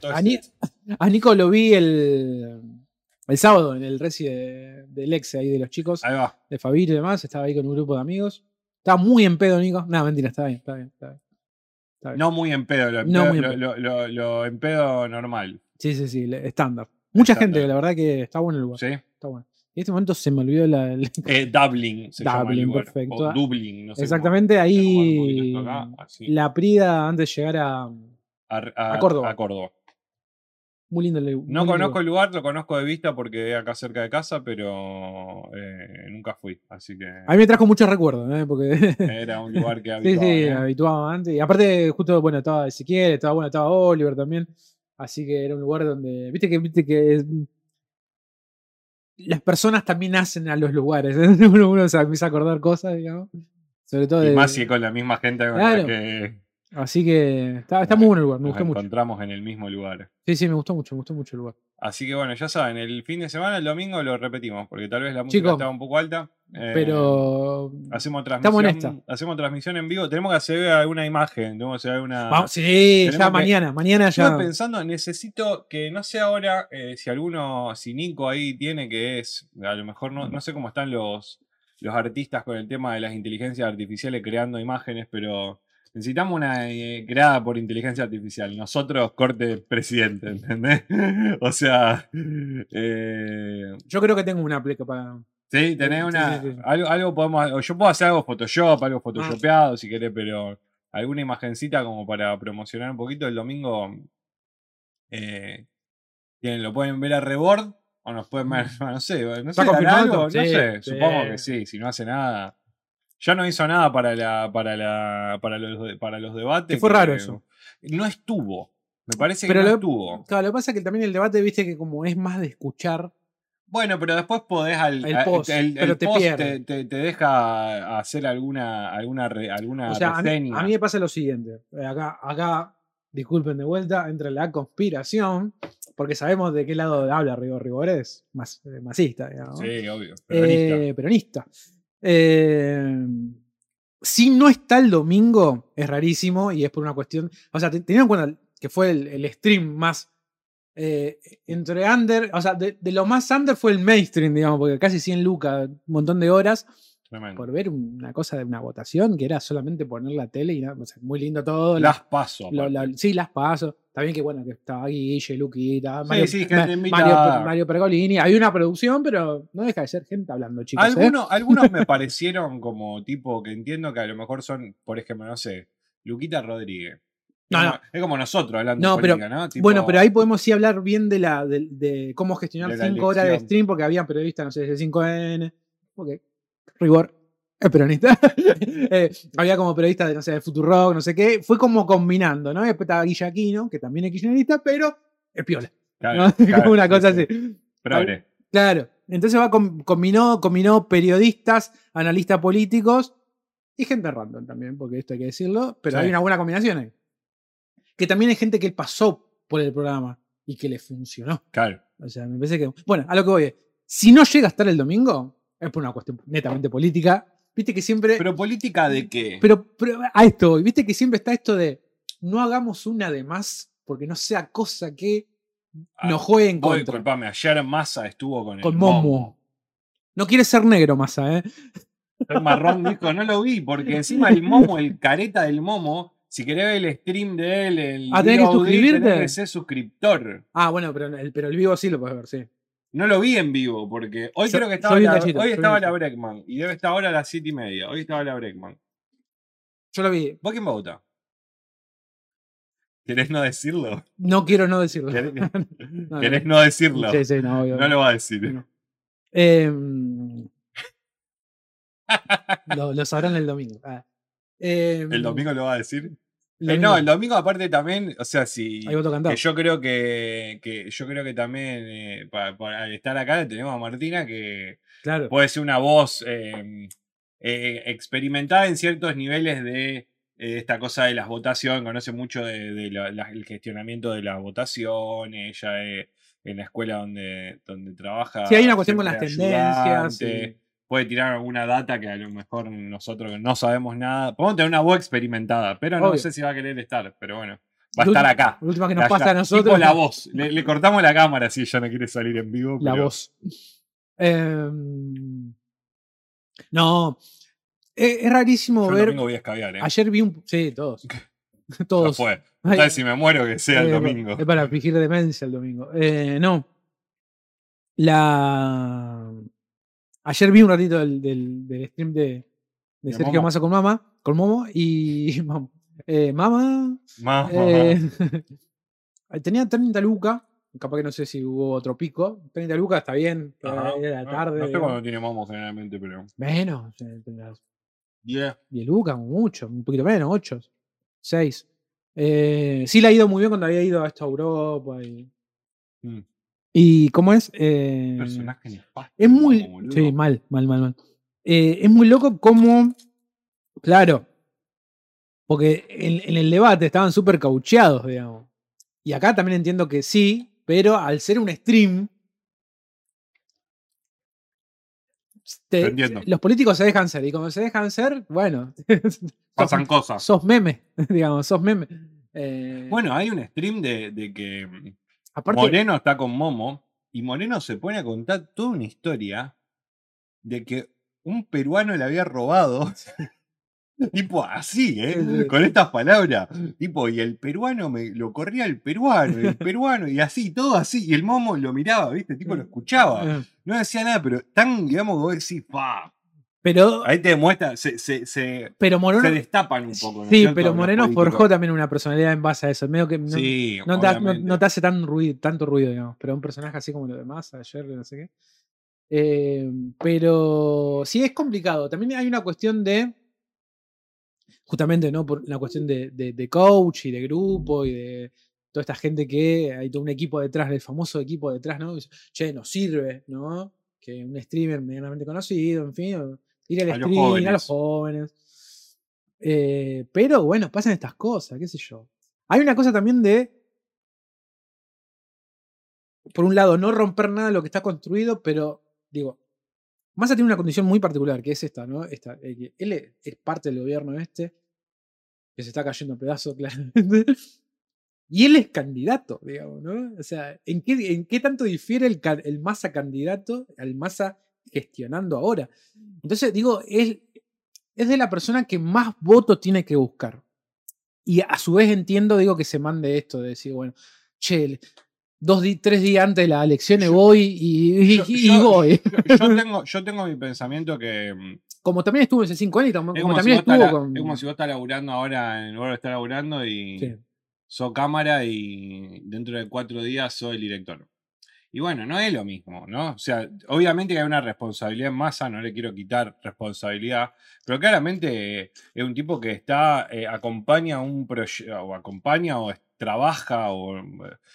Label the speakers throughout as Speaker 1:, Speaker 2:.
Speaker 1: Oh,
Speaker 2: A, Ni- a Nico lo vi el, el sábado en el reci de- del ex ahí de los chicos,
Speaker 1: Ahí va.
Speaker 2: de Fabito y demás. Estaba ahí con un grupo de amigos. Estaba muy en pedo, Nico. No, mentira, está bien, está bien, está bien.
Speaker 1: No muy en pedo, lo en
Speaker 2: No
Speaker 1: pedo,
Speaker 2: muy en
Speaker 1: lo- lo-
Speaker 2: pedo.
Speaker 1: lo- lo en pedo normal.
Speaker 2: Sí, sí, sí, le- estándar. Mucha
Speaker 1: Estándar.
Speaker 2: gente, la verdad que está bueno el lugar.
Speaker 1: ¿Sí?
Speaker 2: Está bueno. En este momento se me olvidó la. el-
Speaker 1: Eh, Dublin se llama el
Speaker 2: Dublin,
Speaker 1: lugar.
Speaker 2: perfecto.
Speaker 1: O Dublin, no sé.
Speaker 2: Exactamente
Speaker 1: cómo- se llama un
Speaker 2: ahí.
Speaker 1: poquito esto acá, así.
Speaker 2: La Prida antes de llegar a.
Speaker 1: A-
Speaker 2: a Córdoba.
Speaker 1: A Córdoba.
Speaker 2: Muy lindo el muy
Speaker 1: No
Speaker 2: lindo
Speaker 1: conozco
Speaker 2: lugar.
Speaker 1: el lugar, lo conozco de vista porque es acá cerca de casa, pero eh, nunca fui. Así que
Speaker 2: A mí me trajo muchos recuerdos, ¿eh? porque
Speaker 1: era un lugar que
Speaker 2: Sí,
Speaker 1: habitaba.
Speaker 2: sí,
Speaker 1: ¿eh?
Speaker 2: habituaba antes. Y aparte, justo, bueno, estaba Ezequiel, estaba bueno, estaba Oliver también. Así que era un lugar donde. Viste que, viste que es- las personas también hacen a los lugares. ¿eh? Uno, uno se empieza a acordar cosas, digamos. Sobre todo
Speaker 1: Y
Speaker 2: de.
Speaker 1: más si con la misma gente con la
Speaker 2: Claro.
Speaker 1: que
Speaker 2: Así que está, está muy bueno el lugar, me
Speaker 1: nos
Speaker 2: gustó mucho.
Speaker 1: encontramos en el mismo lugar.
Speaker 2: Sí, sí, me gustó mucho, me gustó mucho el lugar.
Speaker 1: Así que bueno, ya saben, el fin de semana, el domingo lo repetimos, porque tal vez la música
Speaker 2: Chicos,
Speaker 1: estaba un poco alta. eh,
Speaker 2: Pero.
Speaker 1: hacemos
Speaker 2: estamos
Speaker 1: transmisión,
Speaker 2: en
Speaker 1: hacemos transmisión en vivo. Tenemos que hacer alguna imagen, tenemos que hacer una.
Speaker 2: Vamos, sí,
Speaker 1: tenemos
Speaker 2: ya
Speaker 1: que-
Speaker 2: mañana, mañana
Speaker 1: Yo
Speaker 2: ya.
Speaker 1: Estuve pensando, necesito que no sé ahora eh, si alguno, si Nico ahí tiene, que es, a lo mejor no, no sé cómo están los, los artistas con el tema de las inteligencias artificiales creando imágenes, pero necesitamos una eh, creada por inteligencia artificial. Nosotros, corte presidente, ¿entendés? O sea, eh,
Speaker 2: Yo creo que tengo una pleca para.
Speaker 1: sí, tenés
Speaker 2: Sí,
Speaker 1: una.
Speaker 2: sí, Ah. sí.
Speaker 1: Algo, algo podemos. o Yo puedo hacer algo Photoshop, algo Photoshopeado si querés, pero alguna imagencita como para promocionar un poquito. El domingo. eh, tienen- lo pueden ver a Rebord o nos pueden ver. No sé, no sé.
Speaker 2: Mm. ¿Está
Speaker 1: ¿hará
Speaker 2: confirmado
Speaker 1: algo?
Speaker 2: esto?
Speaker 1: No
Speaker 2: Sí,
Speaker 1: sé,
Speaker 2: sí.
Speaker 1: supongo que sí, si no hace nada. Ya no hizo nada para la, para la, para los, de- para los debates.
Speaker 2: Que fue raro eso.
Speaker 1: No estuvo. Me parece
Speaker 2: Pero
Speaker 1: que no
Speaker 2: lo-
Speaker 1: estuvo.
Speaker 2: Claro, lo que pasa es que también el debate, viste, que como es más de escuchar.
Speaker 1: Bueno, pero después podés al
Speaker 2: El
Speaker 1: a-
Speaker 2: post,
Speaker 1: el,
Speaker 2: pero
Speaker 1: el
Speaker 2: te
Speaker 1: post te,
Speaker 2: pierde.
Speaker 1: te- te deja hacer alguna alguna re- alguna
Speaker 2: O sea, a mí,
Speaker 1: reseña.
Speaker 2: a mí me pasa lo siguiente. eh, Acá, acá, disculpen de vuelta, entre la conspiración, porque sabemos de qué lado habla Rigo Rigores, mas, eh, masista, digamos.
Speaker 1: Sí, obvio. peronista.
Speaker 2: Eh, peronista. Eh, si no está el domingo, es rarísimo y es por una cuestión. O sea, te- teniendo en cuenta que fue el, el stream más. eh, entre under, o sea, de, de lo más under fue el mainstream, digamos, porque casi 100 lucas, un montón de horas
Speaker 1: Tremendo.
Speaker 2: por ver una cosa de una votación que era solamente poner la tele y nada, o sea, muy lindo todo.
Speaker 1: Las
Speaker 2: Las,
Speaker 1: paso.
Speaker 2: lo-
Speaker 1: aparte.
Speaker 2: lo- sí, las paso. También que bueno, que estaba Guille, Luquita,
Speaker 1: Sí,
Speaker 2: Mario,
Speaker 1: sí, gente
Speaker 2: Ma-
Speaker 1: invitada.
Speaker 2: Mario, Mario Pergolini. Hay una producción, pero no deja de ser gente hablando, chicos. ¿eh?
Speaker 1: algunos, algunos me parecieron como tipo que entiendo que a lo mejor son, por ejemplo, no sé, Luquita Rodríguez.
Speaker 2: No,
Speaker 1: es,
Speaker 2: no.
Speaker 1: Como, es como nosotros hablando
Speaker 2: No,
Speaker 1: de
Speaker 2: pero-
Speaker 1: política, ¿no? Tipo,
Speaker 2: bueno, pero ahí podemos sí hablar bien de la de, de cómo gestionar
Speaker 1: De la
Speaker 2: 5 horas de
Speaker 1: elección.
Speaker 2: stream, porque habían periodistas, no sé, de 5N. Ok, rigor. Es peronista. Eh, había como periodistas de, no sé, de Futurock, no sé qué. Fue como combinando, ¿no? Y Después estaba Guille Aquino, que también es kirchnerista, pero es piola.
Speaker 1: claro,
Speaker 2: ¿no?
Speaker 1: claro,
Speaker 2: como una
Speaker 1: sí,
Speaker 2: cosa
Speaker 1: sí.
Speaker 2: así.
Speaker 1: Progre.
Speaker 2: Claro. Entonces va com- combinó, combinó periodistas, analistas políticos y gente random también, porque esto hay que decirlo, pero
Speaker 1: Sí.
Speaker 2: hay una buena combinación ahí. Que también hay gente que pasó por el programa y que le funcionó.
Speaker 1: Claro.
Speaker 2: O sea, me parece que. Bueno, a lo que voy es, si no llega a estar el domingo, es por una cuestión netamente política. Viste que siempre.
Speaker 1: Pero política de qué?
Speaker 2: Pero, pero a esto voy, viste que siempre está esto de no hagamos una de más, porque no sea cosa que
Speaker 1: Ah,
Speaker 2: nos juegue en
Speaker 1: Hoy,
Speaker 2: contra.
Speaker 1: disculpame, ayer Massa estuvo con,
Speaker 2: Con
Speaker 1: el
Speaker 2: Momo. No quiere ser negro, Massa, ¿eh?
Speaker 1: El marrón dijo, no lo vi, porque encima el momo, el careta del momo, si querés ver el stream de él, el
Speaker 2: Ah, tenés que
Speaker 1: VOD,
Speaker 2: suscribirte.
Speaker 1: tenés que ser suscriptor.
Speaker 2: Ah, bueno, pero el, pero el vivo sí lo puedes ver, sí.
Speaker 1: No lo vi en vivo, porque hoy
Speaker 2: Yo-
Speaker 1: creo que estaba,
Speaker 2: yo vi un
Speaker 1: la,
Speaker 2: cachito,
Speaker 1: hoy
Speaker 2: yo vi
Speaker 1: estaba
Speaker 2: un
Speaker 1: la
Speaker 2: cachito.
Speaker 1: Breckman, y debe estar ahora a las 7 y media. Hoy estaba la Breckman.
Speaker 2: Yo lo vi.
Speaker 1: ¿Vos quién vota? ¿Querés no decirlo?
Speaker 2: No quiero no decirlo.
Speaker 1: ¿Querés,
Speaker 2: no.
Speaker 1: querés no decirlo?
Speaker 2: Sí, sí, no, obvio.
Speaker 1: No lo va a decir.
Speaker 2: No. Em, lo, lo sabrán el domingo. Ah. Em,
Speaker 1: ¿El domingo lo va a decir?
Speaker 2: el
Speaker 1: Eh, no, el
Speaker 2: domingo.
Speaker 1: domingo aparte también, o sea, si...
Speaker 2: Hay voto cantado.
Speaker 1: Que yo creo que, que yo creo que también eh, pa- pa- al estar acá tenemos a Martina que
Speaker 2: claro.
Speaker 1: puede ser una voz eh, eh, experimentada en ciertos niveles de eh, esta cosa de las votaciones, conoce mucho de, de la- la- el gestionamiento de las votaciones, ella eh, en la escuela donde, donde trabaja.
Speaker 2: Sí, hay una cuestión con las
Speaker 1: siempre
Speaker 2: tendencias.
Speaker 1: ayudante,
Speaker 2: y-
Speaker 1: Puede tirar alguna data que a lo mejor nosotros no sabemos nada. Podemos tener una voz experimentada, pero no
Speaker 2: Obvio.
Speaker 1: sé si va a querer estar, pero bueno. Va a
Speaker 2: Lo
Speaker 1: estar
Speaker 2: ulti-
Speaker 1: acá.
Speaker 2: Lo último que nos
Speaker 1: Allá.
Speaker 2: pasa a
Speaker 1: Tipo
Speaker 2: nosotros.
Speaker 1: la voz. Le, le cortamos la cámara si ella no quiere salir en vivo.
Speaker 2: la
Speaker 1: pero-
Speaker 2: voz. Em, no, Eh, es, es rarísimo
Speaker 1: Yo el
Speaker 2: ver.
Speaker 1: domingo voy a escabiar, ¿eh?
Speaker 2: Ayer vi un. Sí, todos.
Speaker 1: Ya
Speaker 2: todos.
Speaker 1: fue.
Speaker 2: Ay,
Speaker 1: Tal vez si me muero que sea el
Speaker 2: eh,
Speaker 1: domingo.
Speaker 2: Es para fingir demencia el domingo. Eh, no. La. Ayer vi un ratito del, del- del stream de, de
Speaker 1: De
Speaker 2: Sergio
Speaker 1: Momo.
Speaker 2: Massa con Mama, con Momo y. Mam- eh, Mama.
Speaker 1: Más, más, más.
Speaker 2: Eh, tenía 30 lucas. Capaz que no sé si hubo otro pico. 30 lucas está bien. que
Speaker 1: Ajá.
Speaker 2: Era
Speaker 1: No-
Speaker 2: eh, la tarde.
Speaker 1: No, sé
Speaker 2: digamos.
Speaker 1: cuándo tiene momo generalmente, pero.
Speaker 2: Menos. eh, tendrás
Speaker 1: Yeah.
Speaker 2: 10 lucas, como mucho. Un poquito menos, 8. 6. sí, le ha ido muy bien cuando había ido a esta Europa. Y,
Speaker 1: Mm.
Speaker 2: y ¿cómo es? Eh,
Speaker 1: Personaje nefasto,
Speaker 2: es muy.
Speaker 1: Momo, boludo.
Speaker 2: sí, mal, mal, mal, mal. Eh, es muy loco como. Claro. Porque en, en el debate estaban súper caucheados, digamos. Y acá también entiendo que sí, pero al ser un stream. te-
Speaker 1: Te entiendo.
Speaker 2: Los políticos se dejan ser. Y como se dejan ser, bueno.
Speaker 1: Pasan cosas.
Speaker 2: sos meme, digamos, sos meme. Eh,
Speaker 1: Ah. Mm. Bueno, hay un stream de, de que mm,
Speaker 2: aparte,
Speaker 1: Moreno está con Momo y Moreno se pone a contar toda una historia de que un peruano le había robado. tipo así, ¿eh?
Speaker 2: Sí, sí.
Speaker 1: Con estas palabras. Tipo, y el peruano me lo corría el peruano, y el peruano, y así, todo así. Y el momo lo miraba, ¿viste? Tipo, lo escuchaba.
Speaker 2: eh,
Speaker 1: No decía nada, pero tan, digamos, vos decís, pa.
Speaker 2: pero,
Speaker 1: Ahí te demuestra, se, se, se,
Speaker 2: pero
Speaker 1: eh, se
Speaker 2: Moreno.
Speaker 1: destapan un poco. ¿no es
Speaker 2: sí,
Speaker 1: cierto?
Speaker 2: pero
Speaker 1: Los
Speaker 2: Moreno
Speaker 1: políticos.
Speaker 2: forjó también una personalidad en base a eso. Medio que no,
Speaker 1: Sí,
Speaker 2: no te, ha- no-
Speaker 1: obviamente.
Speaker 2: no te hace tan ruido, tanto ruido, digamos. Pero un personaje así como lo demás, ayer, no sé qué. Eh, pero sí es complicado. También hay una cuestión de. Justamente, ¿no? Por una cuestión de, de- de coach y de grupo y de toda esta gente que hay todo un equipo detrás, el famoso equipo detrás, ¿no? Dice, Che, nos sirve, ¿no? Que un streamer medianamente conocido, en fin, o ir al
Speaker 1: A los
Speaker 2: stream, a los
Speaker 1: jóvenes.
Speaker 2: jóvenes. Eh, pero bueno, pasan estas cosas, qué sé yo. Hay una cosa también de. Por un lado, no romper nada de lo que está construido, pero digo, Massa tiene una condición muy particular, que es esta, ¿no? Esta, eh, que él es- es parte del gobierno este, que se está cayendo a pedazos, claramente. Y él es candidato, digamos, ¿no? O sea, ¿en qué, en qué tanto difiere el, ca- el masa candidato al masa gestionando ahora? Entonces, digo, es, es de la persona que más votos tiene que buscar. Y a su vez entiendo, digo, que se mande esto de decir, bueno, che, el- dos, di- tres días antes de las elecciones
Speaker 1: Yo-
Speaker 2: voy y, y-
Speaker 1: yo-
Speaker 2: y
Speaker 1: yo-
Speaker 2: voy.
Speaker 1: Yo- yo, tengo, yo tengo mi pensamiento que mm,
Speaker 2: Como también estuvo en C5N y tam- como,
Speaker 1: es, como si
Speaker 2: también
Speaker 1: vos estás
Speaker 2: estuvo
Speaker 1: la-
Speaker 2: con...
Speaker 1: es como si vos estás laburando ahora en lugar de estar laburando y
Speaker 2: Sí.
Speaker 1: sos cámara y dentro de cuatro días soy el director. Y bueno, no es lo mismo, ¿no? O sea, obviamente que hay una responsabilidad en masa, no le quiero quitar responsabilidad, pero claramente eh, es un tipo que está, eh, acompaña un proyecto, o acompaña o es- trabaja o eh,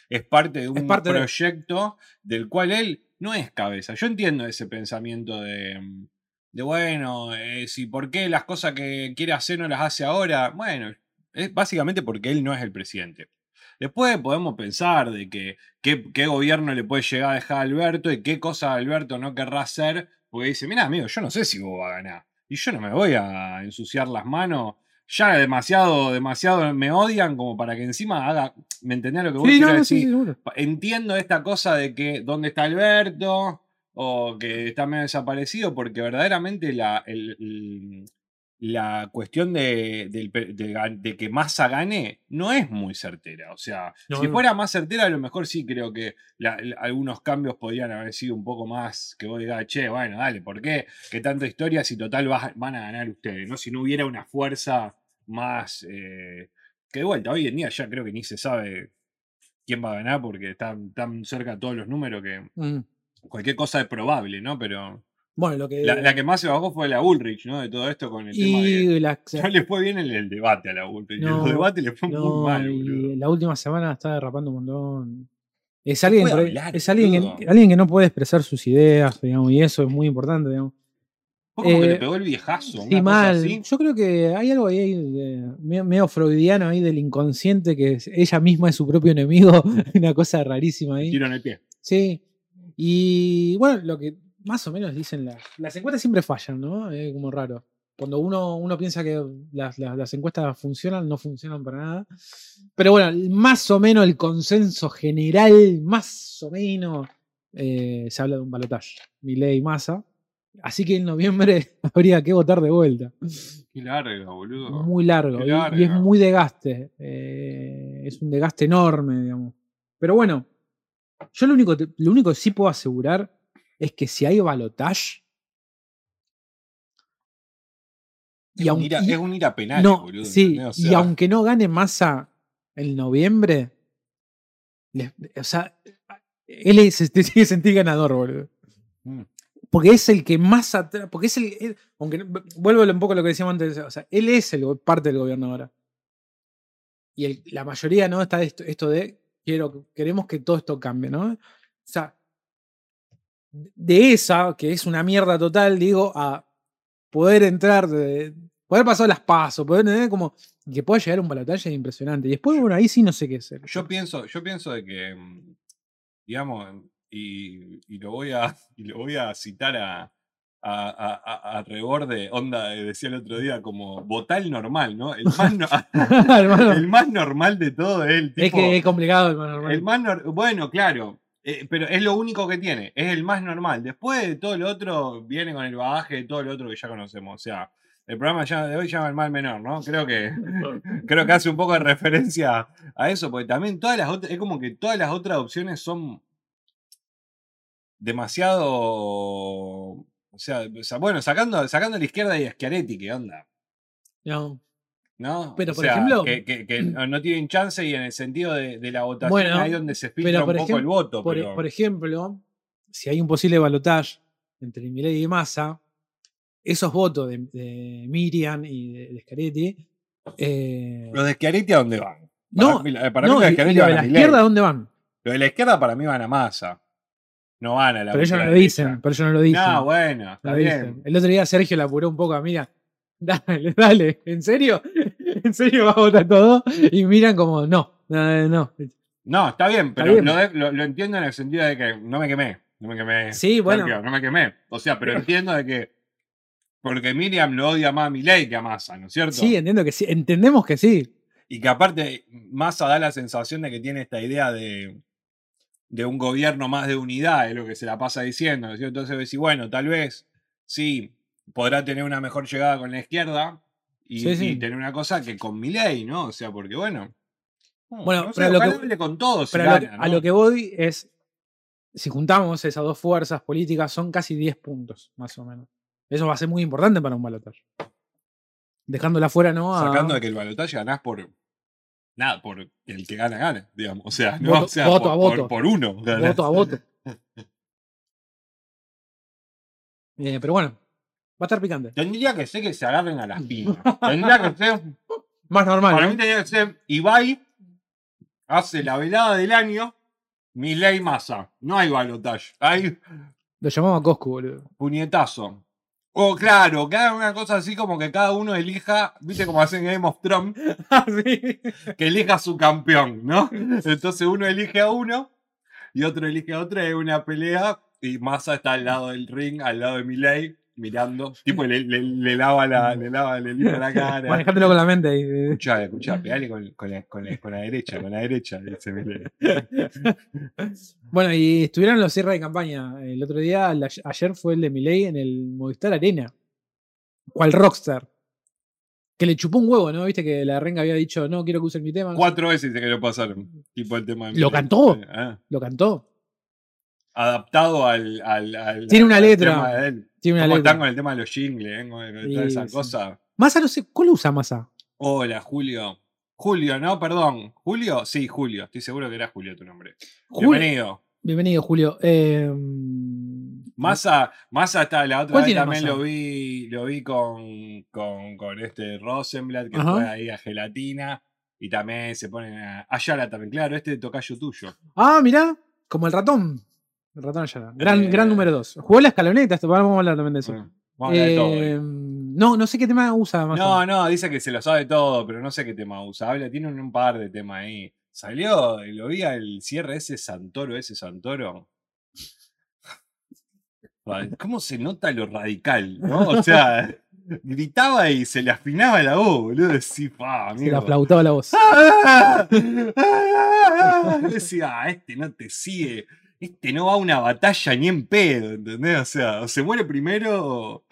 Speaker 1: es parte de un
Speaker 2: parte de-
Speaker 1: proyecto del cual él no es cabeza. Yo entiendo ese pensamiento de, mm, de bueno, eh, si por qué las cosas que quiere hacer no las hace ahora, bueno, es básicamente porque él no es el presidente. Después podemos pensar de que qué, qué gobierno le puede llegar a dejar a Alberto y qué cosa Alberto no querrá hacer, porque dice, mira, amigo, yo no sé si vos vas a ganar. Y yo no me voy a ensuciar las manos. Ya demasiado, demasiado me odian como para que encima haga. ¿Me entendés lo que vos
Speaker 2: Sí,
Speaker 1: quiero
Speaker 2: no, no, sí,
Speaker 1: decir?
Speaker 2: sí, seguro.
Speaker 1: Pa- entiendo esta cosa de que dónde está Alberto o que está medio desaparecido, porque verdaderamente la, el- el- la cuestión de, del pe- de ga- de que Massa gane no es muy certera. O sea,
Speaker 2: No,
Speaker 1: si
Speaker 2: no.
Speaker 1: fuera más certera, a lo mejor sí creo que la- el- algunos cambios podrían haber sido un poco más que vos digas, che, bueno, dale, ¿por qué? ¿Qué tanta historia si total vas- van a ganar ustedes? ¿no? Si no hubiera una fuerza más... eh, que de vuelta, hoy en día ya creo que ni se sabe quién va a ganar porque están tan cerca todos los números que
Speaker 2: Mm.
Speaker 1: cualquier cosa es probable, ¿no? Pero
Speaker 2: Bueno, lo que...
Speaker 1: la, la que más se bajó fue la Ulrich, ¿no? De todo esto con el tema de...
Speaker 2: Eh, y la,
Speaker 1: No le fue bien en el debate a la Ulrich. en
Speaker 2: No,
Speaker 1: los debates le fue
Speaker 2: no,
Speaker 1: muy mal,
Speaker 2: y
Speaker 1: boludo.
Speaker 2: la última semana está derrapando un montón. Es alguien,
Speaker 1: puede
Speaker 2: por ahí-
Speaker 1: hablar,
Speaker 2: es alguien,
Speaker 1: boludo.
Speaker 2: que, alguien que no puede expresar sus ideas, digamos, y eso es muy importante, digamos.
Speaker 1: Fue como que
Speaker 2: eh,
Speaker 1: le pegó el viejazo.
Speaker 2: Sí,
Speaker 1: una cosa
Speaker 2: mal.
Speaker 1: así.
Speaker 2: Yo creo que hay algo ahí de- me- medio freudiano ahí del inconsciente que es- ella misma es su propio enemigo, una cosa rarísima ahí.
Speaker 1: Tiro en el pie.
Speaker 2: Sí. Y bueno, lo que más o menos dicen las. Las encuestas siempre fallan, ¿no? Es como raro. cuando uno, uno piensa que las, las- las encuestas funcionan, no funcionan para nada. Pero bueno, más o menos el consenso general, más o menos, eh, se habla de un balotaje. Milei Massa. Así que en noviembre habría que votar de vuelta.
Speaker 1: Qué largo, boludo.
Speaker 2: Muy largo.
Speaker 1: Qué
Speaker 2: y- Y, es
Speaker 1: larga.
Speaker 2: muy desgaste. eh, es un desgaste enorme, digamos. Pero bueno, yo lo único, lo único que sí puedo asegurar es que si hay balotage.
Speaker 1: es, un ir a,
Speaker 2: y-
Speaker 1: es un ir a penal,
Speaker 2: no,
Speaker 1: boludo.
Speaker 2: sí,
Speaker 1: ¿entendés? O
Speaker 2: y
Speaker 1: sea,
Speaker 2: aunque no gane Massa en noviembre, les- o sea, él se se tiene que sentir ganador, boludo.
Speaker 1: mm,
Speaker 2: Porque es el que más atrás, porque es el, el- aunque no- vuelvo un poco a lo que decíamos antes, o sea, él es el go- parte del gobierno ahora. Y el- la mayoría, ¿no? Está esto, esto de quiero, queremos que todo esto cambie, ¿no? O sea, de esa, que es una mierda total, digo, a poder entrar, de- poder pasar las pasos, poder tener como y que pueda llegar a un balotaje es impresionante. Y después, bueno, ahí sí no sé qué hacer.
Speaker 1: yo pienso, yo pienso de que, mm, digamos, y, y lo voy a, y lo voy a citar a, a, a, a- a Reborde, onda, eh, decía el otro día, como votar normal, ¿no? El más, no-
Speaker 2: hermano,
Speaker 1: el más normal de todo es el tipo.
Speaker 2: es que es complicado, hermano.
Speaker 1: El más nor- bueno, claro. eh, pero es lo único que tiene. Es el más normal. Después de todo lo otro, viene con el bagaje de todo lo otro que ya conocemos. O sea, el programa ya de hoy llama el mal menor, ¿no? Creo que, creo que hace un poco de referencia a eso, porque también todas las otras, es como que todas las otras opciones son demasiado. O sea, o sea, bueno, sacando, sacando a la izquierda y a Schiaretti, que onda.
Speaker 2: No.
Speaker 1: ¿No?
Speaker 2: Pero,
Speaker 1: O
Speaker 2: por
Speaker 1: sea,
Speaker 2: ejemplo- mm.
Speaker 1: Que, que- que no no tienen chance y en el sentido de, de la votación
Speaker 2: Bueno,
Speaker 1: ahí donde se filtra
Speaker 2: pero
Speaker 1: un
Speaker 2: por
Speaker 1: poco el
Speaker 2: ejemplo-
Speaker 1: voto.
Speaker 2: Por, e-
Speaker 1: pero-
Speaker 2: por ejemplo, si hay un posible balotaje entre Milei y Massa, esos votos de, de Miriam y de, de Schiaretti, eh,
Speaker 1: ¿Los de Schiaretti a dónde van?
Speaker 2: No,
Speaker 1: para mí, la- para mí
Speaker 2: no,
Speaker 1: los de
Speaker 2: y- y
Speaker 1: Schiaretti
Speaker 2: los
Speaker 1: van
Speaker 2: de
Speaker 1: a
Speaker 2: la
Speaker 1: Milei.
Speaker 2: izquierda, ¿dónde van?
Speaker 1: Los de la izquierda para mí van a masa. No van a la
Speaker 2: Pero ellos no
Speaker 1: ultra
Speaker 2: lo
Speaker 1: derecha.
Speaker 2: dicen, pero ellos no lo dicen.
Speaker 1: No, bueno,
Speaker 2: no
Speaker 1: está
Speaker 2: lo dicen.
Speaker 1: bien.
Speaker 2: El otro día Sergio la apuró un poco a Miriam. Dale, dale, ¿en serio? ¿En serio va a votar todo? Y miran como, no, no, no.
Speaker 1: No, está bien, pero
Speaker 2: bien.
Speaker 1: Lo, de- lo- lo entiendo en el sentido de que no me quemé. No me quemé.
Speaker 2: Sí, bueno.
Speaker 1: Sergio, no me quemé. O sea, pero entiendo de que. Porque Miriam lo odia más a Milei que a Massa, ¿no es cierto?
Speaker 2: Sí, entiendo que sí, entendemos que sí.
Speaker 1: Y que aparte Massa da la sensación de que tiene esta idea de, de un gobierno más de unidad, es lo que se la pasa diciendo. ¿no es cierto? Entonces decís, bueno, tal vez sí, podrá tener una mejor llegada con la izquierda y,
Speaker 2: Sí, sí.
Speaker 1: y tener una cosa que con Milei, ¿no? O sea, porque bueno. no,
Speaker 2: Bueno,
Speaker 1: no sé,
Speaker 2: pero lo
Speaker 1: ojalá
Speaker 2: que-
Speaker 1: hable con todos.
Speaker 2: Pero a lo, que, a lo que voy es, si juntamos esas dos fuerzas políticas, son casi 10 puntos, más o menos. Eso va a ser muy importante para un balotaje. Dejándola fuera, ¿no? A-
Speaker 1: Sacando de que el balotaje ganás por. Nada, por el que gana, gana, digamos. O sea, no,
Speaker 2: Voto-
Speaker 1: o sea,
Speaker 2: voto
Speaker 1: por,
Speaker 2: a
Speaker 1: por-
Speaker 2: voto.
Speaker 1: por uno. ganás.
Speaker 2: voto a voto. Eh, pero bueno, va a estar picante.
Speaker 1: Tendría que ser que se agarren a las piñas. Tendría que ser
Speaker 2: Más normal.
Speaker 1: Para
Speaker 2: ¿no?
Speaker 1: mí tenía que ser Ibai hace la velada del año, Milei Massa. No hay balotage, hay
Speaker 2: Lo llamamos a Coscu, boludo.
Speaker 1: puñetazo. O claro, que hagan una cosa así como que cada uno elija, viste como hacen en Game of Thrones, que elija su campeón, ¿no? Entonces uno elige a uno y otro elige a otro, es una pelea y Massa está al lado del ring, al lado de Milei, mirando. Tipo le, le- le lava la, le lava, le limpia la cara.
Speaker 2: Manejátelo con la mente. ahí.
Speaker 1: Escuchá, escuchá, pegale con, con la, con la- con la derecha, con la derecha, dice Milei.
Speaker 2: Bueno, y estuvieron los cierres de campaña. El otro día, la- ayer fue el de Milei en el Movistar Arena. Cual Rockstar. Que le chupó un huevo, ¿no? Viste que la renga había dicho, no quiero que usen mi tema.
Speaker 1: Cuatro veces dice que lo pasaron. Tipo el tema de
Speaker 2: ¿Lo
Speaker 1: Milei.
Speaker 2: cantó?
Speaker 1: Ah,
Speaker 2: Lo cantó.
Speaker 1: adaptado al, al, al-
Speaker 2: Tiene una
Speaker 1: al
Speaker 2: letra.
Speaker 1: tema de él.
Speaker 2: Tiene una
Speaker 1: ¿Cómo
Speaker 2: letra.
Speaker 1: están con el tema de los jingles? eh? Con, con toda
Speaker 2: Sí,
Speaker 1: esa
Speaker 2: sí.
Speaker 1: cosa.
Speaker 2: Massa no sé. ¿Cuál usa Massa?
Speaker 1: Hola, Julio. Julio, no, perdón. ¿Julio? Sí, Julio. Estoy seguro que era Julio tu nombre.
Speaker 2: Julio-
Speaker 1: Bienvenido.
Speaker 2: Bienvenido, Julio. Em, Eh,
Speaker 1: Massa, Massa está la otra
Speaker 2: ¿Cuál
Speaker 1: vez
Speaker 2: tiene
Speaker 1: también
Speaker 2: Massa?
Speaker 1: lo vi, lo vi con, con, con este Rosenblatt que
Speaker 2: Ajá.
Speaker 1: fue ahí a gelatina. Y también se ponen a. Ayala también, claro, este tocayo tuyo.
Speaker 2: Ah, mirá. Como el ratón. El ratón Ayala. Gran,
Speaker 1: Eh.
Speaker 2: gran número 2. Jugó la escaloneta. esto- Vamos a hablar también de eso.
Speaker 1: Bueno, vamos a hablar de todo. hoy.
Speaker 2: Eh, no, no sé qué tema usa Massa.
Speaker 1: No, no, dice que se lo sabe todo, pero no sé qué tema usa. Habla, tiene un, un par de temas ahí. Salió, y lo vi al cierre ese Santoro, ese Santoro. Ra- ¿Cómo se nota lo radical, no? O sea, Gritaba y se le afinaba la voz, boludo. Decía, pa,
Speaker 2: Se le
Speaker 1: amigo.
Speaker 2: aplautaba la voz.
Speaker 1: ¡Ah! ¡Ah! Decía, "Ah, este no te sigue. Este no va a una batalla ni en pedo, ¿entendés? O sea, o se muere primero.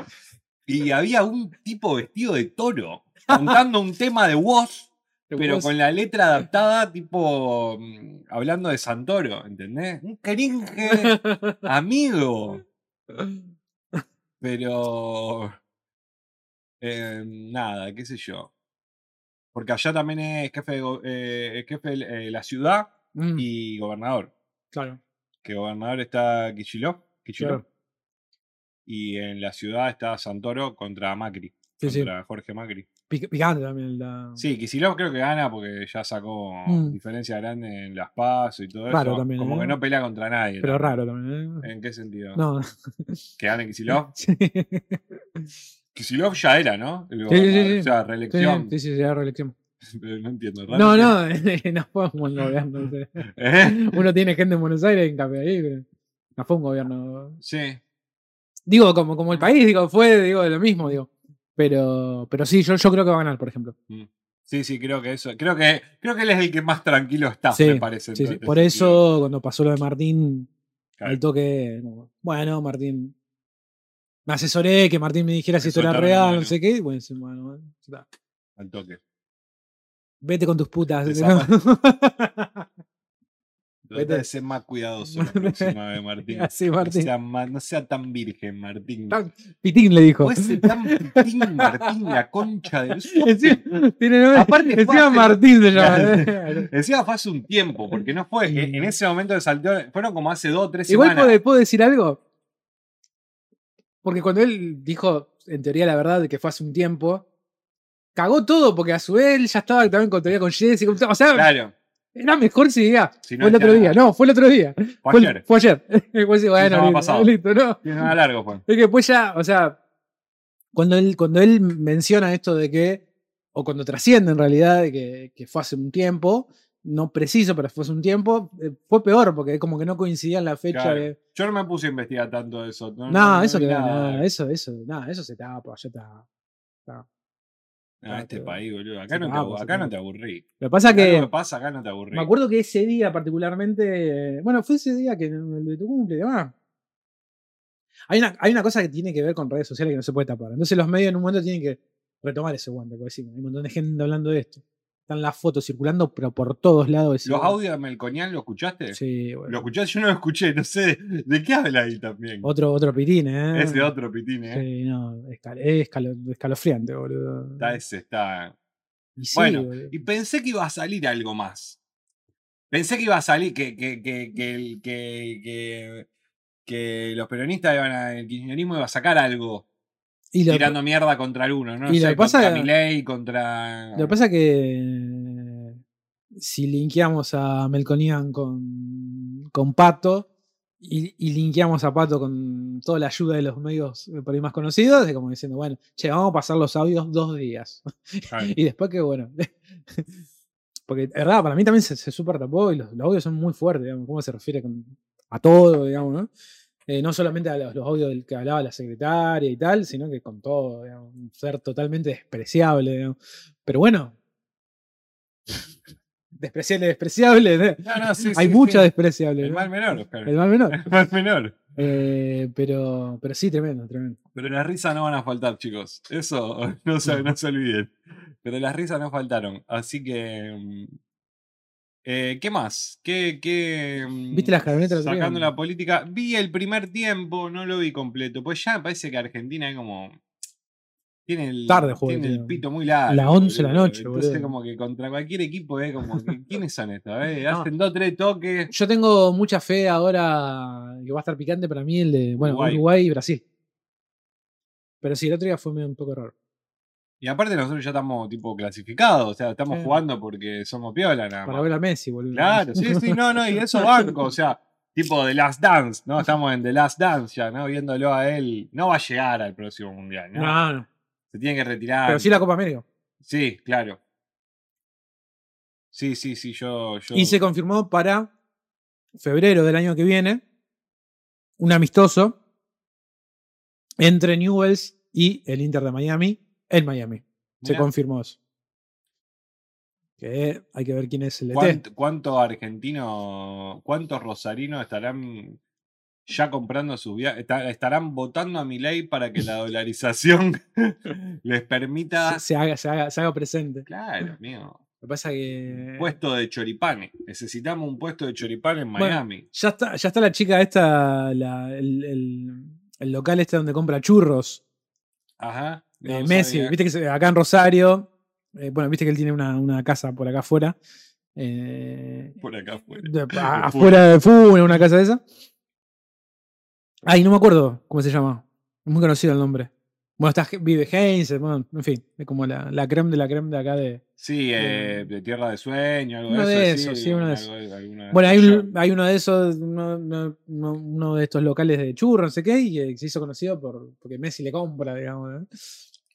Speaker 1: Y había un tipo vestido de toro cantando un tema de voz, pero con la letra adaptada, tipo mm, hablando de Santoro, ¿entendés? Un cringe amigo.
Speaker 2: Mm,
Speaker 1: Pero. eh, nada, qué sé yo. Porque allá también es jefe de, go- eh, es jefe de eh, la ciudad
Speaker 2: Mm,
Speaker 1: y gobernador.
Speaker 2: claro.
Speaker 1: Que gobernador está Kicillof. Kicillof.
Speaker 2: Claro.
Speaker 1: Y en la ciudad está Santoro contra Macri.
Speaker 2: Sí, sí.
Speaker 1: contra Jorge Macri.
Speaker 2: Pic- Picante también la.
Speaker 1: Sí, Kicillof creo que gana porque ya sacó
Speaker 2: Mm.
Speaker 1: diferencia grande en las PAS y todo
Speaker 2: Raro
Speaker 1: eso.
Speaker 2: también,
Speaker 1: Como
Speaker 2: ¿eh?
Speaker 1: que no pelea contra nadie.
Speaker 2: Pero raro también. ¿eh?
Speaker 1: ¿En qué sentido?
Speaker 2: No.
Speaker 1: ¿Que gane Kicillof?
Speaker 2: Sí,
Speaker 1: Kicillof ya era, ¿no? El
Speaker 2: sí, sí,
Speaker 1: gobernador,
Speaker 2: sí.
Speaker 1: O sea,
Speaker 2: sí,
Speaker 1: reelección.
Speaker 2: sí, sí, será reelección.
Speaker 1: Pero no entiendo. raro
Speaker 2: No,
Speaker 1: que-
Speaker 2: no, no fue un buen gobierno. o sea.
Speaker 1: ¿Eh?
Speaker 2: Uno tiene gente en Buenos Aires en cambio ahí, pero no fue un gobierno.
Speaker 1: Sí.
Speaker 2: Digo, como, como el país, digo, fue digo, lo mismo, digo. Pero, pero sí, yo, yo creo que va a ganar, por ejemplo.
Speaker 1: Sí, sí, creo que eso. Creo que, creo que él es el que más tranquilo está,
Speaker 2: Sí,
Speaker 1: me parece. en
Speaker 2: Sí,
Speaker 1: todo
Speaker 2: sí.
Speaker 1: este
Speaker 2: Por
Speaker 1: sentido.
Speaker 2: eso, cuando pasó lo de Martín,
Speaker 1: Claro.
Speaker 2: al toque, como, bueno, Martín. Me asesoré que Martín me dijera si esto era
Speaker 1: Soltaron el
Speaker 2: real, no
Speaker 1: número.
Speaker 2: sé qué. y Bueno, sí, bueno, bueno, ya está.
Speaker 1: Al toque.
Speaker 2: vete con tus putas.
Speaker 1: Trata de ser más cuidadoso la próxima vez, Martín.
Speaker 2: Así,
Speaker 1: No,
Speaker 2: Martín.
Speaker 1: sea ma- no sea tan virgen, Martín.
Speaker 2: Tan- Pitín le dijo.
Speaker 1: Puede ser tan pitín, Martín, la concha de
Speaker 2: Encima, tiene nombre-
Speaker 1: eh, Aparte, fue
Speaker 2: encima
Speaker 1: hace-
Speaker 2: Martín se llama. ¿eh?
Speaker 1: Encima fue hace un tiempo, porque no fue. e, En en ese momento que saltó, fueron como hace dos o tres
Speaker 2: Igual
Speaker 1: semanas.
Speaker 2: puedo, puedo decir algo. Porque cuando él dijo, en teoría, la verdad, de que fue hace un tiempo, cagó todo porque a su vez él ya estaba también con teoría con Jesse. con- O sea,
Speaker 1: Claro.
Speaker 2: era mejor si diga.
Speaker 1: Si no
Speaker 2: fue el otro
Speaker 1: decía
Speaker 2: día.
Speaker 1: nada.
Speaker 2: No, fue el otro día.
Speaker 1: Fue
Speaker 2: Fue el-
Speaker 1: ayer.
Speaker 2: Fue ayer. Fue así, bueno,
Speaker 1: no, ha
Speaker 2: listo,
Speaker 1: pasado.
Speaker 2: listo, no.
Speaker 1: Tiene nada largo, fue.
Speaker 2: Es que después ya, o sea, cuando él, cuando él menciona esto de que, o cuando trasciende en realidad, de que, que fue hace un tiempo, no preciso, pero fue hace un tiempo, eh, fue peor, porque como que no coincidía en la fecha
Speaker 1: Claro.
Speaker 2: de.
Speaker 1: Yo no me puse a investigar tanto eso. No,
Speaker 2: No,
Speaker 1: no- no
Speaker 2: eso
Speaker 1: vi
Speaker 2: que nada,
Speaker 1: nada.
Speaker 2: eso, eso, nada, eso se tapa, ya está.
Speaker 1: Ah, este
Speaker 2: Clabu-
Speaker 1: país, boludo. Acá,
Speaker 2: Sí,
Speaker 1: no, te,
Speaker 2: Clabu,
Speaker 1: abu-
Speaker 2: sí,
Speaker 1: acá no
Speaker 2: Clabu.
Speaker 1: te aburrí.
Speaker 2: Lo que pasa
Speaker 1: Acá
Speaker 2: que.
Speaker 1: lo que pasa, acá no te aburrí.
Speaker 2: Me acuerdo que ese día particularmente, eh, bueno, fue ese día que el de tu cumple y demás. Hay una, hay una cosa que tiene que ver con redes sociales que no se puede tapar. Entonces los medios en un momento tienen que retomar ese guante, porque sí, hay un montón de gente hablando de esto. Están las fotos circulando, pero por todos lados. decís,
Speaker 1: ¿Los
Speaker 2: bueno,
Speaker 1: audios de Melconian lo escuchaste?
Speaker 2: Sí, bueno.
Speaker 1: ¿Lo escuchaste? Yo no lo escuché, no sé. ¿De qué habla ahí también?
Speaker 2: Otro, otro pitín, ¿eh?
Speaker 1: Ese otro pitín, ¿eh?
Speaker 2: Sí, no, escal- es escalo- escalofriante, boludo.
Speaker 1: Está ese, está.
Speaker 2: Y sí,
Speaker 1: Bueno,
Speaker 2: boludo.
Speaker 1: Y pensé que iba a salir algo más. Pensé que iba a salir que, que, que, que, el- que, que, que los peronistas iban a. El kirchnerismo iba a sacar algo
Speaker 2: Y lo,
Speaker 1: tirando mierda contra alguno, ¿no?
Speaker 2: y lo
Speaker 1: sé,
Speaker 2: que pasa-
Speaker 1: contra Milei, contra.
Speaker 2: lo que pasa que eh, si linkeamos a Melconian con, con Pato y, y linkeamos a Pato con toda la ayuda de los medios eh, por ahí más conocidos, es como diciendo, bueno, che, vamos a pasar los audios dos días.
Speaker 1: Ay,
Speaker 2: Y después que, bueno. Porque, es verdad, para mí también se, se super tapó y los, los audios son muy fuertes, digamos, cómo se refiere con- a todo, digamos, ¿no? Eh, no solamente a los, los audios del que hablaba la secretaria y tal, sino que con todo, digamos, un ser totalmente despreciable, digamos. Pero bueno. despreciable, despreciable. ¿no?
Speaker 1: No, no, sí,
Speaker 2: Hay
Speaker 1: sí,
Speaker 2: mucha
Speaker 1: sí.
Speaker 2: despreciable.
Speaker 1: El
Speaker 2: ¿no?
Speaker 1: mal menor, Oscar.
Speaker 2: El mal menor.
Speaker 1: El mal menor.
Speaker 2: Eh, pero, pero sí, tremendo, tremendo.
Speaker 1: Pero las risas no van a faltar, chicos. Eso no se, no se olviden. Pero las risas no faltaron. Así que. mm, eh, ¿Qué más? ¿Qué, qué, mm,
Speaker 2: ¿Viste las camionetas el otro día?
Speaker 1: Sacando la política. Vi el primer tiempo, no lo vi completo. Pues ya me parece que Argentina es como. Tiene el,
Speaker 2: Tarde juega,
Speaker 1: tiene el
Speaker 2: tío.
Speaker 1: pito muy largo.
Speaker 2: La 11 de la
Speaker 1: boludo.
Speaker 2: noche,
Speaker 1: Entonces,
Speaker 2: boludo.
Speaker 1: como que contra cualquier equipo, es como. que, ¿Quiénes son estos? eh?
Speaker 2: No.
Speaker 1: Hacen dos, tres toques.
Speaker 2: Yo tengo mucha fe ahora que va a estar picante para mí el de bueno,
Speaker 1: Uruguay.
Speaker 2: Uruguay, y Brasil. Pero sí, el otro día fue medio un poco raro.
Speaker 1: Y aparte, nosotros ya estamos tipo clasificados. O sea, estamos
Speaker 2: Sí.
Speaker 1: jugando porque somos piola, nada
Speaker 2: Para
Speaker 1: más.
Speaker 2: ver a Messi, boludo.
Speaker 1: Ah, Claro, sí, sí, no, no, y eso banco, o sea, tipo The Last Dance, ¿no? Estamos en The Last Dance ya, ¿no? Viéndolo a él. No va a llegar al próximo mundial, ¿no? Ah,
Speaker 2: No, no.
Speaker 1: Se tiene que retirar.
Speaker 2: Pero sí la Copa América.
Speaker 1: Sí, claro. Sí, sí, sí, yo. yo...
Speaker 2: Y se confirmó para febrero del año que viene un amistoso entre Newells y el Inter de Miami en Miami. Se
Speaker 1: Mirá.
Speaker 2: confirmó eso. Que hay que ver quién es el E ET.
Speaker 1: ¿Cuánto, cuánto argentino, cuántos rosarinos estarán ya comprando sus viajes? Estarán votando a mi ley para que la dolarización les permita.
Speaker 2: Se, se haga, se, haga, se haga presente.
Speaker 1: Claro, mío.
Speaker 2: Lo que pasa que.
Speaker 1: Puesto de choripanes. Necesitamos un puesto de choripanes en
Speaker 2: Bueno,
Speaker 1: Miami.
Speaker 2: Ya está, ya está la chica esta, la- el, el- el local este donde compra churros.
Speaker 1: Ajá. no
Speaker 2: eh,
Speaker 1: lo
Speaker 2: Messi,
Speaker 1: sabía.
Speaker 2: viste que se- acá en Rosario. eh, bueno, viste que él tiene una, una casa por acá afuera. eh,
Speaker 1: Por acá afuera.
Speaker 2: de- a-
Speaker 1: de
Speaker 2: afuera de Fune, una casa de esa. Ay, no me acuerdo cómo se llama. Es muy conocido el nombre. Bueno, está, Ge- vive Heinz, bueno, en fin, es como la, la creme de la creme de acá de.
Speaker 1: Sí, eh, de Tierra de Sueño, algo
Speaker 2: Uno
Speaker 1: de
Speaker 2: de
Speaker 1: eso.
Speaker 2: esos, sí, uno de esos.
Speaker 1: algo alguna-
Speaker 2: Bueno, hay,
Speaker 1: Eh, yo-
Speaker 2: un- hay uno de esos, uno, uno- uno- uno de estos locales de churro, no sé qué, y que se hizo conocido por, porque Messi le compra, digamos. ¿no?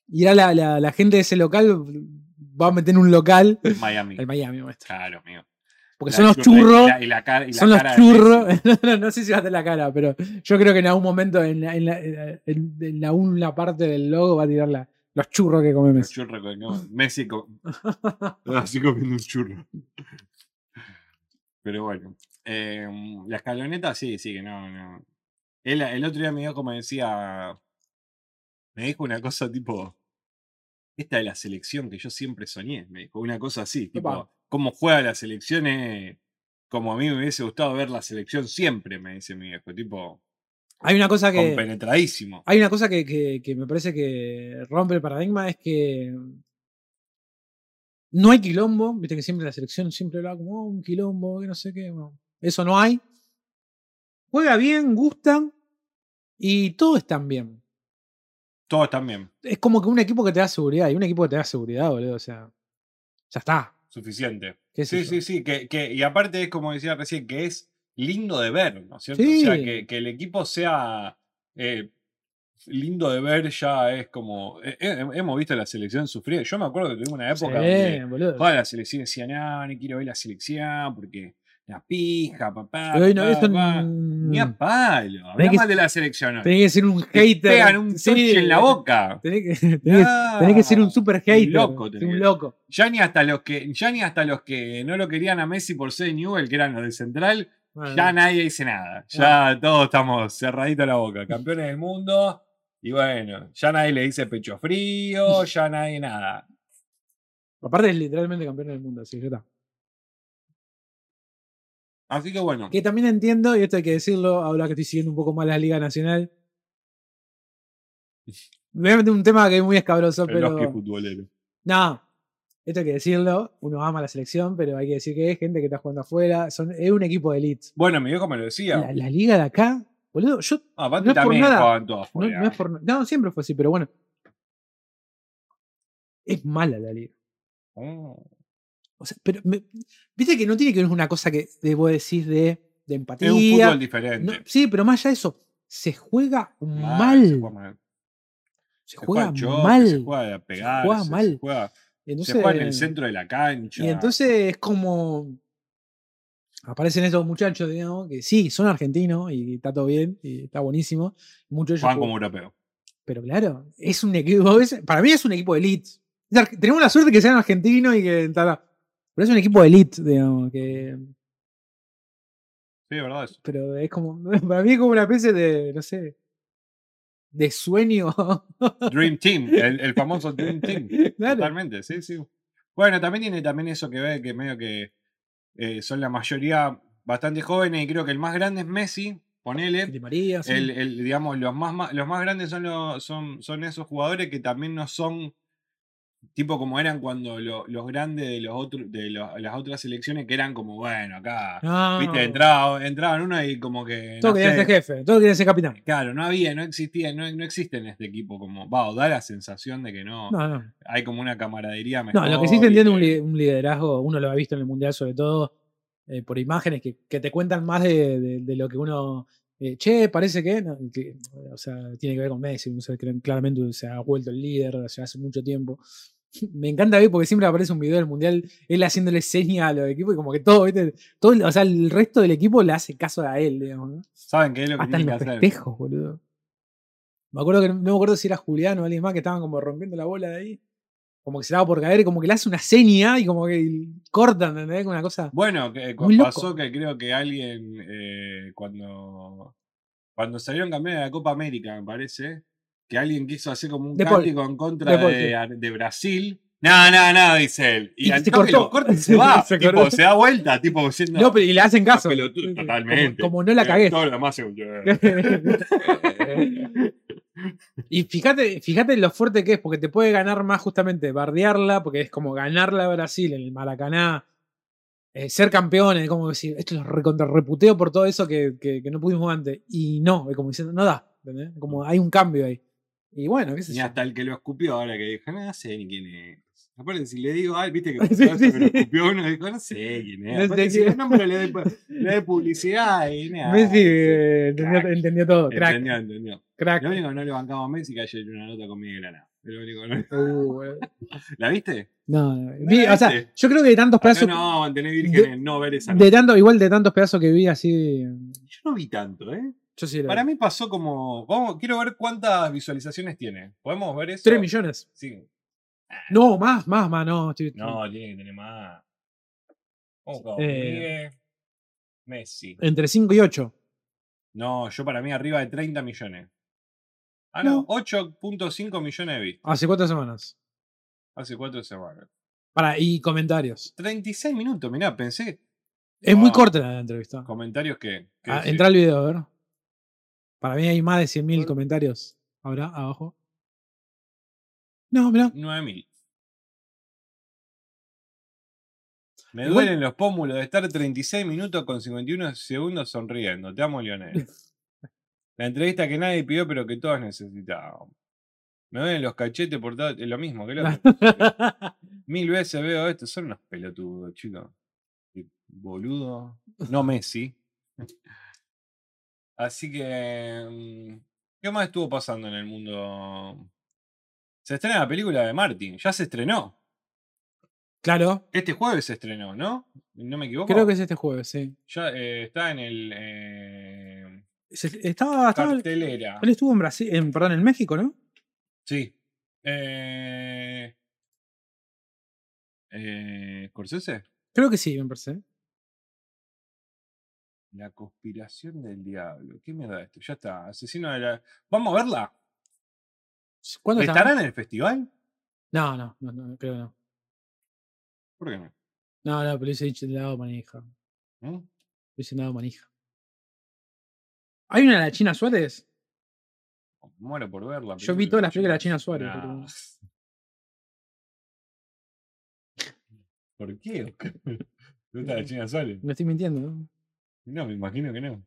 Speaker 2: Y era la, la, la gente de ese local, va a meter en un local,
Speaker 1: Miami.
Speaker 2: el Miami, maestro.
Speaker 1: Claro, mío.
Speaker 2: Porque
Speaker 1: La
Speaker 2: son los
Speaker 1: churra-
Speaker 2: churros,
Speaker 1: Y la, y la cara- y la
Speaker 2: son los
Speaker 1: cara de
Speaker 2: churros.
Speaker 1: Messi.
Speaker 2: No, no, no sé si va a tener la cara, pero yo creo que en algún momento, en, la- en, la, en, en alguna parte del logo, va a tirar la- los churros que come
Speaker 1: Los
Speaker 2: Messi.
Speaker 1: churros que no, Messi co- así comiendo un churro. Pero bueno. eh, la escaloneta sí, sí, que no, no. Él- el otro día mi viejo me decía. Me dijo una cosa tipo. Esta es la selección que yo siempre soñé. Me dijo una cosa así, tipo,
Speaker 2: Epa.
Speaker 1: cómo juega la selección es. Como a mí me hubiese gustado ver la selección siempre, me dice mi viejo. Tipo,
Speaker 2: Hay una cosa que.
Speaker 1: compenetradísimo.
Speaker 2: Hay una cosa que, que- que me parece que rompe el paradigma, es que no hay quilombo, viste que siempre la selección siempre hablaba como "Oh, un quilombo, que no sé qué, bueno, eso no hay. Juega bien, gusta y todos están bien.
Speaker 1: Todos también,
Speaker 2: Es como que un equipo que te da seguridad y un equipo que te da seguridad, boludo, o sea, ya está.
Speaker 1: suficiente.
Speaker 2: qué
Speaker 1: Sí,
Speaker 2: sé yo.
Speaker 1: sí, sí, que, que- y aparte es como decía recién, que es lindo de ver, ¿no es cierto? O sea,
Speaker 2: Sí.
Speaker 1: que, que el equipo sea eh, lindo de ver ya es como, eh, eh, hemos visto la selección sufrir, yo me acuerdo que tuvimos una época
Speaker 2: Sí,
Speaker 1: donde
Speaker 2: boludo.
Speaker 1: toda la selección decía, no, no quiero ver la selección porque la pija, papá,
Speaker 2: Pero hoy no,
Speaker 1: papá,
Speaker 2: esto
Speaker 1: papá".
Speaker 2: mm,
Speaker 1: ni a palo,
Speaker 2: Tenés
Speaker 1: habla
Speaker 2: que-
Speaker 1: mal de la selección, hoy.
Speaker 2: tenés que ser un
Speaker 1: Te
Speaker 2: hater.
Speaker 1: pegan un
Speaker 2: sí,
Speaker 1: toche en la boca.
Speaker 2: Tenés que, tenés que- tenés que ser
Speaker 1: Ah.
Speaker 2: un super hater.
Speaker 1: loco
Speaker 2: sí,
Speaker 1: tenés que
Speaker 2: un
Speaker 1: ser.
Speaker 2: loco.
Speaker 1: Ya ni hasta los que, ya ni hasta los que no lo querían a Messi por ser de Newell, que eran los de Central,
Speaker 2: Bueno,
Speaker 1: ya nadie dice nada. Ya todos estamos cerraditos la boca. Campeones del mundo. Y bueno, ya nadie le dice pecho frío, ya nadie nada.
Speaker 2: Aparte es literalmente campeón del mundo, así que ya está.
Speaker 1: Así que bueno,
Speaker 2: Que también entiendo, y esto hay que decirlo, ahora que estoy siguiendo un poco más la Liga Nacional. Me voy a meter un tema que es muy escabroso,
Speaker 1: el
Speaker 2: pero.
Speaker 1: bosque futbolero.
Speaker 2: No, esto hay que decirlo. Uno ama la selección, pero hay que decir que es gente que está jugando afuera. Son, es un equipo de elite.
Speaker 1: Bueno, mi viejo me lo decía.
Speaker 2: La, la liga de acá, boludo, yo.
Speaker 1: Ah, aparte
Speaker 2: no es por
Speaker 1: también
Speaker 2: nada.
Speaker 1: jugaban todos
Speaker 2: No,
Speaker 1: afuera.
Speaker 2: no es por- no, siempre fue así, pero bueno. Es mala la liga.
Speaker 1: Mm.
Speaker 2: O sea, pero me- viste que no tiene que ver con una cosa que de- vos decís de, de empatía.
Speaker 1: Es un fútbol
Speaker 2: No,
Speaker 1: diferente.
Speaker 2: sí, pero más allá de eso, se juega
Speaker 1: Mal, Se
Speaker 2: mal.
Speaker 1: juega mal.
Speaker 2: Se
Speaker 1: Se juega
Speaker 2: juega
Speaker 1: al choque,
Speaker 2: mal.
Speaker 1: Se juega a pegarse, se juega
Speaker 2: mal.
Speaker 1: se
Speaker 2: Entonces,
Speaker 1: juega en el centro de la cancha.
Speaker 2: Y entonces es como. Aparecen estos muchachos, digamos, que sí, son argentinos y está todo bien, y está buenísimo. Muchos de ellos
Speaker 1: juegan
Speaker 2: juegan-
Speaker 1: como europeos.
Speaker 2: Pero claro, es un equipo. es- para mí es un equipo de elite. O sea, que Tenemos la suerte que sean argentinos y que. ta, ta. Pero es un equipo de elite, digamos, que.
Speaker 1: Sí, es verdad eso.
Speaker 2: Pero es como. Para mí es como una especie de. No sé. De sueño.
Speaker 1: Dream Team, el, el famoso Dream Team.
Speaker 2: Claro.
Speaker 1: Totalmente, sí, sí. Bueno, también tiene también eso que ve que medio que eh, son la mayoría bastante jóvenes y creo que el más grande es Messi, ponele.
Speaker 2: Di María, sí.
Speaker 1: El, el- digamos, los más, ma- los más grandes son, los, son, son esos jugadores que también no son tipo como eran cuando lo- los grandes de, los otros de los- las otras selecciones que eran como, bueno, acá,
Speaker 2: No.
Speaker 1: viste, entraba, entraban uno y como que...
Speaker 2: Todo
Speaker 1: no
Speaker 2: quería
Speaker 1: sé,
Speaker 2: ser jefe, todo quería ser capitán.
Speaker 1: Claro, no había, no existía, no, no existe en este equipo como, va, o da la sensación de que no,
Speaker 2: No, no.
Speaker 1: hay como una camaradería mejor.
Speaker 2: No, lo que sí te
Speaker 1: y
Speaker 2: entiende
Speaker 1: que-
Speaker 2: un, li- un liderazgo, uno lo ha visto en el Mundial sobre todo eh, por imágenes que, que te cuentan más de, de- de lo que uno... eh, che, parece que, no, que, O sea, tiene que ver con Messi. o sea, cl- claramente se ha vuelto el líder o sea, hace mucho tiempo. Me encanta ver porque siempre aparece un video del Mundial él haciéndole señas a los equipos y como que todo, ¿viste? todo, el- o sea, el resto del equipo le hace caso a él, digamos. ¿no?
Speaker 1: ¿Saben qué es lo que
Speaker 2: Hasta en
Speaker 1: tienen que
Speaker 2: los
Speaker 1: hacer?
Speaker 2: festejos, boludo. Me acuerdo que no me acuerdo si era Julián o alguien más que estaban como rompiendo la bola de ahí. Como que se la va por caer, y como que le hace una seña y como que cortan, ¿entendés? Una cosa.
Speaker 1: Bueno, que, cu-
Speaker 2: Muy loco.
Speaker 1: pasó que creo que alguien eh, cuando cuando salieron campeones de la Copa América, me parece, que alguien quiso hacer como un
Speaker 2: De Paul.
Speaker 1: cántico en contra
Speaker 2: De
Speaker 1: de,
Speaker 2: Paul, sí.
Speaker 1: Ar- de Brasil. No, no, no, dice él. Y,
Speaker 2: Y
Speaker 1: al
Speaker 2: se
Speaker 1: toque lo
Speaker 2: cortó.
Speaker 1: corta y se va.
Speaker 2: Se
Speaker 1: tipo,
Speaker 2: cortó.
Speaker 1: se da vuelta, tipo diciendo.
Speaker 2: No, pero y le hacen caso.
Speaker 1: pelotudo,
Speaker 2: Sí, sí, como-
Speaker 1: totalmente.
Speaker 2: Como, no la
Speaker 1: eh,
Speaker 2: cagué.
Speaker 1: Todo lo demás se-
Speaker 2: y fíjate, fíjate lo fuerte que es, porque te puede ganar más justamente bardearla, porque es como ganarla a Brasil en el Maracaná, eh, ser campeones, como decir, esto los recontrarreputeo por todo eso que, que- que no pudimos antes. Y no, es como diciendo, no da, ¿entendés? Como hay un cambio ahí. Y bueno, qué sé
Speaker 1: Ni
Speaker 2: yo.
Speaker 1: hasta el que lo escupió ahora que dijo, no sé ni quién es. Aparte, si le digo, ay, viste que
Speaker 2: Sí,
Speaker 1: pasó eso,
Speaker 2: sí,
Speaker 1: que lo
Speaker 2: sí.
Speaker 1: escupió uno, dijo, no sé quién es.
Speaker 2: No
Speaker 1: Aparte,
Speaker 2: sé
Speaker 1: si
Speaker 2: quién
Speaker 1: no
Speaker 2: es.
Speaker 1: nombro, le doy, pu- le doy publicidad y nada.
Speaker 2: Messi
Speaker 1: Sí.
Speaker 2: eh, entendió,
Speaker 1: crack.
Speaker 2: entendió todo, crack,
Speaker 1: Entendió, entendió.
Speaker 2: crack.
Speaker 1: Lo único que no le bancamos a Messi que ayer dio una nota con Miguel Granada. Lo único que no-
Speaker 2: Uh, eh,
Speaker 1: ¿La viste?
Speaker 2: no, no, vi- o sea,
Speaker 1: viste?
Speaker 2: yo creo que de tantos
Speaker 1: Acá
Speaker 2: pedazos,
Speaker 1: no vamos a mantener vírgenes, no ver esa nota.
Speaker 2: de tanto, igual de tantos pedazos que vi así,
Speaker 1: Yo no vi tanto, ¿eh?
Speaker 2: yo sí lo
Speaker 1: Para
Speaker 2: vi.
Speaker 1: mí pasó como. Vamos, quiero ver cuántas visualizaciones tiene. ¿Podemos ver eso?
Speaker 2: 3 millones.
Speaker 1: Sí.
Speaker 2: No, más, más, más, no. estoy-
Speaker 1: No, tiene que tener más. Vamos, vamos,
Speaker 2: Eh.
Speaker 1: Miguel, Messi.
Speaker 2: Entre 5 y 8.
Speaker 1: No, yo para mí arriba de 30 millones. Ah, no, 8.5 millones de vistas
Speaker 2: Hace cuatro semanas.
Speaker 1: hace cuatro semanas.
Speaker 2: Para, y comentarios.
Speaker 1: 36 minutos, mirá, pensé.
Speaker 2: Es muy
Speaker 1: Wow.
Speaker 2: corta la entrevista.
Speaker 1: Comentarios que. que
Speaker 2: Ah,
Speaker 1: Ah. sí.
Speaker 2: entra al video, a ver. Para mí hay más de 100.000
Speaker 1: Bueno.
Speaker 2: comentarios. Ahora, abajo. No, mirá.
Speaker 1: 9000. Me
Speaker 2: Igual-
Speaker 1: duelen los pómulos de estar 36 minutos con 51 segundos sonriendo. Te amo, Lionel. La entrevista que nadie pidió, pero que todos necesitábamos. Me duelen los cachetes por todo. Es lo mismo que el otro. Mil veces veo esto. Son unos pelotudos, chicos. Qué Boludo. No Messi. Así que. mm, ¿Qué más estuvo pasando en el mundo? Se estrena la película de Martin. Ya se estrenó.
Speaker 2: claro,
Speaker 1: Este jueves se estrenó, ¿no? No me equivoco.
Speaker 2: creo que es este jueves, sí.
Speaker 1: Ya eh, está en el. eh,
Speaker 2: Se- estaba, Ah, estaba-
Speaker 1: cartelera.
Speaker 2: él estuvo en Brasil, en, perdón, en México, ¿no?
Speaker 1: Sí. Eh, eh, ¿Scorsese?
Speaker 2: Creo que sí, me parece.
Speaker 1: La conspiración del diablo. ¿Qué mierda es esto? Ya está. Asesino de la. Vamos a verla.
Speaker 2: ¿Cuándo está?
Speaker 1: ¿Estará en el festival?
Speaker 2: No, no, no, no, creo que no.
Speaker 1: ¿Por qué no?
Speaker 2: No, no, pero lo hice dicho de lado manija. Lo
Speaker 1: ¿Mm?
Speaker 2: hice de lado manija. "Ah, ¿Hay una de la China Suárez?
Speaker 1: Muero por verla.
Speaker 2: Yo vi todas las películas de China Suárez. pero-
Speaker 1: ¿Por qué? ¿Te gusta la China Suárez?
Speaker 2: No estoy mintiendo. ¿no?
Speaker 1: No, me imagino que no.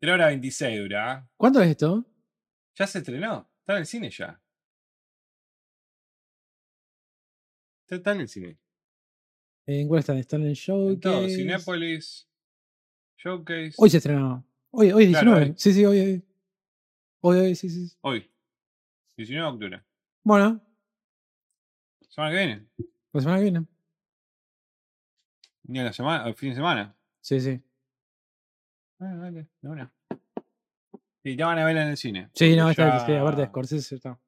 Speaker 1: 3 horas 26 dura. ¿ah?
Speaker 2: ¿Cuánto es esto?
Speaker 1: Ya se estrenó. Está en el cine ya. Está, está en el cine.
Speaker 2: ¿En cuál están? Están en
Speaker 1: En todo.
Speaker 2: Showcase.
Speaker 1: Cinépolis. Showcase.
Speaker 2: Hoy se estrenó. Hoy, hoy es
Speaker 1: Claro,
Speaker 2: 19.
Speaker 1: hoy.
Speaker 2: Sí, sí, hoy, hoy. Hoy, hoy, sí, sí. sí.
Speaker 1: Hoy. 19 de octubre.
Speaker 2: Bueno,
Speaker 1: Semana que viene.
Speaker 2: la semana que viene.
Speaker 1: Ni a la semana, al fin de semana.
Speaker 2: Sí, sí.
Speaker 1: Bueno, dale, de una. Sí, ya van a verla en el cine.
Speaker 2: Sí, no,
Speaker 1: porque
Speaker 2: está, sí, aparte de
Speaker 1: ya-
Speaker 2: Scorsese está.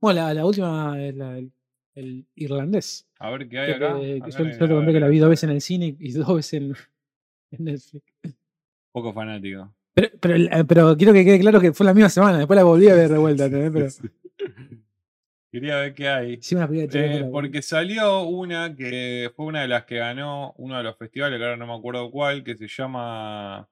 Speaker 2: Bueno, la, la última es la del el irlandés.
Speaker 1: A ver qué
Speaker 2: Que,
Speaker 1: hay acá.
Speaker 2: te-
Speaker 1: Acá eh,
Speaker 2: que eh, yo,
Speaker 1: hay-
Speaker 2: yo
Speaker 1: a
Speaker 2: te conté
Speaker 1: ver,
Speaker 2: que la vi dos veces en el cine y dos veces en, en Netflix.
Speaker 1: Poco fanático.
Speaker 2: Pero, pero, eh, pero quiero que quede claro que fue la misma semana. Después la volví a ver de vuelta. ¿entendés? Pero
Speaker 1: Quería ver qué hay.
Speaker 2: sí, una película de tres
Speaker 1: Eh,
Speaker 2: horas, boludo.
Speaker 1: porque salió una que fue una de las que ganó uno de los festivales, que ahora no me acuerdo cuál, que se llama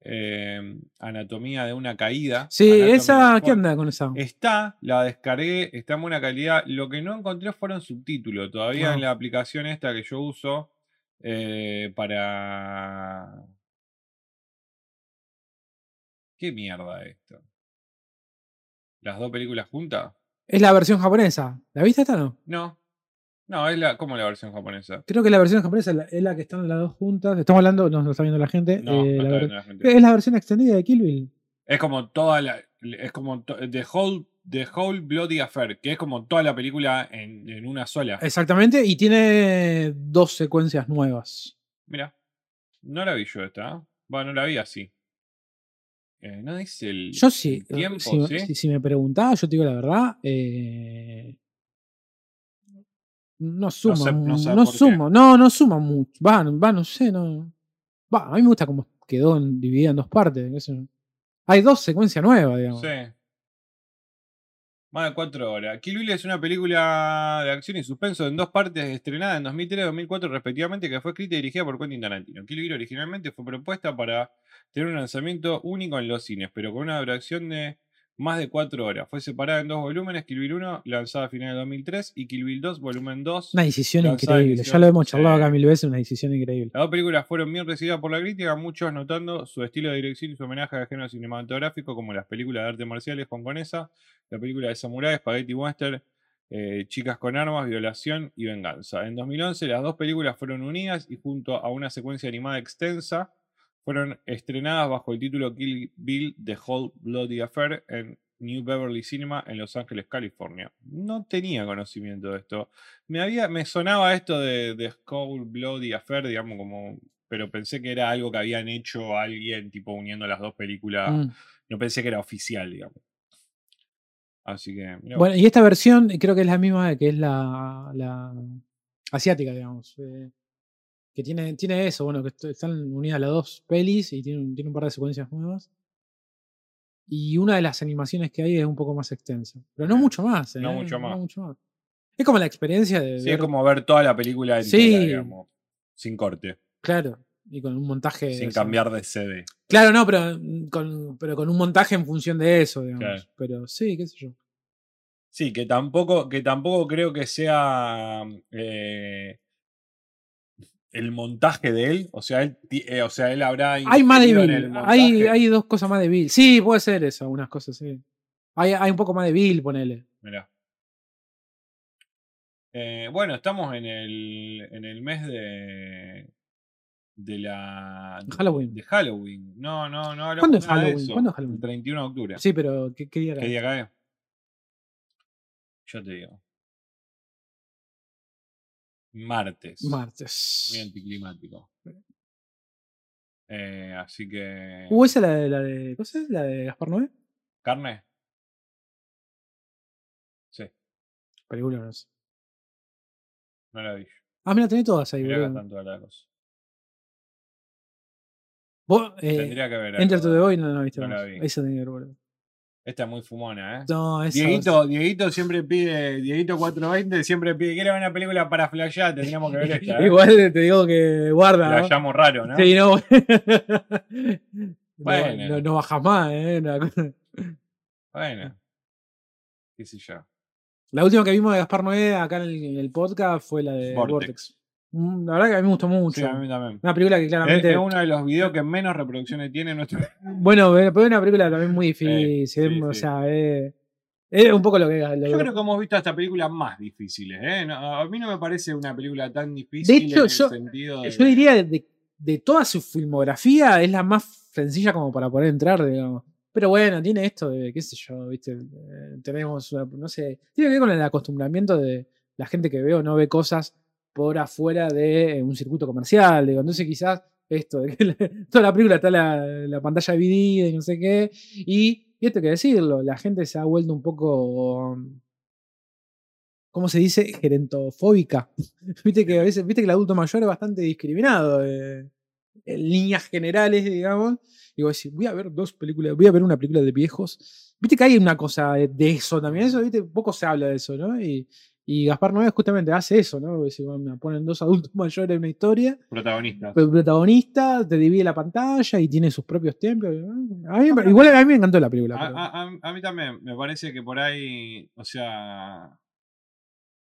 Speaker 1: eh, Anatomía de una caída.
Speaker 2: Sí,
Speaker 1: Anatomy of a
Speaker 2: esa, ¿qué
Speaker 1: Fall.
Speaker 2: anda con esa?
Speaker 1: Está, la descargué, está en buena calidad. Lo que no encontré fueron subtítulos. Todavía en
Speaker 2: Ah.
Speaker 1: la aplicación esta que yo uso eh, para. ¿Qué mierda esto? ¿Las dos películas juntas?
Speaker 2: Es la versión japonesa. ¿La viste esta o no?
Speaker 1: No. No, es la, como la versión japonesa.
Speaker 2: Creo que la versión japonesa es la, es la que están las dos juntas. Estamos hablando, no lo está viendo la gente.
Speaker 1: No,
Speaker 2: eh,
Speaker 1: no
Speaker 2: la
Speaker 1: está
Speaker 2: ver-
Speaker 1: viendo la gente.
Speaker 2: Es la versión extendida de Kill Bill.
Speaker 1: Es como toda la. Es como to- the, whole, the Whole Bloody Affair, que es como toda la película en, en una sola.
Speaker 2: Exactamente, y tiene dos secuencias nuevas.
Speaker 1: Mira, no la vi yo esta. ¿eh? Bueno, no la vi así. Eh, no dice el.
Speaker 2: Yo sí, eh,
Speaker 1: el tiempo,
Speaker 2: si,
Speaker 1: ¿sí?
Speaker 2: si- si me preguntás, yo te digo la verdad. eh, no suma,
Speaker 1: sé- no
Speaker 2: no,
Speaker 1: sé por qué.
Speaker 2: suma, no, no suma mucho. Va, no- va, no sé, no. Va, a mí me gusta cómo quedó en- dividida en dos partes. qué sé yo. Hay dos secuencias nuevas, digamos.
Speaker 1: Sí. Más de cuatro horas. Kill Bill es una película de acción y suspenso en dos partes estrenada en 2003 y 2004 respectivamente que fue escrita y dirigida por Quentin Tarantino. Kill Bill originalmente fue propuesta para tener un lanzamiento único en los cines, pero con una duración de más de cuatro horas. Fue separada en dos volúmenes, Kill Bill 1 lanzada a finales de 2003 y Kill Bill 2 volumen 2.
Speaker 2: Una decisión
Speaker 1: Lanzada
Speaker 2: increíble. Ya
Speaker 1: decisión,
Speaker 2: lo hemos charlado
Speaker 1: sí.
Speaker 2: acá mil veces, una decisión increíble.
Speaker 1: Las dos películas fueron bien recibidas por la crítica, muchos notando su estilo de dirección y su homenaje al género cinematográfico, como las películas de arte marciales hongkonesa, la película de samurái, spaghetti western, eh, chicas con armas, violación y venganza. En 2011 las dos películas fueron unidas y junto a una secuencia animada extensa fueron estrenadas bajo el título Kill Bill The Whole Bloody Affair en New Beverly Cinema en Los Ángeles, California. No tenía conocimiento de esto me había me sonaba esto de, de Skull Bloody Affair, digamos, como pero pensé que era algo que habían hecho alguien tipo uniendo las dos películas.
Speaker 2: Mm.
Speaker 1: No pensé que era oficial, digamos. Así que mirá vos.
Speaker 2: Bueno, y esta versión creo que es la misma que es la, la asiática, digamos. eh, que tiene, tiene eso, bueno, que est- están unidas las dos pelis y tiene, un- tiene un par de secuencias nuevas. Y una de las animaciones que hay es un poco más extensa. Pero no
Speaker 1: Eh,
Speaker 2: mucho más,
Speaker 1: no
Speaker 2: ¿eh?
Speaker 1: mucho más.
Speaker 2: Es como la experiencia de.
Speaker 1: Sí, es
Speaker 2: ver-
Speaker 1: como ver toda la película entera,
Speaker 2: Sí.
Speaker 1: digamos, sin corte,
Speaker 2: Claro. Y con un montaje.
Speaker 1: sin
Speaker 2: o sea,
Speaker 1: cambiar de CD.
Speaker 2: Claro, no, pero mm, con, pero con un montaje en función de eso, digamos.
Speaker 1: Claro.
Speaker 2: Pero sí, qué sé yo.
Speaker 1: Sí, que tampoco, que tampoco creo que sea eh, el montaje de él. O sea, él, ti- eh, o sea, él habrá.
Speaker 2: Hay más de
Speaker 1: insistido en
Speaker 2: Bill.
Speaker 1: el
Speaker 2: Hay,
Speaker 1: montaje.
Speaker 2: hay dos cosas más de Bill. Sí, puede ser eso, algunas cosas, sí. Hay, hay un poco más de Bill, ponele.
Speaker 1: Mirá. Eh, bueno, estamos en el, en el mes de. de la.
Speaker 2: En Halloween.
Speaker 1: de Halloween. No, no, no hablamos
Speaker 2: ¿Cuándo es
Speaker 1: nada de
Speaker 2: Halloween?
Speaker 1: eso.
Speaker 2: ¿Cuándo es
Speaker 1: El
Speaker 2: Halloween?
Speaker 1: 31 de octubre.
Speaker 2: Sí, pero ¿qué, qué día
Speaker 1: ¿Qué
Speaker 2: cae?
Speaker 1: día cae? Yo te digo. Martes.
Speaker 2: Martes.
Speaker 1: Muy anticlimático. Eh, así que.
Speaker 2: ¿Hubo esa la de, la de. ¿Cómo es? ¿La de Gaspar Noé?
Speaker 1: ¿Carne? Sí,
Speaker 2: Película, no sé.
Speaker 1: no la vi.
Speaker 2: Ah, mira, tenés todas ahí,
Speaker 1: Mirá que
Speaker 2: boludo.
Speaker 1: están todas las cosas.
Speaker 2: Vos, eh,
Speaker 1: Tendría que ver.
Speaker 2: Enter
Speaker 1: algo.
Speaker 2: to the Void no la viste
Speaker 1: No la
Speaker 2: más.
Speaker 1: vi.
Speaker 2: Esa tenía que ver, boludo.
Speaker 1: Esta es muy fumona, ¿eh?
Speaker 2: No, esa.
Speaker 1: Dieguito, Dieguito siempre pide, Dieguito 420 siempre pide, quiero ver una película para flashear, tendríamos que ver esta. ¿eh?
Speaker 2: Igual te digo que guarda. ¿no?
Speaker 1: Flasheamos raro, ¿no?
Speaker 2: Sí, no.
Speaker 1: Bueno.
Speaker 2: No, no, no bajas más, eh. una cosa. Eh.
Speaker 1: Bueno. Qué sé yo.
Speaker 2: La última que vimos de Gaspar Noé acá en el, en el podcast fue la de
Speaker 1: Vortex.
Speaker 2: Vortex. Mm, La verdad que a mí me gustó mucho.
Speaker 1: Sí, a mí también.
Speaker 2: Una película que
Speaker 1: Es,
Speaker 2: claramente.
Speaker 1: es uno de los videos que menos reproducciones tiene en nuestro.
Speaker 2: Bueno, ve- pero es una película también muy difícil.
Speaker 1: sí,
Speaker 2: O
Speaker 1: sí.
Speaker 2: sea, eh, es un poco lo que. lo
Speaker 1: Yo
Speaker 2: que-
Speaker 1: creo que hemos visto hasta películas más difíciles, ¿eh? No, a mí no me parece una película tan difícil.
Speaker 2: De hecho,
Speaker 1: en el
Speaker 2: yo-
Speaker 1: sentido de-
Speaker 2: Eh, Yo diría de- de, de toda su filmografía es la más sencilla como para poder entrar, digamos. Pero bueno, tiene esto de, qué sé yo, viste, eh, tenemos, una- no sé, tiene que ver con el acostumbramiento de la gente que veo no ve cosas por afuera de eh, un circuito comercial, digo, entonces quizás esto, de que la- toda la película está la, la pantalla dividida y no sé qué, y, y esto hay que decirlo, la gente se ha vuelto un poco, ¿cómo se dice? Gerentofóbica. Viste que a veces, viste que el adulto mayor es bastante discriminado. eh, en líneas generales, digamos. Digo, decir, voy a ver dos películas, voy a ver una película de viejos. Viste que hay una cosa de, de eso también. Eso, viste, poco se habla de eso, ¿no? Y, y Gaspar Noé justamente hace eso, ¿no? Dice, bueno, me ponen dos adultos mayores en una historia,
Speaker 1: Protagonistas.
Speaker 2: el protagonista te divide la pantalla y tiene sus propios tiempos. A mí, me- igual a mí me encantó la película.
Speaker 1: A,
Speaker 2: pero-
Speaker 1: a- a- a mí también, me parece que por ahí, o sea,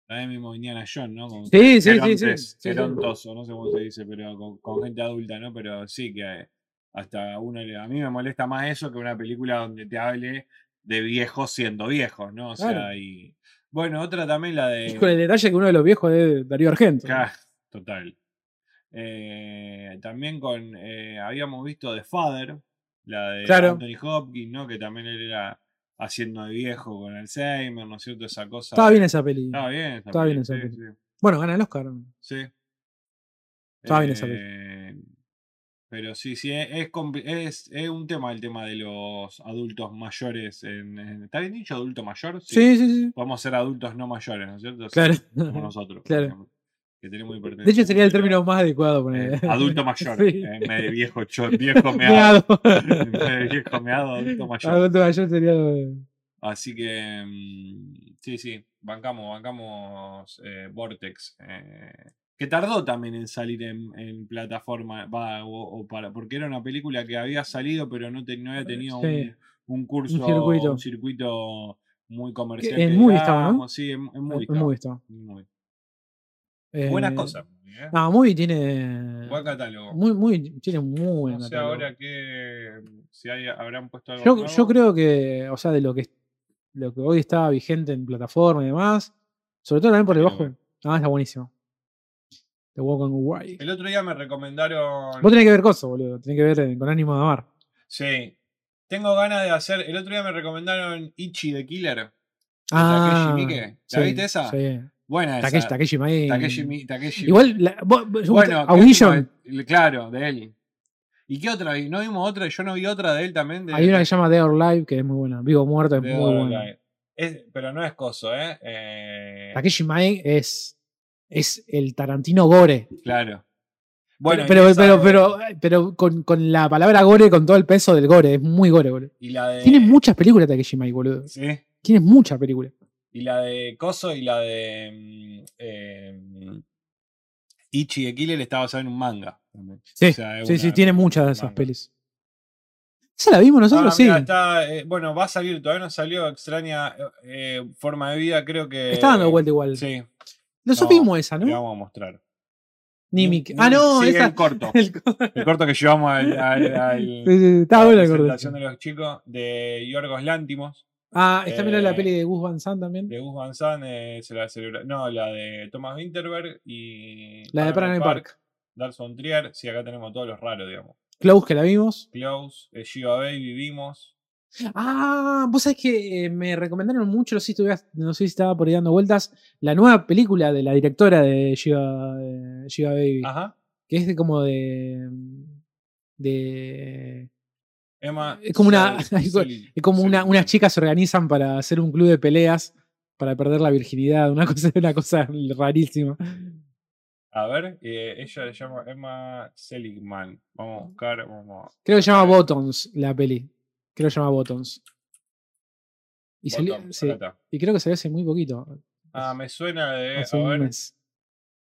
Speaker 1: también mismo Indiana Jones, ¿no? Con
Speaker 2: Sí, sí, sí, sí,
Speaker 1: gerontes,
Speaker 2: sí, sí.
Speaker 1: gerontoso, no sé cómo se dice, pero con, con gente adulta, ¿no? Pero sí que hasta uno le- a mí me molesta más eso que una película donde te hable de viejos siendo viejos, ¿no? O sea,
Speaker 2: Claro.
Speaker 1: y bueno, otra también la
Speaker 2: Y
Speaker 1: de...
Speaker 2: con el detalle que uno de los viejos es Darío Argento.
Speaker 1: Ca- total. Eh, también con. eh, habíamos visto The Father, la de
Speaker 2: Claro.
Speaker 1: Anthony Hopkins, ¿no? Que también él era haciendo de viejo con Alzheimer, ¿no es cierto? Esa cosa.
Speaker 2: Estaba
Speaker 1: de-
Speaker 2: bien esa peli.
Speaker 1: Estaba bien esa
Speaker 2: Estaba bien
Speaker 1: peli,
Speaker 2: esa
Speaker 1: sí,
Speaker 2: Bueno, gana el Oscar.
Speaker 1: sí, sí.
Speaker 2: Estaba bien esa peli.
Speaker 1: Eh, Pero sí, sí, es, es compli- es- es un tema el tema de los adultos mayores. En, en- ¿Está bien dicho adulto mayor?
Speaker 2: Sí, sí, sí.
Speaker 1: Podemos ser adultos no mayores, ¿no es cierto?
Speaker 2: Claro.
Speaker 1: Como nosotros. por
Speaker 2: Claro.
Speaker 1: ejemplo, Que tenemos
Speaker 2: De hecho, sería el
Speaker 1: hipertensión,
Speaker 2: término más adecuado. poner.
Speaker 1: eh, adulto mayor.
Speaker 2: Sí.
Speaker 1: eh, en vez de viejo, cho- viejo meado.
Speaker 2: Meado.
Speaker 1: En vez de viejo meado, adulto mayor.
Speaker 2: Adulto mayor sería. lo-
Speaker 1: Así que mm, sí, sí, bancamos, bancamos eh, Vortex. eh, que tardó también en salir en, en plataforma, va, o, o para, porque era una película que había salido, pero no, te- no había tenido un-
Speaker 2: Eh, Sí.
Speaker 1: un, curso, un circuito,
Speaker 2: circuito.
Speaker 1: muy comercial.
Speaker 2: en
Speaker 1: que
Speaker 2: Mubi estaba, ¿no?
Speaker 1: digamos, Sí, en, en Mubi
Speaker 2: Es muy
Speaker 1: estaba,
Speaker 2: esto.
Speaker 1: en Mubi.
Speaker 2: Eh,
Speaker 1: Buenas cosas. Mubi, ¿eh?
Speaker 2: Ah, muy tiene.
Speaker 1: Buen catálogo.
Speaker 2: Muy, muy, tiene muy buen
Speaker 1: no sé
Speaker 2: catálogo.
Speaker 1: ahora que si hay- habrán puesto algo.
Speaker 2: Yo, yo
Speaker 1: nuevo.
Speaker 2: creo que, o sea, de lo que, lo que hoy está vigente en plataforma y demás, sobre todo también por el
Speaker 1: Pero
Speaker 2: bajo. Ah, está buenísimo. The Walk on Hawaii.
Speaker 1: El otro día me recomendaron.
Speaker 2: Vos tenés que ver cosas, boludo. Tenés que ver eh, con ánimo de amar.
Speaker 1: Sí. Tengo ganas de hacer. El otro día me recomendaron Ichi de Killer. de
Speaker 2: Ah,
Speaker 1: Takeshi Miike. ¿La
Speaker 2: sí,
Speaker 1: viste esa?
Speaker 2: Sí.
Speaker 1: Buena esa.
Speaker 2: Takeshi, Takeshi Miike.
Speaker 1: Takeshi Mi- Takeshi-
Speaker 2: Igual, la, vos- vos-
Speaker 1: Bueno, este, ¿qué
Speaker 2: Audition.
Speaker 1: última- el- Claro, de él. ¿Y qué otra? vi? ¿No vimos otra? Yo no vi otra de él también. De,
Speaker 2: Hay una que se llama Dead or Live, que es muy buena. Vivo o Muerto es
Speaker 1: de
Speaker 2: muy
Speaker 1: este. Dead or
Speaker 2: buena.
Speaker 1: Alive. Es- pero no es coso, ¿eh? Eh,
Speaker 2: Takeshi Miike es, es el Tarantino Gore.
Speaker 1: Claro. y
Speaker 2: pero, pero,
Speaker 1: esa-
Speaker 2: pero, pero, pero con, con la palabra gore, con todo el peso del gore. Es muy gore, boludo.
Speaker 1: Y la de.
Speaker 2: Tiene muchas películas Takeshi Miike, boludo.
Speaker 1: Sí.
Speaker 2: Tiene muchas películas.
Speaker 1: Y la de Coso y la de. mm, em, Ichi de Killer está basada en un manga. también.
Speaker 2: Sí,
Speaker 1: O sea, es
Speaker 2: sí, sí,
Speaker 1: una-
Speaker 2: tiene muchas de esas
Speaker 1: manga.
Speaker 2: pelis. ¿Esa la vimos nosotros?
Speaker 1: Ah,
Speaker 2: sí.
Speaker 1: mirá, está, eh, bueno, va a salir, todavía no salió extraña eh, eh, forma de vida, creo que.
Speaker 2: Está dando vuelta igual.
Speaker 1: eh, Sí,
Speaker 2: Nosotros
Speaker 1: no,
Speaker 2: vimos esa,
Speaker 1: le
Speaker 2: ¿no?
Speaker 1: vamos a mostrar.
Speaker 2: Nimic.
Speaker 1: Ni-
Speaker 2: Ah, no,
Speaker 1: sí,
Speaker 2: esa.
Speaker 1: El corto.
Speaker 2: el co-
Speaker 1: El corto que llevamos al, al- al-
Speaker 2: Sí, sí,
Speaker 1: a
Speaker 2: Estaba
Speaker 1: la
Speaker 2: buena la
Speaker 1: presentación
Speaker 2: corrección.
Speaker 1: de los chicos de Yorgos Lántimos,
Speaker 2: Ah, está mirando
Speaker 1: Eh,
Speaker 2: la peli de Gus Van Sant también.
Speaker 1: de Gus Van Sant, eh, se la celebra- No, la de Thomas Winterberg y.
Speaker 2: La de Paranoid Park.
Speaker 1: Darson Trier, sí, acá tenemos todos los raros, digamos.
Speaker 2: Klaus, que la vimos.
Speaker 1: Close, eh, Shiva Baby, vimos.
Speaker 2: Ah, vos sabés que eh, me recomendaron mucho, no sé, si estuviera- no sé si estaba por ahí dando vueltas, la nueva película de la directora de Shiva, eh, Shiva Baby,
Speaker 1: Ajá.
Speaker 2: que es de como de... de
Speaker 1: Emma.
Speaker 2: Es como una-
Speaker 1: Selig-
Speaker 2: es como una,
Speaker 1: Seligman.
Speaker 2: unas chicas se organizan para hacer un club de peleas para perder la virginidad, una cosa, una cosa rarísima.
Speaker 1: A ver, eh, ella se llama Emma Seligman. Vamos a buscar, vamos. a-
Speaker 2: Creo que se llama
Speaker 1: Eh,
Speaker 2: Buttons la peli. Creo que se llama Buttons. Y, salió-
Speaker 1: Bottom,
Speaker 2: sí,
Speaker 1: acá está.
Speaker 2: y creo que salió hace muy poquito.
Speaker 1: Ah, me suena de.
Speaker 2: hace
Speaker 1: a
Speaker 2: un
Speaker 1: ver,
Speaker 2: mes.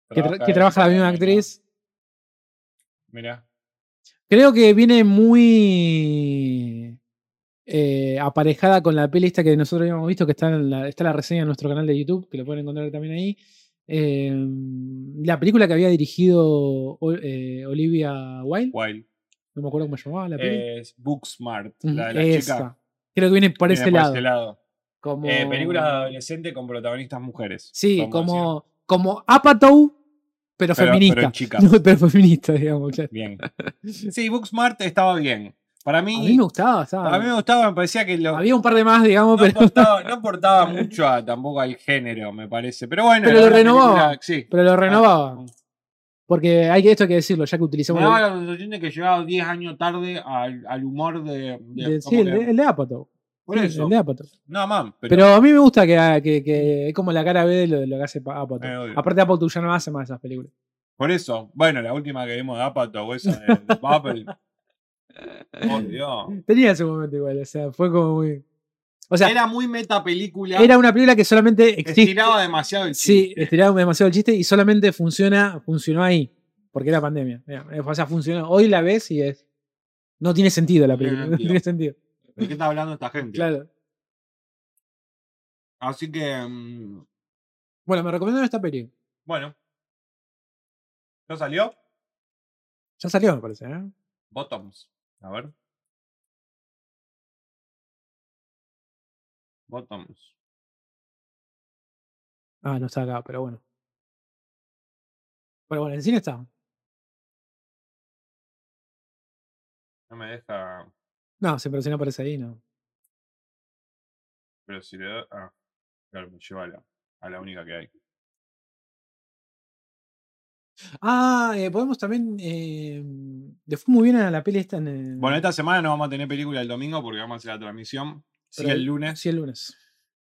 Speaker 2: Que, tra-
Speaker 1: trabaja
Speaker 2: que trabaja la
Speaker 1: ella
Speaker 2: misma
Speaker 1: también, ¿no?
Speaker 2: actriz.
Speaker 1: Mirá.
Speaker 2: Creo que viene muy eh, aparejada con la peli esta que nosotros habíamos visto, que está en la, está la reseña en nuestro canal de YouTube, que lo pueden encontrar también ahí. Eh, la película que había dirigido O- eh, Olivia Wilde,
Speaker 1: Wild.
Speaker 2: no me acuerdo cómo se llamaba la peli.
Speaker 1: Es Booksmart,
Speaker 2: Ujú,
Speaker 1: Eh, la de la
Speaker 2: esa.
Speaker 1: chica.
Speaker 2: Creo que viene por
Speaker 1: Viene
Speaker 2: ese lado.
Speaker 1: lado.
Speaker 2: Como,
Speaker 1: Eh, películas de adolescente con protagonistas mujeres.
Speaker 2: Sí,
Speaker 1: podemos decir.
Speaker 2: como, como Apatow, pero,
Speaker 1: Pero- pero en
Speaker 2: feminista.
Speaker 1: chica.
Speaker 2: No, pero feminista, digamos. claro.
Speaker 1: Bien. Sí, Booksmart estaba bien. Para
Speaker 2: A
Speaker 1: mí,
Speaker 2: mí me gustaba, estaba-
Speaker 1: a mí me gustaba, me parecía que lo,
Speaker 2: había un par de más, digamos,
Speaker 1: no
Speaker 2: pero.
Speaker 1: aportaba, no aportaba mucho a- tampoco al género, me parece. Pero bueno,
Speaker 2: Pero
Speaker 1: era
Speaker 2: lo
Speaker 1: una
Speaker 2: renovaba.
Speaker 1: película- Sí.
Speaker 2: Pero lo renovaba.
Speaker 1: Mm.
Speaker 2: Porque hay que esto hay que decirlo, ya que
Speaker 1: Me
Speaker 2: utilizamos
Speaker 1: daba
Speaker 2: el,
Speaker 1: la sensación de que llegaba 10 años tarde al, al humor de. de-
Speaker 2: de- sí,
Speaker 1: como
Speaker 2: el,
Speaker 1: que-
Speaker 2: de- el de Apatow.
Speaker 1: por
Speaker 2: Sí,
Speaker 1: eso.
Speaker 2: el de Apatow.
Speaker 1: No, mam,
Speaker 2: Pero,
Speaker 1: pero,
Speaker 2: a mí me gusta que, que- que es como la cara B de lo, de lo que hace pa- Apatow.
Speaker 1: Eh, obvio.
Speaker 2: Aparte Apatow ya no hace más esas películas.
Speaker 1: por eso. Bueno, la última que vimos de Apatow, o esa de, de Apple. Por Dios.
Speaker 2: Tenía ese momento igual, o sea, fue como muy... O sea, era,
Speaker 1: Era muy meta película.
Speaker 2: una película que solamente existe.
Speaker 1: estiraba demasiado el
Speaker 2: Sí,
Speaker 1: chiste.
Speaker 2: estiraba demasiado el chiste y solamente funciona, funcionó ahí, porque era pandemia. Era- O sea, funcionó. Hoy la ves y es... No tiene sentido la
Speaker 1: No tiene
Speaker 2: película, no tiene sentido.
Speaker 1: ¿De qué está hablando esta gente?
Speaker 2: Claro.
Speaker 1: Así que. mm,
Speaker 2: Bueno, me recomendaron esta peli.
Speaker 1: Bueno. ¿No salió?
Speaker 2: Ya salió, me parece, ¿eh?
Speaker 1: Bottoms. A ver. Bottoms.
Speaker 2: Ah, no está acá, pero bueno. Pero bueno, en cine está.
Speaker 1: No me deja.
Speaker 2: No, sí, pero si no aparece ahí, no.
Speaker 1: Pero si le doy. Ah, claro, me lleva a la, a la única que hay.
Speaker 2: Ah, eh, podemos también. eh, le fue muy bien a la peli esta en. el-
Speaker 1: Bueno, esta semana no vamos a tener película el domingo porque vamos a hacer la transmisión. Sí,
Speaker 2: Pero-
Speaker 1: el lunes.
Speaker 2: sí, el lunes.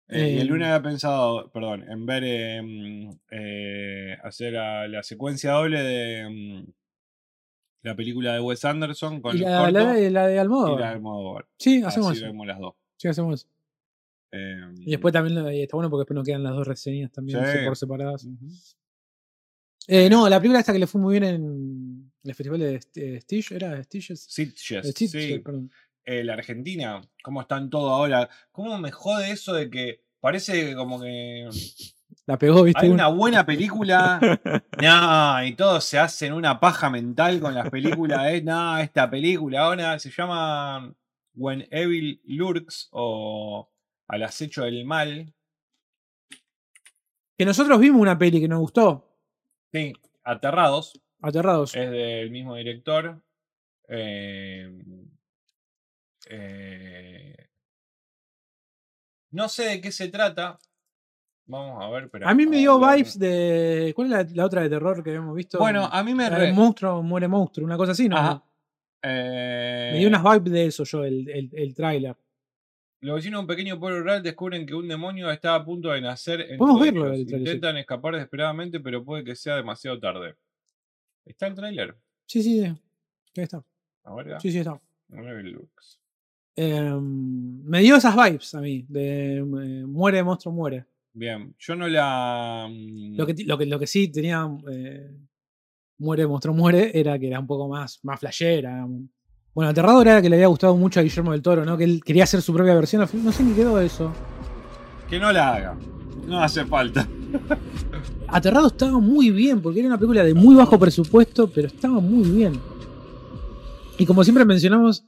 Speaker 1: Eh, y el
Speaker 2: em,
Speaker 1: lunes había pensado, perdón, en ver em, eh, hacer la, la secuencia doble de em, la película de Wes Anderson con
Speaker 2: Y
Speaker 1: los
Speaker 2: la, la
Speaker 1: cortos
Speaker 2: de, la de
Speaker 1: y la de
Speaker 2: Almodóvar.
Speaker 1: Almodóvar.
Speaker 2: Sí, hacemos
Speaker 1: Así
Speaker 2: eso.
Speaker 1: vemos las dos.
Speaker 2: Sí, hacemos eso.
Speaker 1: Em,
Speaker 2: Y después también lo- y está bueno porque después nos quedan las dos reseñas también
Speaker 1: Sí.
Speaker 2: se- por separadas. Eh, no, la película esta que le fue muy bien en el festival de St- eh, Stitch, ¿era Stitches?
Speaker 1: Sitges,
Speaker 2: Eh, Stitch,
Speaker 1: sí.
Speaker 2: perdón.
Speaker 1: eh, la Argentina, cómo están todo ahora. ¿Cómo me jode eso de que parece como que
Speaker 2: La pegó, viste.
Speaker 1: hay
Speaker 2: Un-
Speaker 1: una buena película nah, y todos se hacen una paja mental con las películas? Eh, nah, esta película ahora se llama When Evil Lurks o Al acecho del mal.
Speaker 2: Que nosotros vimos una peli que nos gustó,
Speaker 1: Sí, Aterrados,
Speaker 2: Aterrados.
Speaker 1: es del mismo director. eh, eh, no sé de qué se trata. Vamos a ver. espera,
Speaker 2: a mí me dio
Speaker 1: ahora-
Speaker 2: vibes de. ¿Cuál es la, la otra de terror que habíamos visto?
Speaker 1: Bueno, a mí me
Speaker 2: La de
Speaker 1: re-
Speaker 2: monstruo muere monstruo, una cosa así, ¿no?
Speaker 1: Ajá. eh,
Speaker 2: Me dio unas vibes de eso yo, el, el, el tráiler.
Speaker 1: Los vecinos de un pequeño pueblo rural descubren que un demonio está a punto de nacer. entre
Speaker 2: Podemos verlo,
Speaker 1: ellos.
Speaker 2: el tráiler, sí.
Speaker 1: Intentan escapar desesperadamente, pero puede que sea demasiado tarde. ¿Está el tráiler?
Speaker 2: Sí, sí, sí. Ahí está.
Speaker 1: A ver, ah,
Speaker 2: Sí, sí, está.
Speaker 1: a ver el looks.
Speaker 2: Em, me dio esas vibes a mí, de eh, muere, monstruo, muere.
Speaker 1: Bien, yo no la. mm,
Speaker 2: Lo que, ti- lo que, lo que sí tenía eh, Muere, monstruo, muere, era que era un poco más, más flashera. era un- Bueno, Aterrador era que le había gustado mucho a Guillermo del Toro, ¿no? Que él quería hacer su propia versión. al fin- No sé ni quedó eso.
Speaker 1: Que no la haga. No hace falta.
Speaker 2: Aterrado estaba muy bien, porque era una película de muy bajo presupuesto, pero estaba muy bien. Y como siempre mencionamos,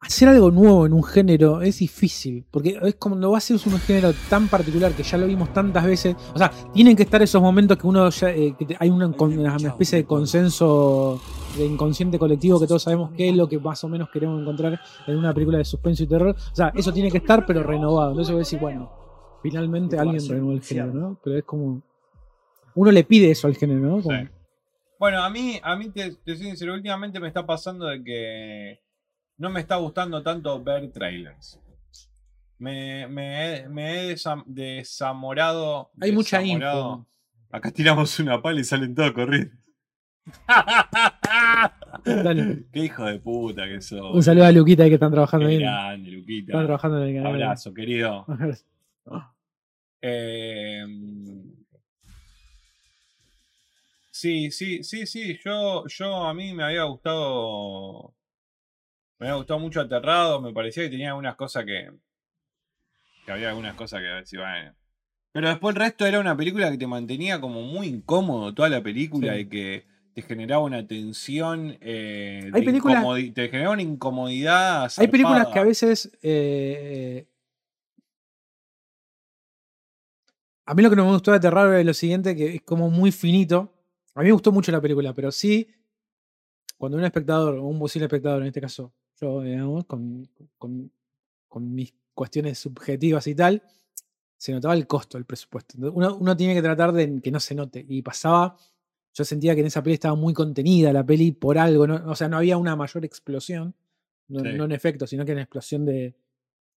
Speaker 2: hacer algo nuevo en un género es difícil, porque es como cuando vas a hacer un género tan particular que ya lo vimos tantas veces. O sea, tienen que estar esos momentos que uno ya, eh, que te- hay una, con- una especie de consenso de inconsciente colectivo que todos sabemos qué es lo que más o menos queremos encontrar en una película de suspenso y terror. O sea, eso tiene que estar, pero renovado. Entonces vos decís, bueno, finalmente alguien renovó el género, ¿no? Pero es como uno le pide eso al género, ¿no? Como-
Speaker 1: Sí. Bueno, a mí, a mí te, te soy sincero, últimamente me está pasando de que no me está gustando tanto ver trailers. Me, me, he- me he desam- desamorado.
Speaker 2: Hay mucha
Speaker 1: desamorado.
Speaker 2: info.
Speaker 1: Acá tiramos una pala y salen todos corriendo.
Speaker 2: Dale.
Speaker 1: Qué hijo de puta que sos.
Speaker 2: Un saludo a Luquita que están trabajando
Speaker 1: Qué
Speaker 2: bien.
Speaker 1: grande, Luquita.
Speaker 2: Están trabajando en el canal.
Speaker 1: Abrazo, querido.
Speaker 2: Abrazo.
Speaker 1: Em, sí, sí, sí, sí. Yo, yo a mí me había gustado. Me había gustado mucho aterrado. Me parecía que tenía algunas cosas que. Que había algunas cosas que decía, bueno. Pero después el resto era una película que te mantenía como muy incómodo toda la película
Speaker 2: Sí.
Speaker 1: y que te generaba una tensión. eh, de
Speaker 2: Hay películas-
Speaker 1: incomodi- Te generaba una incomodidad.
Speaker 2: Hay películas que a
Speaker 1: zarpada.
Speaker 2: veces. eh, a mí lo que no me gustó de Terror es lo siguiente, que es como muy finito. A mí me gustó mucho la película, pero sí, cuando un espectador, o un posible espectador, en este caso, yo, digamos, con, con- con mis cuestiones subjetivas y tal, se notaba el costo, el presupuesto. Entonces, Uno, uno tiene que tratar de que no se note. Y pasaba, yo sentía que en esa peli estaba muy contenida la peli por algo, ¿no? o sea, no había una mayor explosión, no,
Speaker 1: Sí.
Speaker 2: no en efecto, sino que en explosión de,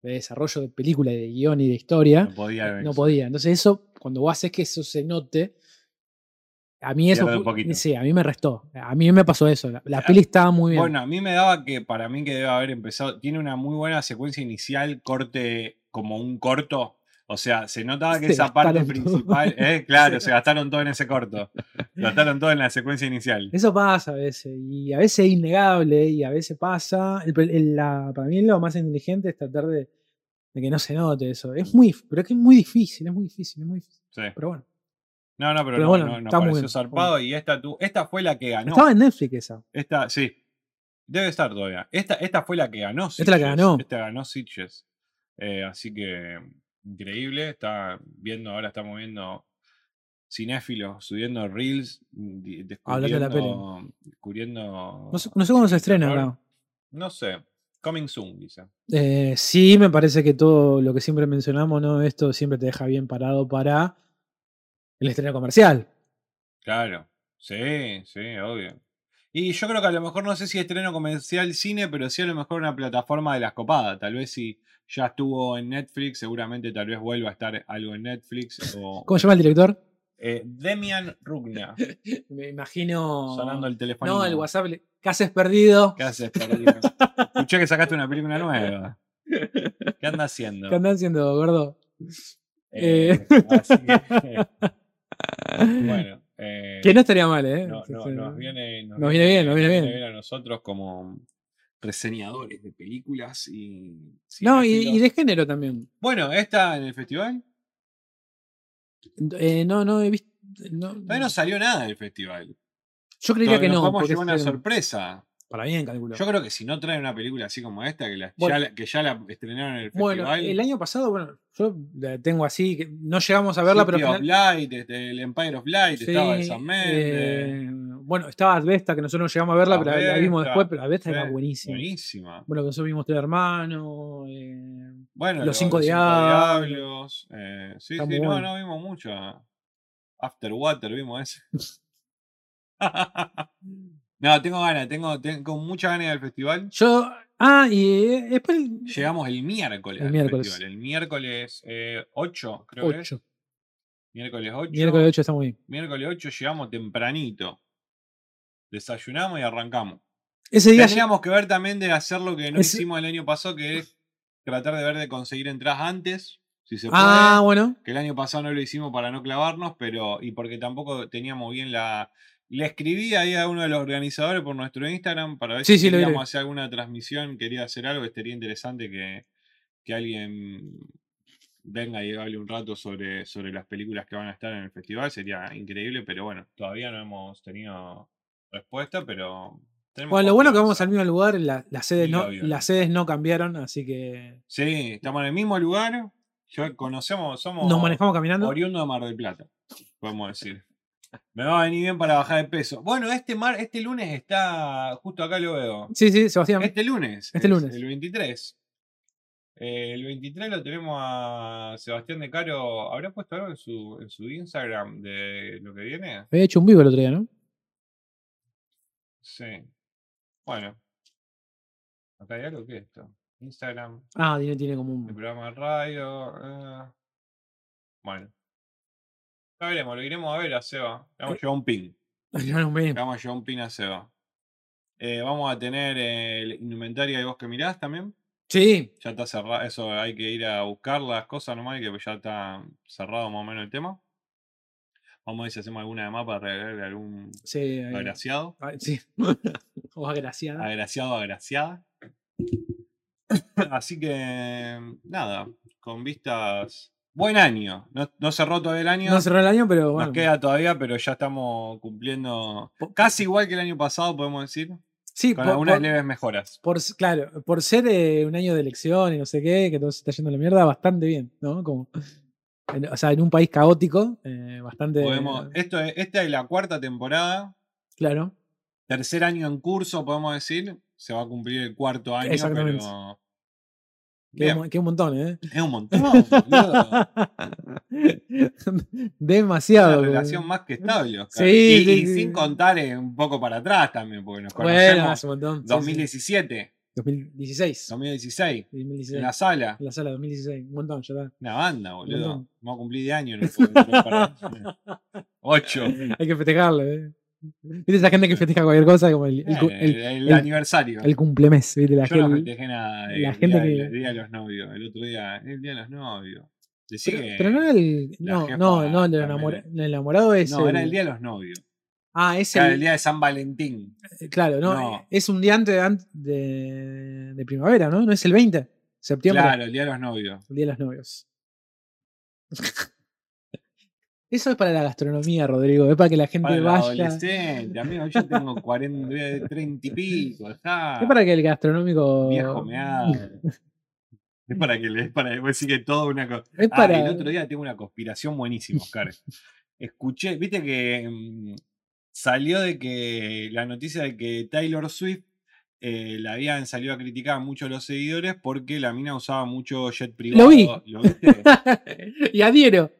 Speaker 2: de desarrollo de película, y de guión y de historia.
Speaker 1: No podía ver
Speaker 2: ¿eh? No
Speaker 1: eso.
Speaker 2: podía. Entonces, eso, cuando vos haces que eso se note, a mí eso.
Speaker 1: Pierde un
Speaker 2: fue-
Speaker 1: poquito.
Speaker 2: Sí, a mí me restó. A mí me pasó eso. La, la
Speaker 1: Ah,
Speaker 2: peli estaba muy bien.
Speaker 1: Bueno, a mí me daba que para mí que debe haber empezado, tiene una muy buena secuencia inicial, corte como un corto. O sea, se notaba que
Speaker 2: Se
Speaker 1: esa parte
Speaker 2: gastaron todo.
Speaker 1: principal, eh, claro, se gastaron todo en ese corto. Gastaron todo en la secuencia inicial.
Speaker 2: Eso pasa a veces. Y a veces es innegable. Y a veces pasa. El pe- el- la- para mí, lo más inteligente es tratar de, de que no se note eso. Es muy. Pero es que es muy difícil. Es muy difícil. Es muy difícil.
Speaker 1: Sí.
Speaker 2: Pero bueno.
Speaker 1: No, no, pero,
Speaker 2: Pero
Speaker 1: no,
Speaker 2: bueno,
Speaker 1: no, nos
Speaker 2: está muy
Speaker 1: pareció
Speaker 2: bien.
Speaker 1: zarpado y esta, tu, esta fue la que ganó.
Speaker 2: Estaba en Netflix esa.
Speaker 1: Esta, sí. Debe estar todavía. Esta, esta fue la que ganó.
Speaker 2: es la que
Speaker 1: Sitges.
Speaker 2: ganó.
Speaker 1: Esta ganó Sitches. así que increíble. Está viendo, ahora estamos viendo cinéfilos subiendo reels, di-
Speaker 2: Hablando de la peli.
Speaker 1: descubriendo, descubriendo.
Speaker 2: No sé, no sé cuándo se estrena.
Speaker 1: terror.
Speaker 2: claro.
Speaker 1: No sé. Coming soon, dice.
Speaker 2: Eh, sí, me parece que todo lo que siempre mencionamos, ¿no? Esto siempre te deja bien parado para el estreno comercial.
Speaker 1: Claro. Sí, sí, obvio. Y yo creo que a lo mejor no sé si estreno comercial cine, pero sí a lo mejor una plataforma de las copadas. Tal vez si ya estuvo en Netflix, seguramente tal vez vuelva a estar algo en Netflix. O,
Speaker 2: ¿Cómo se llama el director?
Speaker 1: Eh, Demian Rugna,
Speaker 2: Me imagino.
Speaker 1: sonando el teléfono.
Speaker 2: no, el WhatsApp. le- ¿Qué haces perdido?
Speaker 1: ¿Qué haces, perdido? Escuché que sacaste una película nueva. ¿Qué anda haciendo?
Speaker 2: ¿Qué andan haciendo, gordo?
Speaker 1: Eh, así que- eh, bueno. eh,
Speaker 2: Que no estaría mal, ¿eh?
Speaker 1: no- no- nos viene,
Speaker 2: Nos viene bien, nos viene bien.
Speaker 1: a nosotros como reseñadores de películas y.
Speaker 2: No, y,
Speaker 1: cinéfilos.
Speaker 2: y de género también.
Speaker 1: Bueno, esta en el festival.
Speaker 2: Eh, no, no he visto. no-
Speaker 1: Todavía no salió nada del festival.
Speaker 2: Mm. yo creería que
Speaker 1: Todavía nos
Speaker 2: no.
Speaker 1: Vamos a
Speaker 2: porque
Speaker 1: llevar una
Speaker 2: es, eh,
Speaker 1: sorpresa.
Speaker 2: para bien, calculo.
Speaker 1: Yo creo que si no traen una película así como esta, que, la,
Speaker 2: Bueno.
Speaker 1: ya, la- que ya la estrenaron en el
Speaker 2: bueno,
Speaker 1: festival.
Speaker 2: el año pasado, bueno, yo la tengo así. que no llegamos a verla, pero.
Speaker 1: City
Speaker 2: al
Speaker 1: of
Speaker 2: final-
Speaker 1: Light, este, el Empire of Light, estaba el
Speaker 2: Sí,
Speaker 1: San Méndez.
Speaker 2: eh, bueno, estaba Advesta, que nosotros no llegamos a verla, pero la- la vimos
Speaker 1: Advesta,
Speaker 2: después, pero Advesta era
Speaker 1: sí,
Speaker 2: buenísima.
Speaker 1: Buenísima.
Speaker 2: Bueno, que nosotros vimos Tres Hermanos. eh,
Speaker 1: Bueno,
Speaker 2: Los
Speaker 1: lo-
Speaker 2: Cinco
Speaker 1: Diablos. eh, sí,
Speaker 2: Está
Speaker 1: sí,
Speaker 2: muy
Speaker 1: no,
Speaker 2: bueno.
Speaker 1: no vimos mucho. After Water vimos ese. no, tengo ganas, tengo, tengo mucha ganas del festival.
Speaker 2: yo. Ah, y eh, después.
Speaker 1: Llegamos el miércoles.
Speaker 2: El
Speaker 1: al
Speaker 2: miércoles.
Speaker 1: festival, El miércoles eh, 8, creo que es.
Speaker 2: 8.
Speaker 1: Miércoles 8.
Speaker 2: Miércoles 8 está muy bien.
Speaker 1: miércoles 8 llegamos tempranito. Desayunamos y arrancamos.
Speaker 2: Ese día.
Speaker 1: Tendríamos que ver también de hacer lo que no
Speaker 2: Ese-
Speaker 1: hicimos el año pasado, que es tratar de ver de conseguir entradas antes, si se puede.
Speaker 2: Ah, bueno.
Speaker 1: que el año pasado no lo hicimos para no clavarnos, pero y porque tampoco teníamos bien la... Le escribí ahí a uno de los organizadores por nuestro Instagram para ver
Speaker 2: Sí,
Speaker 1: si
Speaker 2: sí, lo vi, lo
Speaker 1: queríamos
Speaker 2: vi.
Speaker 1: hacer alguna transmisión, quería hacer algo, estaría interesante que, que alguien venga y hable un rato sobre, sobre las películas que van a estar en el festival, sería increíble, pero bueno, todavía no hemos tenido respuesta, pero... tenemos
Speaker 2: Bueno, lo bueno que vamos
Speaker 1: confianza.
Speaker 2: al mismo lugar, la- las, sedes
Speaker 1: Y
Speaker 2: no,
Speaker 1: lo vio.
Speaker 2: las sedes no cambiaron, así que
Speaker 1: Sí, estamos en el mismo lugar, yo conocemos, somos...
Speaker 2: nos manejamos caminando.
Speaker 1: Oriundo de Mar del Plata, podemos decir. Me va a venir bien para bajar de peso. Bueno, este mar, este lunes está. Justo acá lo veo.
Speaker 2: Sí, sí, Sebastián.
Speaker 1: Este lunes.
Speaker 2: Este
Speaker 1: es
Speaker 2: lunes.
Speaker 1: El 23. Eh, el 23 lo tenemos a Sebastián de Caro. ¿Habrá puesto algo en su, en su Instagram de lo que viene?
Speaker 2: Había hecho un vivo el otro día, ¿no?
Speaker 1: Sí. Bueno. Acá hay algo que es esto. Instagram.
Speaker 2: Ah, tiene, tiene como
Speaker 1: El
Speaker 2: un.
Speaker 1: programa de radio. eh. Bueno. Ya veremos, lo iremos a ver a Seba. Le vamos a llevar un ping.
Speaker 2: un
Speaker 1: Le
Speaker 2: meme.
Speaker 1: vamos a llevar un pin a Seba. Eh, vamos a tener eh, el indumentaria y vos que mirás también.
Speaker 2: Sí,
Speaker 1: Ya está cerrado, eso hay que ir a buscar las cosas nomás, que ya está cerrado más o menos el tema. Vamos a ver si hacemos alguna de más para regalarle a algún
Speaker 2: sí. ahí.
Speaker 1: agraciado.
Speaker 2: Ah, sí. Oh, o agraciada.
Speaker 1: Agraciado, agraciada. Así que, nada, con vistas. Buen año. No, no cerró todavía el año.
Speaker 2: No cerró el año, pero bueno.
Speaker 1: Nos queda todavía, pero ya estamos cumpliendo.
Speaker 2: Po-
Speaker 1: Casi igual que el año pasado, podemos decir.
Speaker 2: Sí,
Speaker 1: Con
Speaker 2: por-
Speaker 1: algunas
Speaker 2: por-
Speaker 1: leves mejoras.
Speaker 2: por s- claro, por ser eh, un año de elecciones, no sé qué, que todo se está yendo a la mierda, bastante bien, ¿no? Como, en- o sea, en un país caótico, eh, bastante.
Speaker 1: Podemos, esto es, esta es la cuarta temporada,
Speaker 2: Claro.
Speaker 1: tercer año en curso, podemos decir. Se va a cumplir el cuarto año,
Speaker 2: Exactamente.
Speaker 1: pero.
Speaker 2: Que
Speaker 1: Bien,
Speaker 2: un, que un montón, ¿eh?
Speaker 1: es un montón, boludo. Una
Speaker 2: Demasiado. como-
Speaker 1: relación más que estable, Oscar.
Speaker 2: Sí,
Speaker 1: y,
Speaker 2: sí,
Speaker 1: y
Speaker 2: sí, sí.
Speaker 1: sin contar eh, un poco para atrás también, porque nos
Speaker 2: Bueno,
Speaker 1: conocemos
Speaker 2: hace un montón. sí, sí.
Speaker 1: 2017,
Speaker 2: 2016.
Speaker 1: 2016,
Speaker 2: 2016.
Speaker 1: en la sala.
Speaker 2: En la sala 2016. Un montón, ya está.
Speaker 1: Una banda, boludo.
Speaker 2: montón.
Speaker 1: Vamos a cumplir de año. no puedo- no para- Ocho.
Speaker 2: Hay que festejarlo, ¿eh? ¿Viste esa gente que festeja cualquier cosa? Como el, el, cu-
Speaker 1: El,
Speaker 2: el,
Speaker 1: Eh, el aniversario.
Speaker 2: el cumplemes, ¿viste? La
Speaker 1: Yo no
Speaker 2: gente-
Speaker 1: festejé nada.
Speaker 2: la
Speaker 1: el
Speaker 2: gente
Speaker 1: día,
Speaker 2: que-
Speaker 1: el día de los novios. El otro día, el día de los novios. Decí
Speaker 2: Pero,
Speaker 1: que-
Speaker 2: pero no era el.
Speaker 1: la
Speaker 2: No,
Speaker 1: jefa
Speaker 2: no, no, el del
Speaker 1: Carmen.
Speaker 2: enamora- el enamorado es.
Speaker 1: no, era el día de los novios.
Speaker 2: Ah, es
Speaker 1: Era el
Speaker 2: el. eh,
Speaker 1: día de San Valentín.
Speaker 2: Claro, no,
Speaker 1: no.
Speaker 2: Es un día antes de, an- de, de primavera, ¿no? No es el 20 de septiembre.
Speaker 1: Claro, el día de los novios.
Speaker 2: El Día de los Novios. Eso es para la gastronomía, Rodrigo. Es para que la gente
Speaker 1: Para los
Speaker 2: vaya.
Speaker 1: adolescentes, amigo, yo tengo 40, voy a- 30 y pico, está.
Speaker 2: Es para que el gastronómico.
Speaker 1: Viejo meado. Es para que le, es para vos decís que todo una cosa.
Speaker 2: Es
Speaker 1: Ah,
Speaker 2: para.
Speaker 1: el otro día tengo una conspiración buenísima, Oscar. Escuché, viste que mm, salió de que la noticia de que Taylor Swift eh, la habían salido a criticar mucho a los seguidores porque la mina usaba mucho jet privado.
Speaker 2: vi.
Speaker 1: viste?
Speaker 2: y adhiero.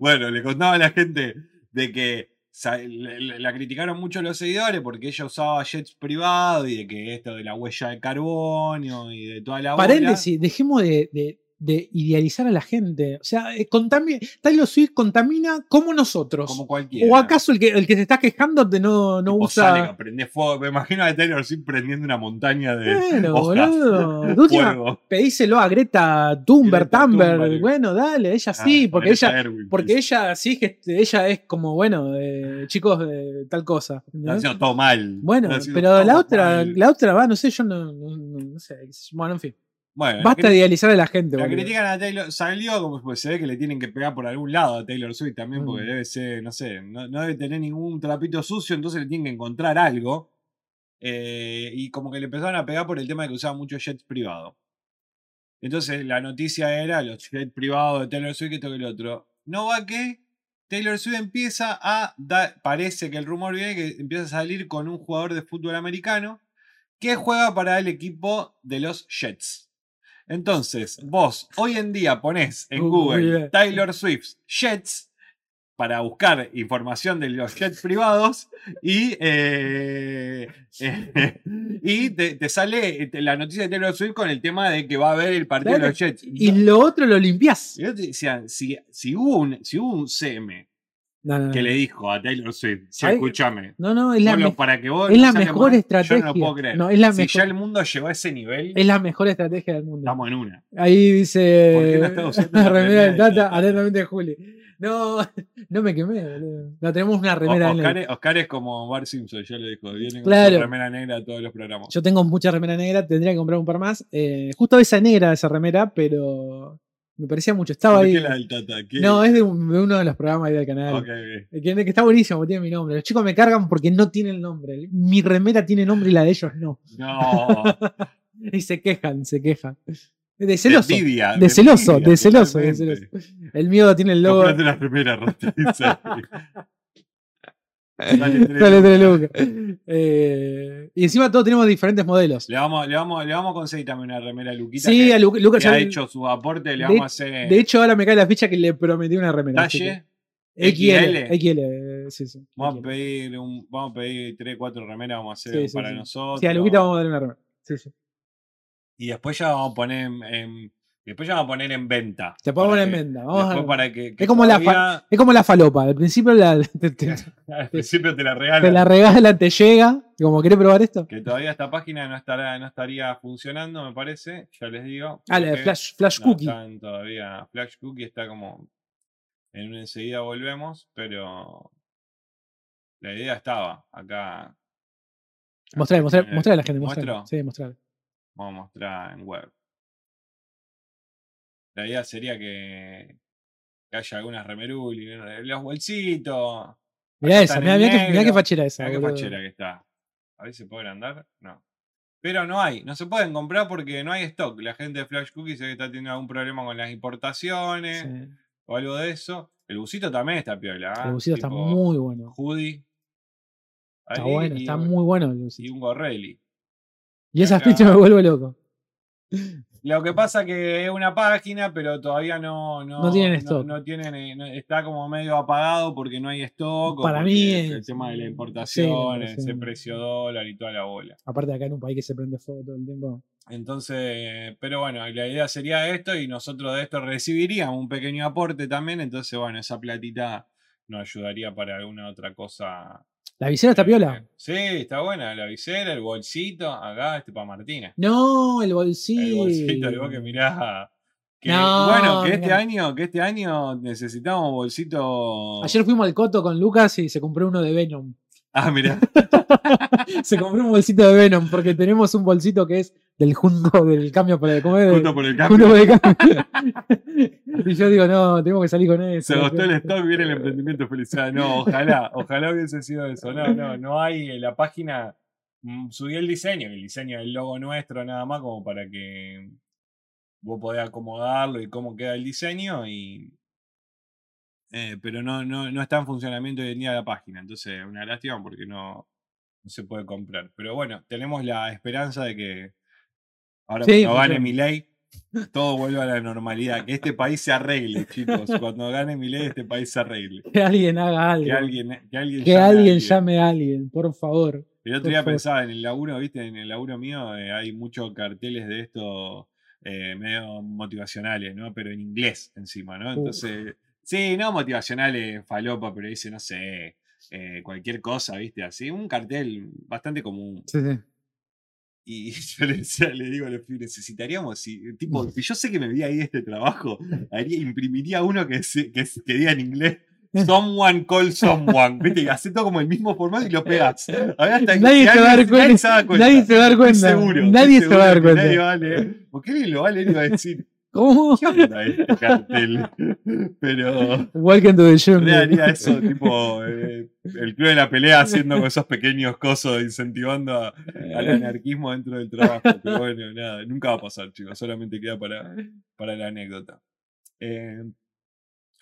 Speaker 1: bueno, le contaba a la gente de que sa- la, la- la criticaron mucho los seguidores porque ella usaba jets privados y de que esto de la huella de carbonio y de toda la bola.
Speaker 2: Paréntesis, dejemos de, de- de idealizar a la gente. O sea, eh, contami- Taylor Swift contamina como nosotros.
Speaker 1: Como cualquiera.
Speaker 2: ¿O acaso el que, el que se está quejando de no, no
Speaker 1: Tipo, sale,
Speaker 2: usa...
Speaker 1: prende fuego. Me imagino a Taylor Swift prendiendo una montaña de
Speaker 2: Bueno,
Speaker 1: hojas.
Speaker 2: boludo. De última,
Speaker 1: fuego.
Speaker 2: pedíselo a Greta Thunberg,
Speaker 1: Greta
Speaker 2: Thunberg.
Speaker 1: Thunberg.
Speaker 2: Bueno, dale, ella sí,
Speaker 1: Ah,
Speaker 2: porque
Speaker 1: Greta
Speaker 2: ella,
Speaker 1: Gerwig,
Speaker 2: porque
Speaker 1: sí.
Speaker 2: ella sí que ella es como, bueno, eh, chicos, eh, tal cosa. ¿no?
Speaker 1: Está haciendo todo mal.
Speaker 2: Bueno,
Speaker 1: Está haciendo
Speaker 2: pero
Speaker 1: todo
Speaker 2: la otra,
Speaker 1: mal.
Speaker 2: la otra va, no sé, yo no, no- no sé. qué sé yo. Bueno, en fin.
Speaker 1: Bueno, la
Speaker 2: Basta de idealizar a la gente.
Speaker 1: La
Speaker 2: boludo.
Speaker 1: critican a Taylor, salió como pues se ve que le tienen que pegar por algún lado a Taylor Swift también, porque
Speaker 2: Mm.
Speaker 1: debe ser, no sé, no, no debe tener ningún trapito sucio, entonces le tienen que encontrar algo. Eh, y como que le empezaron a pegar por el tema de que usaba mucho jet privado. Entonces la noticia era los jet privados de Taylor Swift, que esto que el otro. No va que Taylor Swift empieza a dar, parece que el rumor viene que empieza a salir con un jugador de fútbol americano que juega para el equipo de los Jets. Entonces, vos hoy en día ponés en
Speaker 2: Google.
Speaker 1: Google Taylor Swift Jets para buscar información de los Jets privados y, eh, y te, te sale la noticia de Taylor Swift con el tema de que va a haber el partido de los Jets.
Speaker 2: Y lo otro lo limpias.
Speaker 1: Yo te decía, si, si, hubo un, si hubo un CM
Speaker 2: No, no, no.
Speaker 1: que le dijo a Taylor Swift, "Che,
Speaker 2: Ay,
Speaker 1: escúchame,
Speaker 2: No, no, es la,
Speaker 1: Polo,
Speaker 2: me-
Speaker 1: para que vos
Speaker 2: es la
Speaker 1: no salgas
Speaker 2: mejor
Speaker 1: más", Yo
Speaker 2: estrategia.
Speaker 1: no lo puedo creer.
Speaker 2: No, es la
Speaker 1: si ya
Speaker 2: mejor-
Speaker 1: el mundo llegó a ese nivel,
Speaker 2: es la mejor estrategia del mundo.
Speaker 1: estamos en una.
Speaker 2: Ahí
Speaker 1: ¿Por qué
Speaker 2: dice
Speaker 1: no está usando la
Speaker 2: remera del
Speaker 1: remera del
Speaker 2: Tata,
Speaker 1: Tata?
Speaker 2: atentamente Juli. No, no me quemé, boludo. No tenemos una
Speaker 1: O-
Speaker 2: remera
Speaker 1: Oscar,
Speaker 2: negra.
Speaker 1: es- Oscar es como Bart Simpson, ya lo dijo. Viene
Speaker 2: Claro.
Speaker 1: con su remera negra a todos los programas.
Speaker 2: Yo tengo mucha remera negra, tendría que comprar un par más. Eh, justo esa negra, esa remera, pero me parecía mucho. Estaba
Speaker 1: ¿Por
Speaker 2: ahí.
Speaker 1: qué la del Tata? ¿Qué?
Speaker 2: No, es de, un- de uno de los programas ahí del canal.
Speaker 1: Ok, ok.
Speaker 2: Eh, Que, que está buenísimo, porque tiene mi nombre. Los chicos me cargan porque no tiene el nombre. Mi remera tiene nombre y la de ellos no.
Speaker 1: No.
Speaker 2: Y se quejan, se quejan. De
Speaker 1: de
Speaker 2: celoso.
Speaker 1: envidia,
Speaker 2: de celoso,
Speaker 1: envidia,
Speaker 2: de celoso, de
Speaker 1: totalmente.
Speaker 2: celoso. El miedo tiene el logo.
Speaker 1: Comprate la remera, Rata, en serio. Dale, tres
Speaker 2: Dale, tres lucas. Eh, y encima todos tenemos diferentes modelos.
Speaker 1: Le vamos, le, vamos, le vamos a conseguir también una remera a Luquita.
Speaker 2: Sí,
Speaker 1: que-
Speaker 2: a Lu- Lucas
Speaker 1: que ha
Speaker 2: ya-
Speaker 1: hecho su aporte, le
Speaker 2: de-
Speaker 1: vamos a hacer
Speaker 2: De hecho, ahora me cae la ficha que le prometí una remera. así
Speaker 1: talle.
Speaker 2: que- XL.
Speaker 1: XL.
Speaker 2: XL, eh, sí, sí.
Speaker 1: Vamos a
Speaker 2: XL.
Speaker 1: pedir, un, vamos a pedir 3, 4 remeras, vamos a hacer
Speaker 2: Sí, sí,
Speaker 1: para
Speaker 2: sí.
Speaker 1: nosotros.
Speaker 2: Sí, a Luquita vamos a darle una remera. Sí, sí.
Speaker 1: Y después ya vamos a poner en, en- después ya vamos a poner en venta.
Speaker 2: Te puedo
Speaker 1: Para
Speaker 2: poner en
Speaker 1: que-
Speaker 2: venda. Vamos a-
Speaker 1: después para que, que
Speaker 2: Es como la fa-
Speaker 1: todavía-
Speaker 2: Es como la falopa. Al principio la, te, te-
Speaker 1: al principio te la
Speaker 2: te
Speaker 1: regalan.
Speaker 2: la regala, te llega. y Como, ¿querés probar esto?
Speaker 1: Que todavía esta página no estará, no estaría funcionando, me parece. Ya les digo.
Speaker 2: Ah, la de
Speaker 1: porque
Speaker 2: Flash, Flash
Speaker 1: no
Speaker 2: Cookie.
Speaker 1: están todavía. Flash Cookie está como. En un enseguida volvemos, pero. La idea estaba acá.
Speaker 2: Mostrale, mostrale,
Speaker 1: Eh,
Speaker 2: mostrale a la gente. Mostrale.
Speaker 1: ¿muestro?
Speaker 2: Sí, mostrale.
Speaker 1: Vamos a mostrar en web. La idea sería que, que haya algunas remerulis, los bolsitos.
Speaker 2: Mirá
Speaker 1: Acá
Speaker 2: esa,
Speaker 1: está
Speaker 2: mirá,
Speaker 1: en
Speaker 2: mirá que, mirá
Speaker 1: negro.
Speaker 2: qué fachera esa.
Speaker 1: Mirá qué
Speaker 2: boludo.
Speaker 1: fachera que está. A ver si puede agrandar. No. Pero no hay, no se pueden comprar porque no hay stock. La gente de Flash Cookies se ve que está teniendo algún problema con las importaciones
Speaker 2: Sí.
Speaker 1: o algo de eso. El busito también está piola. ¿ah?
Speaker 2: El bucito está
Speaker 1: Tipo
Speaker 2: muy bueno.
Speaker 1: Hoodie.
Speaker 2: Está
Speaker 1: ahí,
Speaker 2: bueno,
Speaker 1: y
Speaker 2: está
Speaker 1: un-
Speaker 2: muy bueno el bucito.
Speaker 1: Y un gorreli.
Speaker 2: Y esa
Speaker 1: acá-
Speaker 2: ficha me vuelve loco.
Speaker 1: Lo que pasa que es una página, pero todavía no, no,
Speaker 2: No tienen stock.
Speaker 1: no tienen, eh, no- está como medio apagado porque no hay stock. o
Speaker 2: Para
Speaker 1: porque
Speaker 2: mí
Speaker 1: El
Speaker 2: es-
Speaker 1: tema de la
Speaker 2: sí,
Speaker 1: importación,
Speaker 2: sí, sí.
Speaker 1: ese precio dólar y toda la bola.
Speaker 2: Aparte de acá en un país que se prende fuego todo el tiempo.
Speaker 1: Entonces, pero bueno, la idea sería esto y nosotros de esto recibiríamos un pequeño aporte también. Entonces, bueno, esa platita nos ayudaría para alguna otra cosa.
Speaker 2: ¿La visera está
Speaker 1: eh,
Speaker 2: piola?
Speaker 1: Sí, está buena. La visera, el bolsito, acá este para Martina.
Speaker 2: No, el bolsillo.
Speaker 1: El bolsito, y vos que mirás. Que,
Speaker 2: No,
Speaker 1: bueno, que este
Speaker 2: mirá.
Speaker 1: año, que este año necesitamos bolsito.
Speaker 2: Ayer fuimos al Coto con Lucas y se compró uno de Venom.
Speaker 1: Ah, mirá.
Speaker 2: se compró un bolsito de Venom porque tenemos un bolsito que es del junto del cambio para el ¿cómo es?
Speaker 1: Junto por el
Speaker 2: Del-
Speaker 1: cambio.
Speaker 2: junto por el cambio. y yo digo, no, tenemos que salir con eso.
Speaker 1: Se agotó el stock, viene el emprendimiento felicidad. No, ojalá, ojalá hubiese sido eso. No, no, no hay eh, la página. mm, Subí el diseño, el diseño del logo nuestro, nada más, como para que vos podés acomodarlo y cómo queda el diseño. y eh, Pero no, no, no está en funcionamiento hoy en día la página. Entonces, una lástima porque no, no se puede comprar. Pero bueno, tenemos la esperanza de que ahora
Speaker 2: Sí,
Speaker 1: cuando gane
Speaker 2: funcione.
Speaker 1: mi ley. todo vuelva a la normalidad. Que este país se arregle, chicos. Cuando gane mi ley, este país se arregle.
Speaker 2: Que alguien haga algo.
Speaker 1: Que alguien, que alguien
Speaker 2: Que
Speaker 1: llame a
Speaker 2: alguien llame a alguien, por favor.
Speaker 1: El otro día
Speaker 2: Por favor.
Speaker 1: pensaba en el laburo, viste, en el laburo mío eh, hay muchos carteles de esto eh, medio motivacionales, ¿no? Pero en inglés encima, ¿no? Entonces, sí, no motivacionales falopa, pero dice, no sé, eh, cualquier cosa, viste, así. Un cartel bastante común.
Speaker 2: Sí, sí.
Speaker 1: Y yo le, decía- le digo a los pibes, necesitaríamos, si, tipo, si yo sé que me vi ahí este trabajo, haría, imprimiría uno que, se- que, se- que diga en inglés. Someone call someone. Viste, y hacé todo como el mismo formato y lo pegas.
Speaker 2: Nadie se va a dar cuenta. Nadie se va a dar cuenta. nadie se va a dar cuenta.
Speaker 1: Nadie va a leer. Porque alguien lo va a leer y va a decir,
Speaker 2: ¿Cómo?
Speaker 1: ¿qué onda este cartel? Pero
Speaker 2: Welcome to the jungle.
Speaker 1: le haría eso, tipo, eh, el club de la pelea haciendo con esos pequeños cosos, incentivando a,
Speaker 2: Eh.
Speaker 1: al anarquismo dentro del trabajo. Pero bueno, nada, nunca va a pasar, chicos. Solamente queda para, para la anécdota. Eh,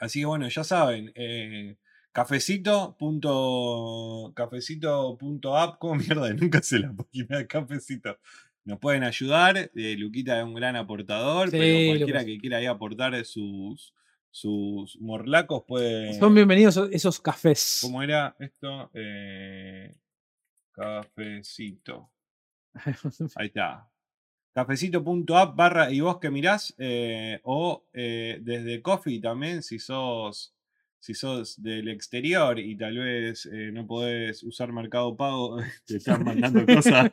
Speaker 1: así que bueno, ya saben. Eh, Cafecito. punto- Cafecito.app. ¿Cómo mierda? Nunca sé la página de Cafecito. Nos pueden ayudar. eh, Luquita es un gran aportador.
Speaker 2: Sí,
Speaker 1: pero cualquiera
Speaker 2: Lucas.
Speaker 1: que quiera ahí aportar sus, sus morlacos puede.
Speaker 2: Son bienvenidos esos cafés.
Speaker 1: ¿Cómo era esto? Eh, cafecito. Ahí está. Cafecito.app barra y vos que mirás. eh, o eh, desde Coffee también, si sos, si sos del exterior y tal vez eh, no podés usar Mercado Pago, te están mandando cosas.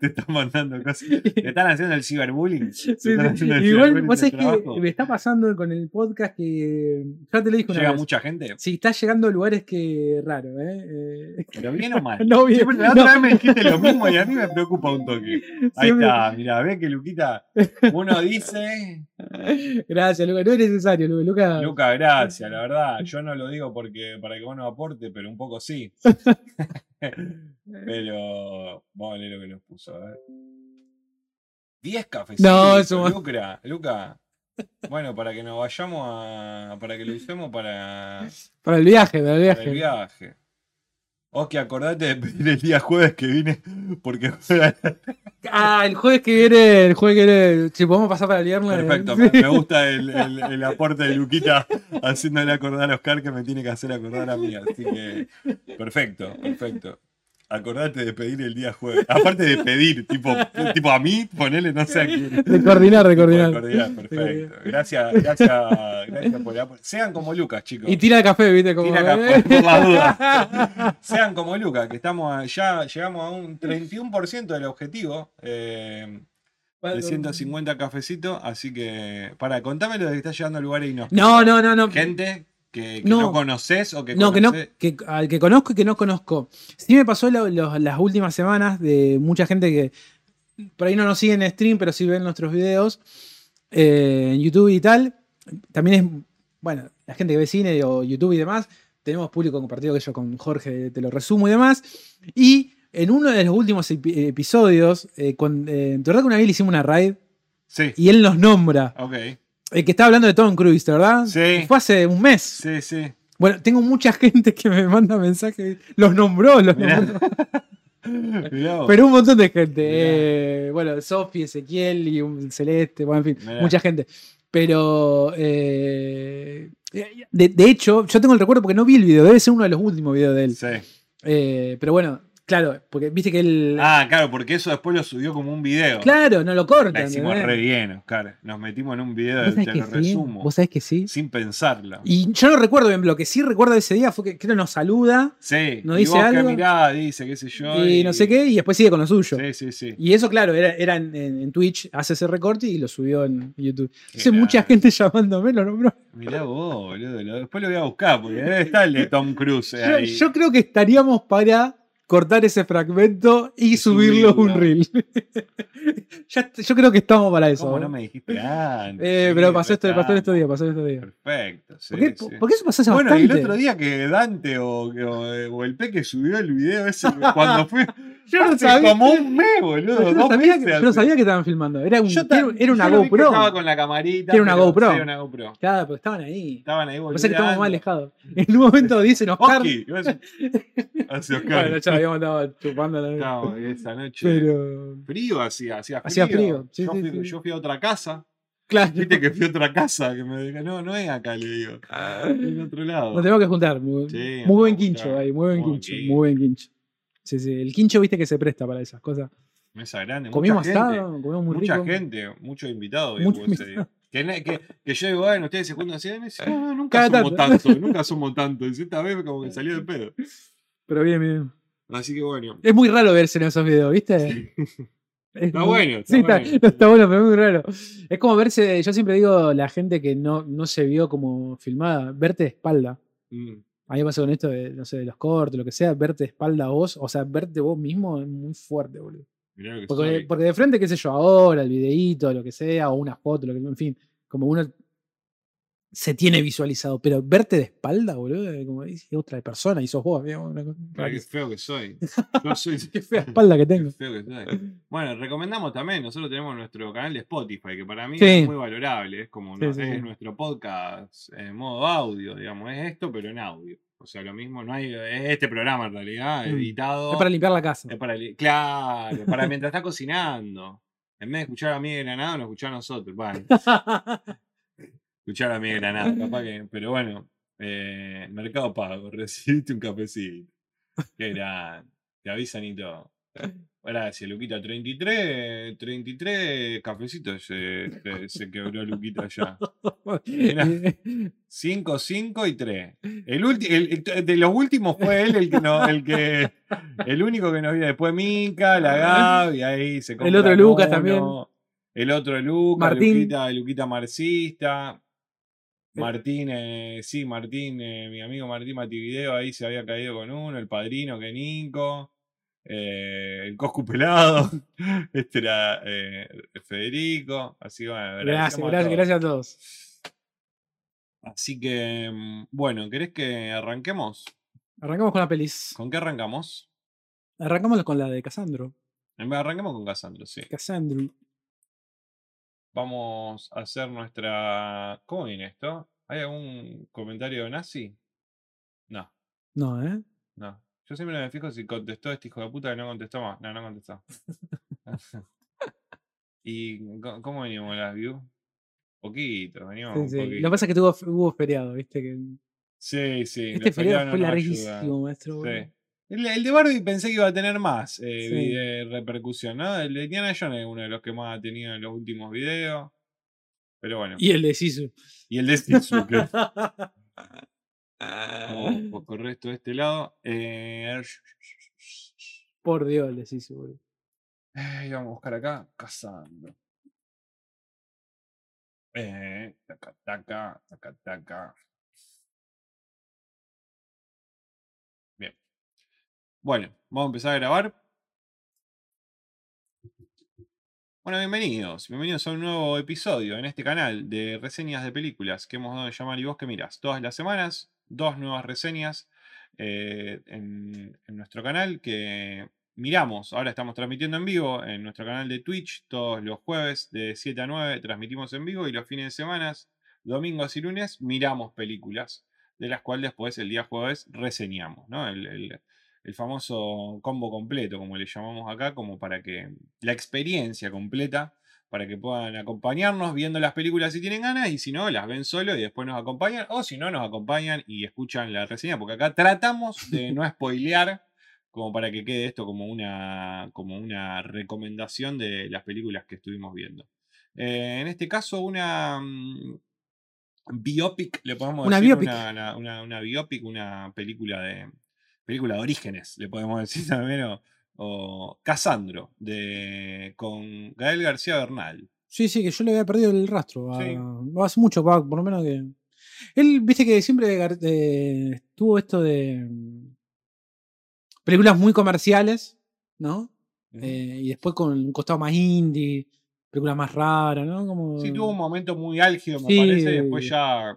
Speaker 1: te están mandando cosas. Te están haciendo el ciberbullying.
Speaker 2: Sí,
Speaker 1: Te están
Speaker 2: sí.
Speaker 1: haciendo el
Speaker 2: Igual,
Speaker 1: ciberbullying
Speaker 2: vos
Speaker 1: del
Speaker 2: sabés
Speaker 1: trabajo.
Speaker 2: que me está pasando con el podcast que ya te lo dije una
Speaker 1: Llega
Speaker 2: vez.
Speaker 1: mucha gente.
Speaker 2: Sí, está llegando a lugares que raro, ¿eh? Eh,
Speaker 1: ¿Pero bien o mal?
Speaker 2: No, bien.
Speaker 1: Siempre- la otra vez
Speaker 2: No.
Speaker 1: me dijiste lo mismo y a mí me preocupa un toque. Ahí
Speaker 2: siempre-
Speaker 1: está, mirá, ve que Luquita, uno dice,
Speaker 2: Gracias, Luca. No es necesario, Luca. Luca-
Speaker 1: Luca, gracias, la verdad, yo no lo digo porque para que vos no aporte, pero un poco sí. pero vamos a leer lo que nos puso, a ver. 10 cafecitos.
Speaker 2: No, eso va-
Speaker 1: Lucra, Luca. Bueno, para que nos vayamos a. para que lo usemos para,
Speaker 2: Para el viaje, para el
Speaker 1: para
Speaker 2: viaje.
Speaker 1: el viaje. O que acordate de pedir el día jueves que vine, porque juega
Speaker 2: Ah, el jueves que viene, el jueves que viene. Si podemos pasar para el viernes.
Speaker 1: Perfecto,
Speaker 2: Sí.
Speaker 1: me, me gusta el, el- el aporte de Luquita haciéndole acordar a Oscar que me tiene que hacer acordar a mí. Así que, perfecto, perfecto. Acordate de pedir el día jueves. Aparte de pedir, tipo, tipo a mí, ponele, no sé a quién.
Speaker 2: De coordinar, de
Speaker 1: Tipo
Speaker 2: coordinar.
Speaker 1: perfecto. Gracias, gracias, gracias por el aporte. Sean como Lucas, chicos.
Speaker 2: Y tira el café, ¿viste? Como,
Speaker 1: Tira acá,
Speaker 2: ¿eh?
Speaker 1: por- por la duda. Sean como Lucas, que estamos a- ya llegamos a un 31% del objetivo. eh, de 150 cafecitos, así que para contame lo de que estás llegando a lugares inhóspitos.
Speaker 2: No, no, no, no.
Speaker 1: Gente que, que no.
Speaker 2: No.
Speaker 1: conoces o que
Speaker 2: no, que no,
Speaker 1: conocés.
Speaker 2: que, al que conozco y que no conozco. Sí me pasó lo- lo- las últimas semanas de mucha gente que por ahí no nos sigue en stream, pero sí ven nuestros videos eh, en YouTube y tal. También es, bueno, la gente que ve cine o YouTube y demás, tenemos público compartido que yo con Jorge te lo resumo y demás. Y en uno de los últimos epi- episodios, eh, con, eh, ¿te acordás que una vez le hicimos una raid?
Speaker 1: Sí,
Speaker 2: Y él nos nombra,
Speaker 1: ok.
Speaker 2: el que está hablando de Tom Cruise, ¿te ¿verdad?
Speaker 1: Sí.
Speaker 2: Fue hace un mes.
Speaker 1: Sí, sí.
Speaker 2: Bueno, tengo mucha gente que me manda mensajes. Los nombró, los
Speaker 1: Mirá.
Speaker 2: nombró.
Speaker 1: Mirá vos.
Speaker 2: Pero un montón de gente.
Speaker 1: Mirá.
Speaker 2: eh, bueno, Sofi, Ezequiel y un Celeste, bueno, en fin,
Speaker 1: Mirá.
Speaker 2: mucha gente. Pero, eh, de, de hecho, yo tengo el recuerdo porque no vi el video, debe ser uno de los últimos videos de él.
Speaker 1: Sí.
Speaker 2: Eh, pero bueno, claro, porque viste que él...
Speaker 1: Ah, claro, porque eso después lo subió como un video.
Speaker 2: claro, no lo cortan.
Speaker 1: La hicimos
Speaker 2: ¿entendés?
Speaker 1: re bien, Oscar. Nos metimos en un video,
Speaker 2: ¿Vos
Speaker 1: te
Speaker 2: sabés
Speaker 1: lo
Speaker 2: que sí?
Speaker 1: resumo.
Speaker 2: ¿Vos sabés que sí?
Speaker 1: Sin pensarla.
Speaker 2: Y yo no recuerdo bien, lo que sí recuerdo de ese día fue que creo nos saluda
Speaker 1: Sí.
Speaker 2: ¿No
Speaker 1: y
Speaker 2: dice
Speaker 1: vos que
Speaker 2: algo?
Speaker 1: mirá, dice, qué sé yo.
Speaker 2: y no sé qué, y después sigue con lo suyo.
Speaker 1: Sí, sí, sí.
Speaker 2: Y eso, claro, era, era en, en- en Twitch, hace ese recorte y lo subió en YouTube. Entonces,
Speaker 1: Mirá.
Speaker 2: mucha gente llamándome, lo nombró.
Speaker 1: Mirá vos, boludo. lo- Después lo voy a buscar, porque debe estar el de Tom Cruise.
Speaker 2: Yo,
Speaker 1: ahí.
Speaker 2: yo creo que estaríamos para cortar ese fragmento y
Speaker 1: Y
Speaker 2: subirlo a un
Speaker 1: subirlo.
Speaker 2: reel. Ya- yo creo que estamos para eso.
Speaker 1: ¿Cómo
Speaker 2: ¿eh?
Speaker 1: no me dijiste antes?
Speaker 2: Eh,
Speaker 1: Sí,
Speaker 2: pero pasó esto,
Speaker 1: verdad.
Speaker 2: pasó estos días, pasó estos días.
Speaker 1: Perfecto, sí,
Speaker 2: ¿Por qué,
Speaker 1: sí.
Speaker 2: por qué eso pasó hace
Speaker 1: Bueno, y
Speaker 2: bastante?
Speaker 1: el otro día que Dante o, o- o el Peque subió el video ese, cuando fue,
Speaker 2: Yo no
Speaker 1: Hace
Speaker 2: sabía.
Speaker 1: Como un mes, boludo.
Speaker 2: Yo no
Speaker 1: dos
Speaker 2: sabía que,
Speaker 1: meses
Speaker 2: yo no
Speaker 1: hace.
Speaker 2: sabía que estaban filmando. Era, un,
Speaker 1: Yo ta-
Speaker 2: era- era una
Speaker 1: yo lo vi que
Speaker 2: GoPro.
Speaker 1: Estaba con la camarita.
Speaker 2: Era una
Speaker 1: pero-
Speaker 2: GoPro.
Speaker 1: sí, una GoPro.
Speaker 2: Claro, porque estaban ahí.
Speaker 1: Estaban ahí, boludo.
Speaker 2: Pasa que estamos mal alejados. En un momento dicen Oscar.
Speaker 1: Hace Oscar.
Speaker 2: Bueno, ya lo habíamos estado chupando la
Speaker 1: Estábamos esa noche.
Speaker 2: Pero.
Speaker 1: Frío hacía, hacía frío.
Speaker 2: Hacía frío, sí,
Speaker 1: yo,
Speaker 2: sí,
Speaker 1: fui,
Speaker 2: sí.
Speaker 1: yo fui a otra casa.
Speaker 2: Claro.
Speaker 1: Viste que fui a otra casa que me dijo, no, no es acá, le digo. Es en otro lado.
Speaker 2: Nos tenemos que juntar. Muy,
Speaker 1: Sí,
Speaker 2: muy
Speaker 1: nos tenemos
Speaker 2: buen
Speaker 1: que
Speaker 2: quincho
Speaker 1: juntar.
Speaker 2: ahí, muy buen
Speaker 1: Muy
Speaker 2: quincho.
Speaker 1: bien.
Speaker 2: Muy buen quincho. Sí, sí. El quincho, viste que se presta para esas cosas.
Speaker 1: Mesa grande.
Speaker 2: Comimos
Speaker 1: mucha gente,
Speaker 2: asado, comimos muy
Speaker 1: Mucha
Speaker 2: rico.
Speaker 1: gente, muchos invitados.
Speaker 2: Mucho
Speaker 1: hubo ese día. Que, na- que, que yo digo, bueno, ustedes se juntan así. y me dicen, No, no, nunca
Speaker 2: Cada
Speaker 1: somos
Speaker 2: tanto.
Speaker 1: tanto, nunca somos tanto. Y esta vez como que salió de pedo.
Speaker 2: Pero bien, bien.
Speaker 1: Así que bueno.
Speaker 2: Es muy raro verse en esos videos, ¿viste? Es
Speaker 1: Está
Speaker 2: muy-
Speaker 1: bueno, está
Speaker 2: Sí, está,
Speaker 1: bueno.
Speaker 2: no, está bueno, pero es muy raro. Es como verse, yo siempre digo, la gente que no, no se vio como filmada, verte de espalda.
Speaker 1: Mm.
Speaker 2: A mí me pasa con esto de, no sé, de los cortes, lo que sea, verte de espalda a vos, o sea, verte vos mismo es muy fuerte, boludo.
Speaker 1: Mirá lo que
Speaker 2: Porque,
Speaker 1: soy.
Speaker 2: porque de frente, qué sé yo, ahora, el videíto, lo que sea, o una foto, lo que, en fin, como uno se tiene visualizado, pero verte de espalda, boludo, es como dice otra persona y sos vos, digamos, una cosa
Speaker 1: Mirá qué
Speaker 2: rarísima.
Speaker 1: feo que soy. Yo soy.
Speaker 2: Qué fea espalda que tengo.
Speaker 1: Feo que soy. Bueno, recomendamos también, nosotros tenemos nuestro canal de Spotify, que para mí
Speaker 2: Sí.
Speaker 1: es muy valorable, es como
Speaker 2: Sí,
Speaker 1: no-
Speaker 2: sí,
Speaker 1: es
Speaker 2: sí.
Speaker 1: nuestro podcast en modo audio, digamos, es esto, pero en audio. O sea, lo mismo, no hay, es este programa en realidad,
Speaker 2: Mm.
Speaker 1: editado.
Speaker 2: Es para limpiar la casa.
Speaker 1: es para li- claro, para mientras estás cocinando. En vez de escuchar a mí de Granado, nos escuchar a nosotros. Bueno, escuchar a mí de Granado, capaz que. Pero bueno, eh, Mercado Pago, recibiste un cafecito. Qué gran. Te avisan y todo. Gracias, Luquita. 33, 33 cafecitos se, se- se quebró Luquita ya. 5, 5 y 3. El ulti- el- el- de los últimos fue él el que, no, el que el único que nos vio. Después Mica, la Gaby, ahí se compran
Speaker 2: Ah. otro Lucas también.
Speaker 1: El otro Lucas,
Speaker 2: Martín.
Speaker 1: Luquita, Luquita Marxista. Martín, eh, sí, Martín, eh, mi amigo Martín Mativideo ahí se había caído con uno, el padrino que Nico, eh, el Coscu Pelado, este era eh, Federico, así que bueno,
Speaker 2: gracias,
Speaker 1: agradecemos a
Speaker 2: gracias,
Speaker 1: todos.
Speaker 2: gracias a todos.
Speaker 1: Así que, mm, bueno, ¿querés que arranquemos?
Speaker 2: Arrancamos con la pelis.
Speaker 1: ¿Con qué arrancamos?
Speaker 2: Arrancamos con la de Cassandro.
Speaker 1: Eh, Arranquemos con Casandro, sí.
Speaker 2: Cassandro.
Speaker 1: Vamos a hacer nuestra... ¿Cómo viene esto? ¿Hay algún comentario nazi? No,
Speaker 2: No, ¿eh?
Speaker 1: no. Yo siempre me fijo si contestó este hijo de puta que no contestó más. No, no contestó. ¿Y co- cómo venimos las views? Poquito, venimos
Speaker 2: Sí,
Speaker 1: un
Speaker 2: sí. Lo
Speaker 1: poquito.
Speaker 2: que pasa es que tuvo, hubo feriado, ¿viste? Que
Speaker 1: Sí, sí.
Speaker 2: este
Speaker 1: los
Speaker 2: feriado
Speaker 1: feriados
Speaker 2: fue
Speaker 1: no nos
Speaker 2: larguísimo,
Speaker 1: ayudan.
Speaker 2: maestro. boludo.
Speaker 1: Sí. El, el de Barbie pensé que iba a tener más eh,
Speaker 2: Sí.
Speaker 1: vi- eh, repercusión, ¿no? El de Indiana Jones es uno de los que más ha tenido en los últimos videos. Pero bueno. Y,
Speaker 2: Y el de Sisu.
Speaker 1: el de Sisu, que
Speaker 2: Ah,
Speaker 1: vamos por correcto de este lado. Eh,
Speaker 2: Por Dios, el de Sisu, boludo.
Speaker 1: eh, vamos a buscar acá. Cazando. Eh, taca, taca, taca, taca. Bien. Bueno, vamos a empezar a grabar. Bueno, bienvenidos. Bienvenidos a un nuevo episodio en este canal de reseñas de películas que hemos dado de llamar y vos que mirás. Todas las semanas, dos nuevas reseñas eh, en, en nuestro canal que miramos. Ahora estamos transmitiendo en vivo en nuestro canal de Twitch todos los jueves de 7 a 9 transmitimos en vivo y los fines de semana, domingos y lunes, miramos películas de las cuales después el día jueves reseñamos, ¿no? El- el- el famoso combo completo, como le llamamos acá, como para que la experiencia completa para que puedan acompañarnos viendo las películas si tienen ganas y si no, las ven solo y después nos acompañan o si no, nos acompañan y escuchan la reseña porque acá tratamos de no spoilear como para que quede esto como una, como una recomendación de las películas que estuvimos viendo. Eh, en este caso, una mm, biopic, le podemos
Speaker 2: Una
Speaker 1: decir,
Speaker 2: biopic.
Speaker 1: Una, una- una- una biopic, una película de, película de orígenes, le podemos decir también, o- o Casandro, de, con Gael García Bernal.
Speaker 2: Sí, sí, que yo le había perdido el rastro. a-
Speaker 1: Sí.
Speaker 2: Hace mucho, pa- por lo menos que. Él, viste que siempre gar- eh, tuvo esto de. mm, Películas muy comerciales, ¿no?
Speaker 1: Ujú.
Speaker 2: Eh, y después con un costado más indie, películas más raras, ¿no? Como...
Speaker 1: sí, tuvo un momento muy álgido, me
Speaker 2: Sí.
Speaker 1: parece, y después ya.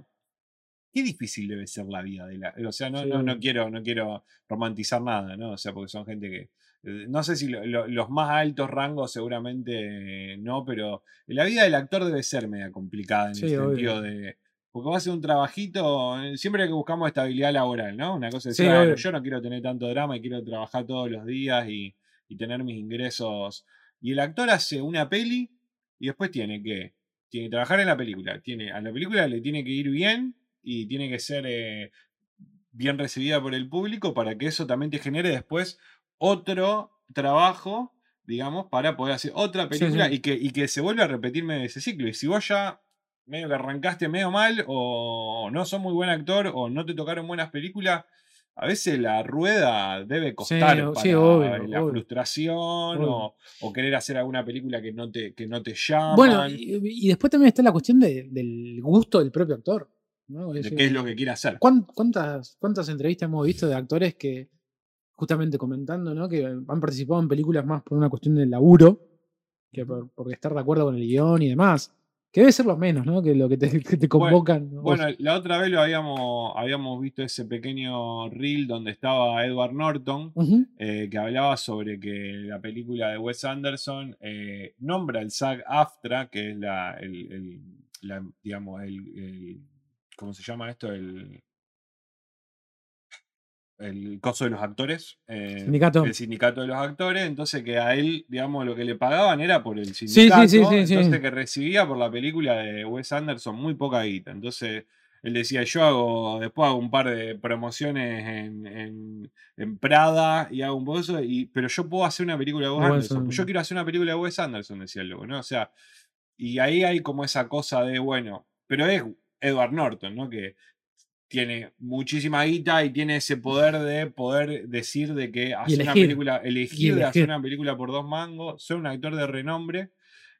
Speaker 1: Qué difícil debe ser la vida de la. O sea, no, no,
Speaker 2: Sí.
Speaker 1: no quiero, no quiero romantizar nada, ¿no? O sea, porque son gente que eh, No sé si lo- lo- los más altos rangos seguramente eh, no, pero la vida del actor debe ser media complicada en
Speaker 2: Sí,
Speaker 1: el
Speaker 2: obvio.
Speaker 1: sentido de. Porque va a ser un trabajito, eh, siempre que buscamos estabilidad laboral, ¿no? Una cosa de
Speaker 2: Sí,
Speaker 1: decir, "Ah,
Speaker 2: obvio.
Speaker 1: yo no quiero tener tanto drama y quiero trabajar todos los días y, y tener mis ingresos. Y el actor hace una peli y después tiene que, tiene que trabajar en la película. Tiene, a la película le tiene que ir bien y tiene que ser eh, bien recibida por el público para que eso también te genere después otro trabajo, digamos, para poder hacer otra
Speaker 2: Sí,
Speaker 1: película
Speaker 2: sí.
Speaker 1: Y, que, y que se vuelva a repetirme ese ciclo. Y si vos ya medio que arrancaste medio mal o no sos muy buen actor o no te tocaron buenas películas, a veces la rueda debe costar
Speaker 2: o-
Speaker 1: para
Speaker 2: sí, obvio,
Speaker 1: la
Speaker 2: obvio.
Speaker 1: frustración o, o querer hacer alguna película que no te, que no te llaman.
Speaker 2: Bueno, y, y después también está la cuestión de- del gusto del propio actor. ¿no? Es
Speaker 1: de
Speaker 2: decir,
Speaker 1: qué es lo que quiere hacer.
Speaker 2: ¿cuán- ¿Cuántas, cuántas entrevistas hemos visto de actores que, justamente comentando, ¿no? que han participado en películas más por una cuestión del laburo que por, por estar de acuerdo con el guión y demás? Que debe ser lo menos, ¿no? Que lo que te, que te convocan. ¿no?
Speaker 1: Bueno, la otra vez lo habíamos, habíamos visto ese pequeño reel donde estaba Edward Norton,
Speaker 2: Ujú.
Speaker 1: eh, que hablaba sobre que la película de Wes Anderson eh, nombra el SAG AFTRA, que es la, el, el- la- digamos, el, el- ¿cómo se llama esto? El, el coso de los actores. eh,
Speaker 2: Sindicato.
Speaker 1: El sindicato de los actores. Entonces que a él, digamos, lo que le pagaban era por el
Speaker 2: sí,
Speaker 1: sindicato.
Speaker 2: sí, sí, sí.
Speaker 1: entonces que recibía por la película de Wes Anderson muy poca guita. Entonces él decía, yo hago, después hago un par de promociones en, en- en Prada y hago un poco eso, y, pero yo puedo hacer una película de Wes
Speaker 2: De Wes
Speaker 1: Anderson. Yo
Speaker 2: Anderson.
Speaker 1: quiero hacer una película de Wes Anderson, decía el loco, ¿no? O sea, y ahí hay como esa cosa de, bueno, pero es Edward Norton, ¿no? Que tiene muchísima guita y tiene ese poder de poder decir de que hacer una
Speaker 2: elegir.
Speaker 1: película, elegir de hacer
Speaker 2: elegir.
Speaker 1: una película por dos mangos, ser un actor de renombre,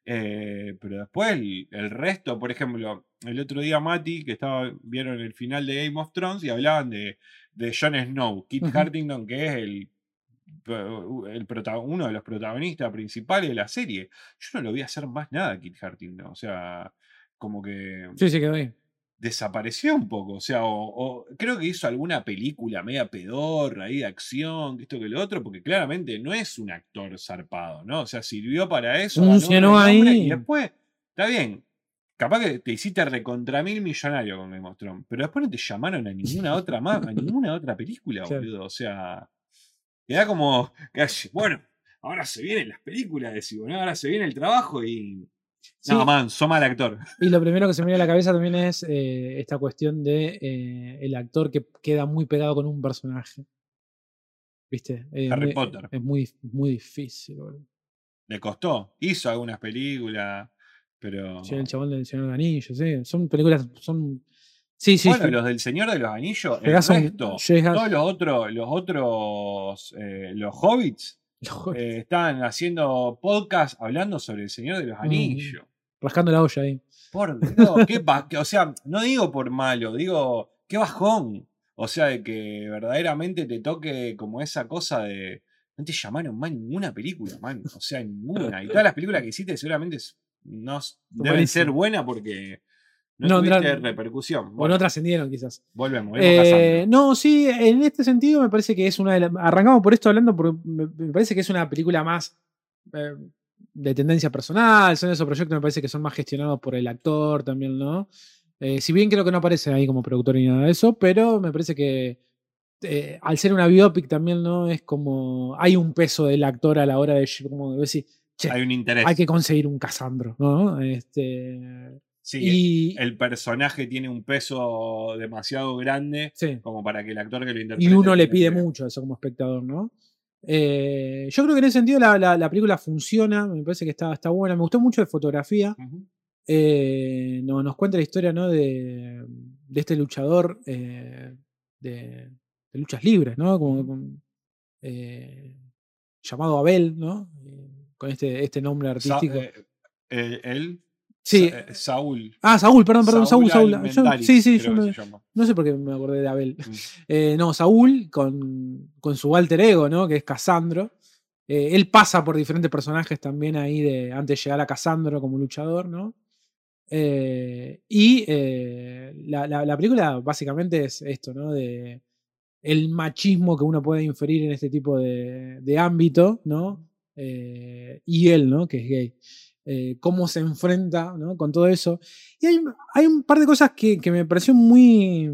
Speaker 1: eh, pero después el, el resto, por ejemplo, el otro día Mati, que estaba, vieron el final de Game of Thrones y hablaban de, de Jon Snow, Kit
Speaker 2: Ujú.
Speaker 1: Hartington, que es el, el prota- uno de los protagonistas principales de la serie. Yo no lo vi hacer más nada a Kit Hartington, o sea, como que
Speaker 2: Sí, sí, quedó ahí.
Speaker 1: desapareció un poco. O sea, o, o creo que hizo alguna película media pedorra ahí de acción, que esto que lo otro, porque claramente no es un actor zarpado, ¿no? O sea, sirvió para eso. ganó un
Speaker 2: Funcionó
Speaker 1: renombre,
Speaker 2: ahí.
Speaker 1: Y después, está bien. Capaz que te hiciste recontra mil millonario con Game of Thrones, pero después no te llamaron a ninguna otra más, a ninguna otra película,
Speaker 2: Claro.
Speaker 1: boludo. O sea, queda como, que, bueno, ahora se vienen las películas, decimos, ¿no? ahora se viene el trabajo y.
Speaker 2: Sí,
Speaker 1: No, man, sos mal actor.
Speaker 2: Y lo primero que se me viene a la cabeza también es eh, esta cuestión de eh, el actor que queda muy pegado con un personaje. ¿Viste? Eh,
Speaker 1: Harry
Speaker 2: muy-
Speaker 1: Potter.
Speaker 2: Es muy, muy difícil, boludo.
Speaker 1: le costó. Hizo algunas películas, pero.
Speaker 2: Sí, El chabón del Señor de los Anillos, sí. Son películas, son. Sí, sí.
Speaker 1: bueno,
Speaker 2: sí.
Speaker 1: los del Señor de los Anillos, el
Speaker 2: Llegas a un-
Speaker 1: resto,
Speaker 2: llegas-
Speaker 1: todos los otros, los otros, eh, los hobbits,
Speaker 2: Joder,
Speaker 1: eh, están haciendo podcast hablando sobre el Señor de los Anillos.
Speaker 2: rascando la olla ahí.
Speaker 1: Por Dios, qué ba- que- o sea, no digo por malo, digo, qué bajón. O sea, de que verdaderamente te toque como esa cosa de. No te llamaron más ninguna película, man. O sea, ninguna. Y todas las películas que hiciste seguramente s- no s- deben
Speaker 2: Buenísimo.
Speaker 1: ser buenas porque no,
Speaker 2: No
Speaker 1: tuviste
Speaker 2: entraron-
Speaker 1: repercusión.
Speaker 2: O no
Speaker 1: Bueno,
Speaker 2: trascendieron, quizás.
Speaker 1: volvemos, volvemos a Sandra.
Speaker 2: Eh, no, sí, en este sentido me parece que es una de las. Arrancamos por esto hablando porque me, me parece que es una película más eh, de tendencia personal. Son esos proyectos, me parece que son más gestionados por el actor también, ¿no? Eh, si bien creo que no aparece ahí como productor ni nada de eso, pero me parece que eh, al ser una biopic también, ¿no? Es como. Hay un peso del actor a la hora de. Como decir, che,
Speaker 1: Hay un interés.
Speaker 2: hay que conseguir un Casandro, ¿no? Este,
Speaker 1: Sí,
Speaker 2: y.
Speaker 1: el personaje tiene un peso demasiado grande
Speaker 2: sí.
Speaker 1: como para que el actor que lo interprete.
Speaker 2: y uno le
Speaker 1: tenga
Speaker 2: pide
Speaker 1: que-
Speaker 2: mucho a eso como espectador, ¿no? Eh, yo creo que en ese sentido la, la- la película funciona, me parece que está, está buena. Me gustó mucho de fotografía.
Speaker 1: Ujú.
Speaker 2: Eh, no- nos cuenta la historia ¿no? de, de este luchador eh, de, de luchas libres, ¿no? Como, como, eh, llamado Abel, ¿no? Eh, Con este, este nombre
Speaker 1: Sa-
Speaker 2: artístico.
Speaker 1: eh, eh, él,
Speaker 2: sí.
Speaker 1: Sa- eh, Saúl.
Speaker 2: ah, Saúl, perdón, perdón, Saúl, Saúl. Yo-
Speaker 1: Alimentaris,
Speaker 2: sí, sí, yo
Speaker 1: creo que
Speaker 2: me-
Speaker 1: se llama.
Speaker 2: no sé por qué me acordé de Abel.
Speaker 1: Mm.
Speaker 2: Eh, no, Saúl con, con su alter ego, ¿no? Que es Casandro. Eh, él pasa por diferentes personajes también ahí de, antes de llegar a Casandro como luchador, ¿no? Eh, y eh, la, la- la película básicamente es esto, ¿no? De el machismo que uno puede inferir en este tipo de, de ámbito, ¿no? Eh, y él, ¿no? Que es gay. Eh, cómo se enfrenta ¿no? con todo eso. Y hay, hay un par de cosas que, que me pareció muy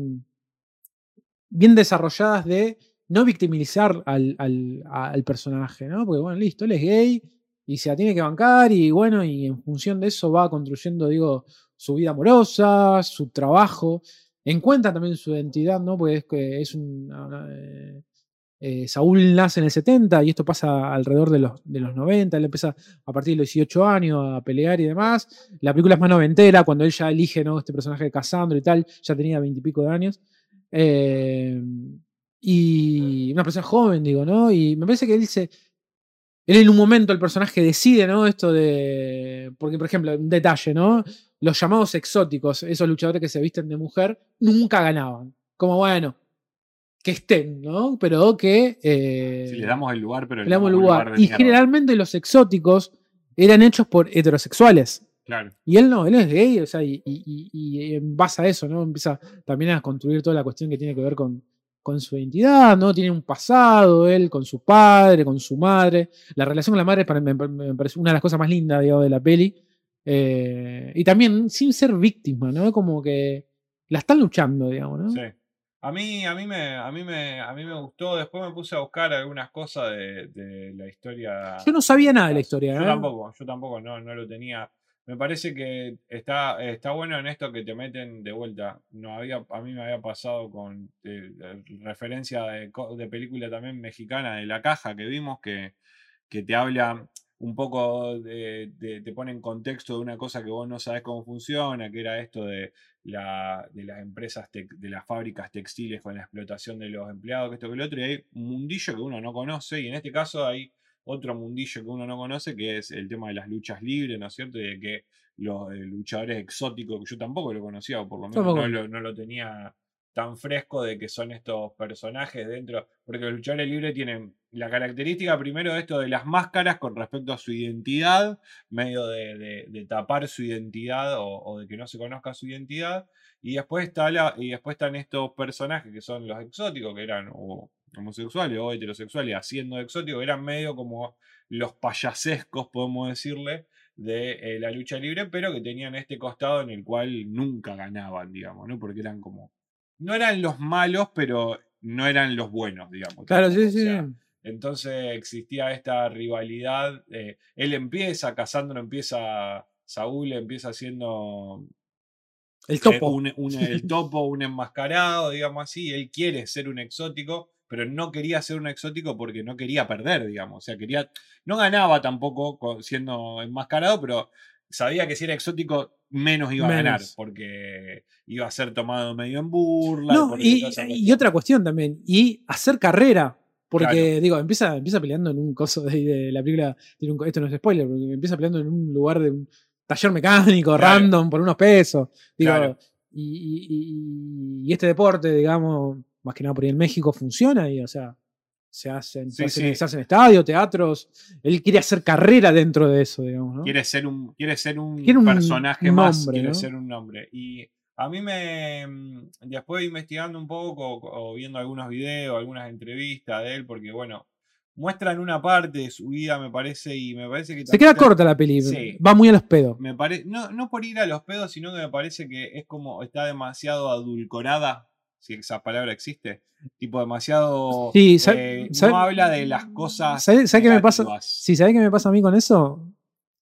Speaker 2: bien desarrolladas de no victimizar al, al, al personaje, ¿no? Porque, bueno, listo, él es gay y se la tiene que bancar y, bueno, y en función de eso va construyendo, digo, su vida amorosa, su trabajo, encuentra también su identidad, ¿no? Porque es, que es un... eh, eh, Saúl nace en el 70 y esto pasa alrededor de los, de los 90, él empieza a partir de los 18 años a pelear y demás. La película es más noventera, cuando él ya elige, ¿no? Este personaje de Cassandra y tal, ya tenía 20 y pico de años. Eh, y una persona joven, digo, ¿no? Y me parece que él se. Él en un momento, el personaje decide, ¿no? Esto de. Porque, por ejemplo, un detalle, ¿no? Los llamados exóticos, esos luchadores que se visten de mujer, nunca ganaban. Como, bueno, que estén, ¿no? Pero que. eh,
Speaker 1: Si le damos el lugar, pero
Speaker 2: le damos
Speaker 1: un
Speaker 2: lugar.
Speaker 1: de
Speaker 2: Y
Speaker 1: mierda.
Speaker 2: generalmente los exóticos eran hechos por heterosexuales.
Speaker 1: Claro.
Speaker 2: Y él no, él es gay, o sea, y, y- y- y en base a eso, ¿no? Empieza también a construir toda la cuestión que tiene que ver con, con su identidad, ¿no? Tiene un pasado, él, con su padre, con su madre. La relación con la madre para- me, me parece una de las cosas más lindas, digamos, de la peli. Eh, y también sin ser víctima, ¿no? Como que la están luchando, digamos, ¿no?
Speaker 1: Sí. A mí, a mí me, a mí me, a mí me gustó. Después me puse a buscar algunas cosas de, de la historia.
Speaker 2: Yo no sabía nada de la
Speaker 1: Ah,
Speaker 2: historia,
Speaker 1: Yo
Speaker 2: ¿eh?
Speaker 1: tampoco, yo tampoco, no, no lo tenía. Me parece que está, está bueno en esto que te meten de vuelta. No había, a mí me había pasado con eh, eh, referencia de, co- de película también mexicana, de La Caja, que vimos, que, que te habla un poco, de, de- te pone en contexto de una cosa que vos no sabés cómo funciona, que era esto de, la, de las empresas, tec- de las fábricas textiles con la explotación de los empleados, que esto que lo otro, y hay un mundillo que uno no conoce, y en este caso hay otro mundillo que uno no conoce, que es el tema de las luchas libres, ¿no es cierto? Y de que los eh, luchadores exóticos, que yo tampoco lo conocía, o por lo menos
Speaker 2: Tampoco.
Speaker 1: no lo, no lo tenía tan fresco de que son estos personajes dentro, porque los luchadores libres tienen la característica primero de esto de las máscaras con respecto a su identidad, medio de, de- de tapar su identidad o, o de que no se conozca su identidad, y después, está la, y después están estos personajes que son los exóticos, que eran o homosexuales o heterosexuales, haciendo exóticos, eran medio como los payasescos, podemos decirle, de eh, la lucha libre, pero que tenían este costado en el cual nunca ganaban, digamos, ¿no? Porque eran como. No eran los malos, pero no eran los buenos, digamos.
Speaker 2: Claro,
Speaker 1: tampoco,
Speaker 2: sí,
Speaker 1: o
Speaker 2: sí.
Speaker 1: sea,
Speaker 2: sí.
Speaker 1: entonces existía esta rivalidad. eh, él empieza, Casandro empieza, Saúl empieza siendo
Speaker 2: El
Speaker 1: eh,
Speaker 2: topo.
Speaker 1: un- un- el topo, un enmascarado, digamos así. Él quiere ser un exótico, pero no quería ser un exótico porque no quería perder, digamos. O sea, quería. No ganaba tampoco co- siendo enmascarado, pero sabía que si era exótico, menos iba a ganar,
Speaker 2: Menos.
Speaker 1: porque iba a ser tomado medio en burla.
Speaker 2: No,
Speaker 1: porque
Speaker 2: y,
Speaker 1: toda esa
Speaker 2: y
Speaker 1: cuestión.
Speaker 2: otra cuestión también, y hacer carrera. Porque, digo, empieza, empieza peleando en un coso de, de la película. tiene un co- esto no es spoiler, porque empieza peleando en un lugar de un taller mecánico,
Speaker 1: Claro.
Speaker 2: random, por unos pesos. Digo,
Speaker 1: Claro.
Speaker 2: y, y- y- y este deporte, digamos, más que nada por ahí en México, funciona y, o sea, se hacen, se,
Speaker 1: Sí,
Speaker 2: hacen,
Speaker 1: sí.
Speaker 2: se hacen estadios, teatros. Él quiere hacer carrera dentro de eso, digamos, ¿no?
Speaker 1: Quiere ser un, quiere ser un,
Speaker 2: Quiere un
Speaker 1: personaje más,
Speaker 2: nombre,
Speaker 1: quiere
Speaker 2: ¿no?
Speaker 1: ser un nombre. Y a mí me. mm, Después investigando un poco o, o viendo algunos videos, algunas entrevistas de él, porque bueno, muestran una parte de su vida, me parece, y me parece que.
Speaker 2: Se queda
Speaker 1: también-
Speaker 2: corta la peli,
Speaker 1: Sí.
Speaker 2: va muy a los pedos.
Speaker 1: me pare- no, no por ir a los pedos, sino que me parece que es como está demasiado adulcorada, si esa palabra existe. Tipo, demasiado.
Speaker 2: Sí, sa- sabe-
Speaker 1: Eh, no habla de las cosas.
Speaker 2: ¿Sabe- sabe qué me pasa?
Speaker 1: negativas
Speaker 2: Sí, ¿sabés qué me pasa a mí con eso?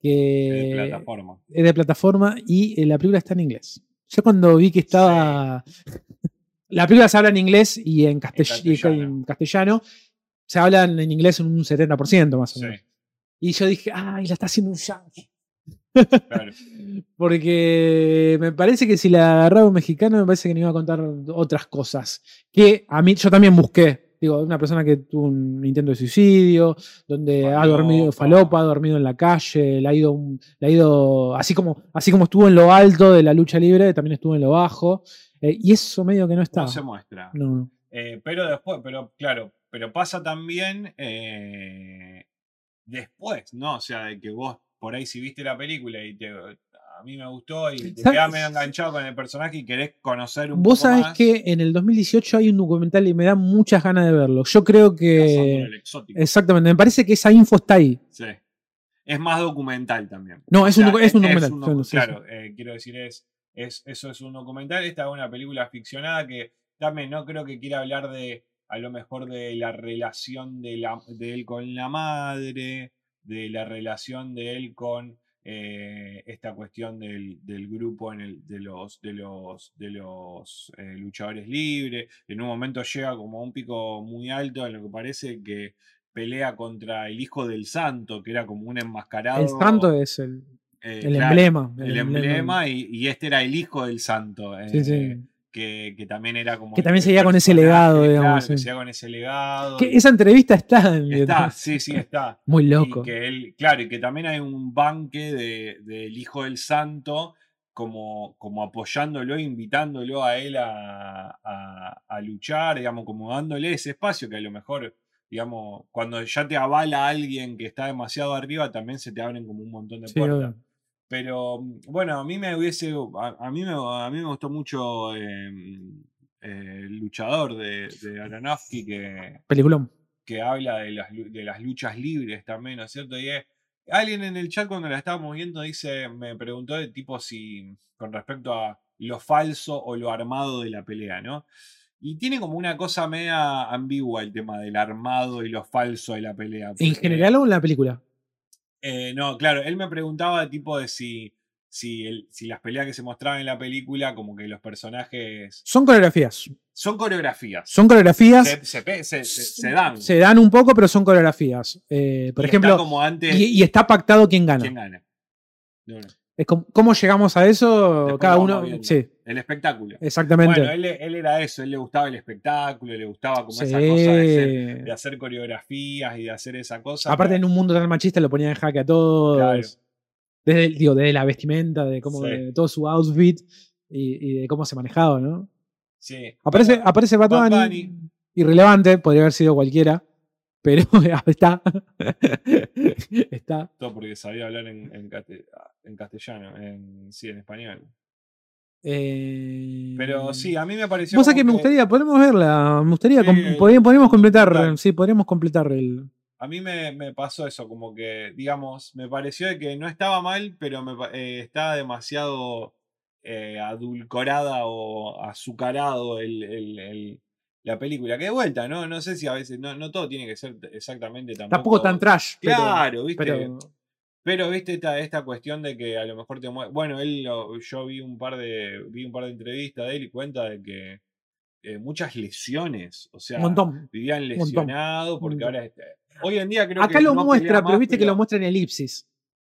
Speaker 1: de
Speaker 2: Que
Speaker 1: plataforma.
Speaker 2: es de plataforma y eh, la película está en inglés. Yo cuando vi que estaba. La película se habla en inglés y en, castell- y con-
Speaker 1: castellano.
Speaker 2: en castellano. Se hablan en inglés en un 70% más o
Speaker 1: Sí,
Speaker 2: menos. Y yo dije, ay, la está haciendo un yankee.
Speaker 1: claro.
Speaker 2: Porque me parece que si la agarraba un mexicano, me parece que no iba a contar otras cosas. Que a mí, yo también busqué. Digo, una persona que tuvo un intento de suicidio, donde ha dormido
Speaker 1: Falopa.
Speaker 2: falopa, ha dormido en la calle, le ha ido, un- le ha ido así, como, así como estuvo en lo alto de la lucha libre, también estuvo en lo bajo. Eh, y eso medio que no está.
Speaker 1: No se muestra.
Speaker 2: No, no.
Speaker 1: Eh, pero después, pero claro, pero pasa también eh, después, ¿no? O sea, de que vos por ahí si viste la película y te a mí me gustó y te
Speaker 2: ¿Sabes?
Speaker 1: quedás medio enganchado con el personaje y querés conocer un
Speaker 2: Vos
Speaker 1: poco
Speaker 2: sabés
Speaker 1: más.
Speaker 2: que en el 2018 hay un documental y me da muchas ganas de verlo. Yo creo
Speaker 1: Cazando
Speaker 2: que.
Speaker 1: el exótico.
Speaker 2: Exactamente, me parece que esa info está ahí.
Speaker 1: Sí. Es más documental también.
Speaker 2: No, es un,
Speaker 1: O
Speaker 2: docu-
Speaker 1: sea,
Speaker 2: es un
Speaker 1: es
Speaker 2: documental.
Speaker 1: un
Speaker 2: yo
Speaker 1: docu-
Speaker 2: no sé,
Speaker 1: claro, eh, quiero decir, es, es, eso es un documental. Esta es una película ficcionada que también no creo que quiera hablar de, a lo mejor, de la relación de, la, de él con la madre, de la relación de él con eh, esta cuestión del, del grupo en el, de los, de los, de los eh, luchadores libres. En un momento llega como a un pico muy alto en lo que parece que pelea contra el hijo del santo, que era como un enmascarado.
Speaker 2: El santo es el,
Speaker 1: eh,
Speaker 2: el
Speaker 1: claro,
Speaker 2: emblema.
Speaker 1: el emblema y, y este era el hijo del santo, eh,
Speaker 2: Sí, sí.
Speaker 1: Que, que también era como...
Speaker 2: Que
Speaker 1: el-
Speaker 2: también
Speaker 1: el
Speaker 2: seguía con ese
Speaker 1: personaje,
Speaker 2: legado,
Speaker 1: claro,
Speaker 2: digamos,
Speaker 1: que
Speaker 2: sí.
Speaker 1: seguía con ese legado.
Speaker 2: Que
Speaker 1: y-
Speaker 2: esa entrevista está en
Speaker 1: está,
Speaker 2: YouTube.
Speaker 1: sí, sí, está.
Speaker 2: Muy
Speaker 1: Y
Speaker 2: loco.
Speaker 1: que él, claro, y que también hay un banque de- del hijo del santo como, como apoyándolo, invitándolo a él a, a- a luchar, digamos, como dándole ese espacio que a lo mejor, digamos, cuando ya te avala alguien que está demasiado arriba, también se te abren como un montón de
Speaker 2: Sí,
Speaker 1: puertas.
Speaker 2: obvio.
Speaker 1: Pero mm, bueno, a mí me hubiese. A, a mí, me, a mí me gustó mucho eh, eh, el luchador de, de Aronofsky que,
Speaker 2: Peliculón.
Speaker 1: que habla de las, lu- de las luchas libres también, ¿no es cierto? Y es, alguien en el chat cuando la estábamos viendo dice, me preguntó de tipo si con respecto a lo falso o lo armado de la pelea, ¿no? Y tiene como una cosa media ambigua el tema del armado y lo falso de la pelea.
Speaker 2: ¿En
Speaker 1: porque-
Speaker 2: general o en la película?
Speaker 1: eh, no, claro, él me preguntaba tipo de si, si, el- si las peleas que se mostraban en la película, como que los personajes...
Speaker 2: Son coreografías.
Speaker 1: Son coreografías.
Speaker 2: Son coreografías.
Speaker 1: Se, se pe- se- se- se dan.
Speaker 2: Se dan un poco, pero son coreografías. Eh, por
Speaker 1: Y está
Speaker 2: ejemplo,
Speaker 1: como antes,
Speaker 2: y, y está pactado quién gana.
Speaker 1: ¿quién gana? De una.
Speaker 2: Es como- ¿Cómo llegamos a eso?
Speaker 1: Después
Speaker 2: Cada
Speaker 1: lo vamos
Speaker 2: uno.
Speaker 1: viendo.
Speaker 2: Sí,
Speaker 1: El espectáculo.
Speaker 2: exactamente.
Speaker 1: Bueno, él, él era eso, él le gustaba el espectáculo, le gustaba como
Speaker 2: Sí.
Speaker 1: esa cosa de, ser- de hacer coreografías y de hacer esa cosa.
Speaker 2: Aparte, en
Speaker 1: pero-
Speaker 2: un mundo tan machista lo ponía en jaque a todos.
Speaker 1: Claro.
Speaker 2: Desde, el- digo, desde la vestimenta, de cómo
Speaker 1: Sí.
Speaker 2: de todo su outfit y, y de cómo se manejaba, ¿no?
Speaker 1: sí.
Speaker 2: Aparece,
Speaker 1: Bueno,
Speaker 2: aparece Bad
Speaker 1: Bad
Speaker 2: Bunny, Irrelevante, podría haber sido cualquiera. Pero está. está.
Speaker 1: todo porque sabía hablar en, en cate- en castellano, en, sí, en español.
Speaker 2: eh,
Speaker 1: Pero sí, a mí me pareció.
Speaker 2: Cosa
Speaker 1: como
Speaker 2: que me gustaría, podemos verla. Me gustaría.
Speaker 1: Sí,
Speaker 2: com-
Speaker 1: eh,
Speaker 2: podríamos, podríamos completar.
Speaker 1: total.
Speaker 2: Sí, podríamos completar el.
Speaker 1: A mí me, me pasó eso, como que, digamos, me pareció de que no estaba mal, pero me, pa- eh, estaba demasiado eh, adulcorada o azucarado el, el- el- la película. Que de vuelta, ¿no? No sé si a veces, no, no todo tiene que ser t- exactamente tampoco.
Speaker 2: Tampoco tan trash. pero-
Speaker 1: Claro, ¿viste?
Speaker 2: Pero,
Speaker 1: Pero, viste esta, esta cuestión de que a lo mejor te mue- Bueno, él lo- yo vi un par de. vi un par de entrevistas de él y cuenta de que eh, muchas lesiones. O sea
Speaker 2: un montón.
Speaker 1: vivían
Speaker 2: montón,
Speaker 1: lesionados porque
Speaker 2: montón.
Speaker 1: ahora este, hoy en día creo que
Speaker 2: Acá lo
Speaker 1: no
Speaker 2: muestra,
Speaker 1: pelea
Speaker 2: pero
Speaker 1: más,
Speaker 2: viste que lo muestra en elipsis.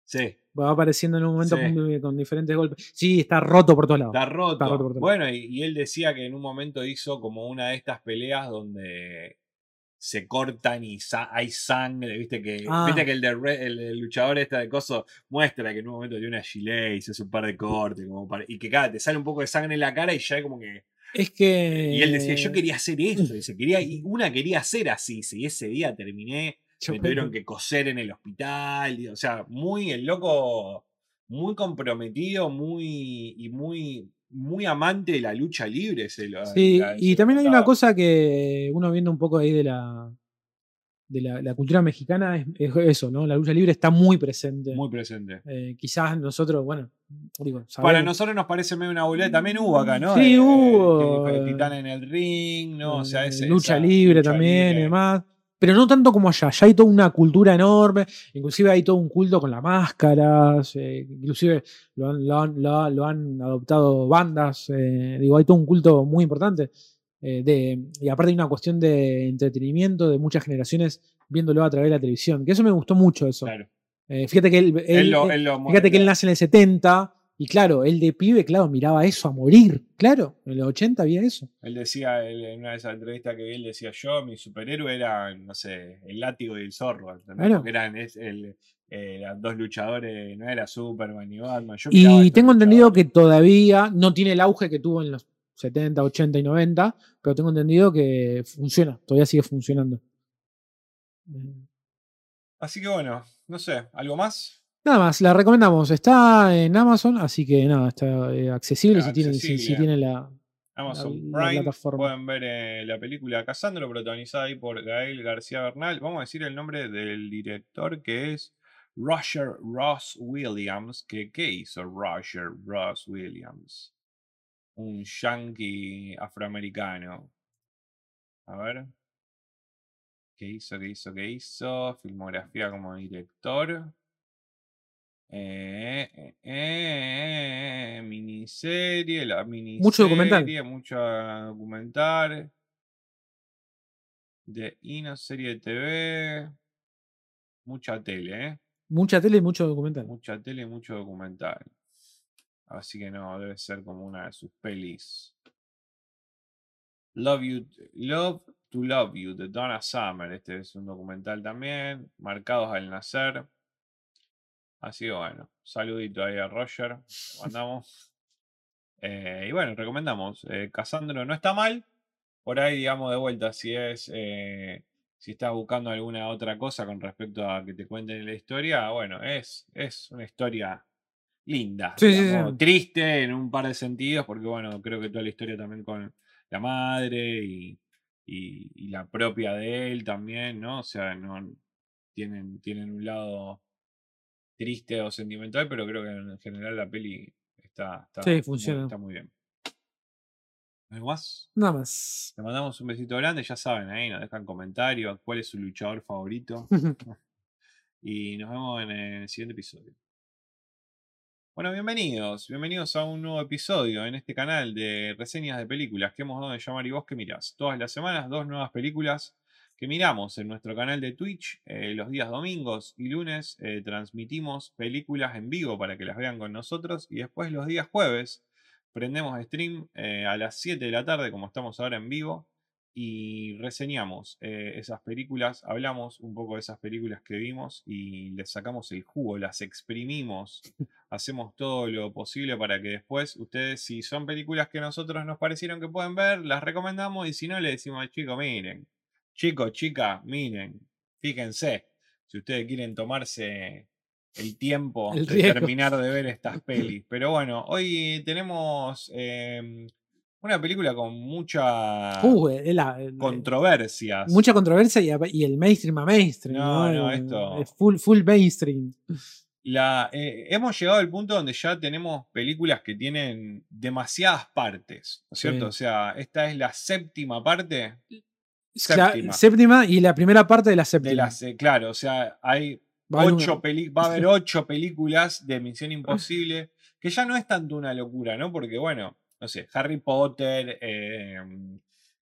Speaker 1: sí
Speaker 2: Va apareciendo en un momento
Speaker 1: Sí.
Speaker 2: con, con diferentes golpes. Sí, está roto por todos lados.
Speaker 1: está roto,
Speaker 2: roto por todos
Speaker 1: bueno y, y él decía que en un momento hizo como una de estas peleas donde se cortan y sa- hay sangre viste que
Speaker 2: Ah.
Speaker 1: viste que el, de Re- el, el luchador esta de coso muestra que en un momento dio una gilet y se hace un par de cortes como para- y que cada te sale un poco de sangre en la cara y ya es como que
Speaker 2: Es que.
Speaker 1: y él decía
Speaker 2: Eh.
Speaker 1: yo quería hacer eso y se quería y una quería hacer así y ese día terminé
Speaker 2: yo-
Speaker 1: me tuvieron que coser en el hospital. y, O sea, muy el loco, muy comprometido, muy y muy muy amante de la lucha libre. Se lo,
Speaker 2: Sí,
Speaker 1: la- se
Speaker 2: y
Speaker 1: lo
Speaker 2: también hay una
Speaker 1: notaba.
Speaker 2: cosa que uno viendo un poco ahí de la. De la, la cultura mexicana es, es eso, ¿no? La lucha libre está muy presente.
Speaker 1: muy presente.
Speaker 2: Eh, quizás nosotros, bueno, digo,
Speaker 1: Para
Speaker 2: sabemos-
Speaker 1: nosotros nos parece medio una boleta. También hubo acá, ¿no?
Speaker 2: Sí,
Speaker 1: Eh,
Speaker 2: hubo,
Speaker 1: que fue
Speaker 2: eh,
Speaker 1: Titán en el ring, ¿no? O sea,
Speaker 2: eh,
Speaker 1: ese-
Speaker 2: lucha
Speaker 1: esa
Speaker 2: libre
Speaker 1: lucha
Speaker 2: también
Speaker 1: libre.
Speaker 2: y demás. Pero no tanto como allá. Allá hay toda una cultura enorme. Inclusive hay todo un culto con las máscaras. eh, inclusive lo han, lo han- lo ha- lo han adoptado bandas. eh, digo, hay todo un culto muy importante. eh, de, y aparte hay una cuestión de entretenimiento de muchas generaciones viéndolo a través de la televisión. Que eso me gustó mucho eso.
Speaker 1: Claro.
Speaker 2: Eh, fíjate que él,
Speaker 1: Él
Speaker 2: él-
Speaker 1: lo-
Speaker 2: él-
Speaker 1: él lo-
Speaker 2: fíjate que él nace en el 70. Y claro, él de pibe, claro, miraba eso a morir. Claro, en los 80 había eso.
Speaker 1: Él decía, él- en una de esas entrevistas que vi, él decía, yo, mi superhéroe era, no sé, el látigo y el zorro. ¿entendés?
Speaker 2: Claro.
Speaker 1: Porque eran es- el- eh, eran dos luchadores, no era Superman y Batman. Yo miraba a
Speaker 2: Y
Speaker 1: estos
Speaker 2: tengo entendido
Speaker 1: luchadores.
Speaker 2: que todavía no tiene el auge que tuvo en los 70, 80 y 90, pero tengo entendido que funciona, todavía sigue Mm. funcionando.
Speaker 1: Así que bueno, no sé, ¿algo más?
Speaker 2: Nada más, la recomendamos. Está en Amazon, así que nada, está eh, accesible, si tienen, si- si
Speaker 1: Accesible.
Speaker 2: tienen la.
Speaker 1: Amazon
Speaker 2: La- la
Speaker 1: Prime.
Speaker 2: plataforma.
Speaker 1: Pueden ver eh, la película Casándolo, protagonizada ahí por Gael García Bernal. Vamos a decir el nombre del director que es Roger Ross Williams. Que, ¿Qué hizo Roger Ross Williams? Un yankee afroamericano. A ver. ¿Qué hizo? ¿Qué hizo? ¿Qué hizo? Filmografía como director. Eh, eh, eh, miniserie, la miniserie,
Speaker 2: documental.
Speaker 1: mucho documental. De Ino, serie de TV. Mucha tele, ¿eh?
Speaker 2: Mucha tele y mucho documental.
Speaker 1: Mucha tele, mucho documental. Así que no, debe ser como una de sus pelis. Love You, Love to Love You, de Donna Summer. Este es un documental también. Marcados al nacer. Así que bueno, saludito ahí a Roger. Le mandamos. Eh, y bueno, recomendamos. Eh, Casándolo no está mal. Por ahí, digamos, de vuelta, si es. eh, si estás buscando alguna otra cosa con respecto a que te cuenten la historia, bueno, es, es una historia linda.
Speaker 2: Sí, sí, sí.
Speaker 1: digamos, Triste en un par de sentidos, porque bueno, creo que toda la historia también con la madre y, y- y la propia de él también, ¿no? O sea, no tienen, tienen un lado triste o sentimental, pero creo que en general la peli está, está,
Speaker 2: Sí,
Speaker 1: muy-
Speaker 2: funciona.
Speaker 1: está muy bien. ¿No hay más?
Speaker 2: Nada más.
Speaker 1: Le mandamos un besito grande, ya saben, ahí nos dejan comentarios, cuál es su luchador favorito. Y nos vemos en el siguiente episodio. Bueno, bienvenidos, bienvenidos a un nuevo episodio en este canal de reseñas de películas que hemos dado en llamar y vos que mirás. Todas las semanas dos nuevas películas que miramos en nuestro canal de Twitch eh, los días domingos y lunes eh, transmitimos películas en vivo para que las vean con nosotros y después los días jueves prendemos stream eh, a las 7 de la tarde como estamos ahora en vivo y reseñamos eh, esas películas, hablamos un poco de esas películas que vimos y les sacamos el jugo, las exprimimos, hacemos todo lo posible para que después ustedes, si son películas que nosotros nos parecieron que pueden ver, las recomendamos y si no, le decimos, chico, miren, chico, chica, miren, fíjense, si ustedes quieren tomarse el tiempo
Speaker 2: El
Speaker 1: de
Speaker 2: riesgo.
Speaker 1: terminar de ver estas pelis. Pero bueno, hoy tenemos em, una película con mucha
Speaker 2: Uh, eh, la- eh,
Speaker 1: controversias.
Speaker 2: mucha controversia y, a- y el mainstream a mainstream.
Speaker 1: No,
Speaker 2: No,
Speaker 1: no,
Speaker 2: Eh,
Speaker 1: esto-
Speaker 2: es full, full mainstream.
Speaker 1: La, eh, hemos llegado al punto donde ya tenemos películas que tienen demasiadas partes, ¿no es ¿cierto?
Speaker 2: Sí.
Speaker 1: O sea, esta es la séptima parte
Speaker 2: Cla-
Speaker 1: Séptima.
Speaker 2: séptima y la primera parte de la séptima.
Speaker 1: de las. eh, claro, o sea, hay
Speaker 2: Va en
Speaker 1: ocho
Speaker 2: una-
Speaker 1: peli- va a haber ocho películas de Misión Imposible, que ya no es tanto una locura, ¿no? Porque, bueno, no sé, Harry Potter, eh,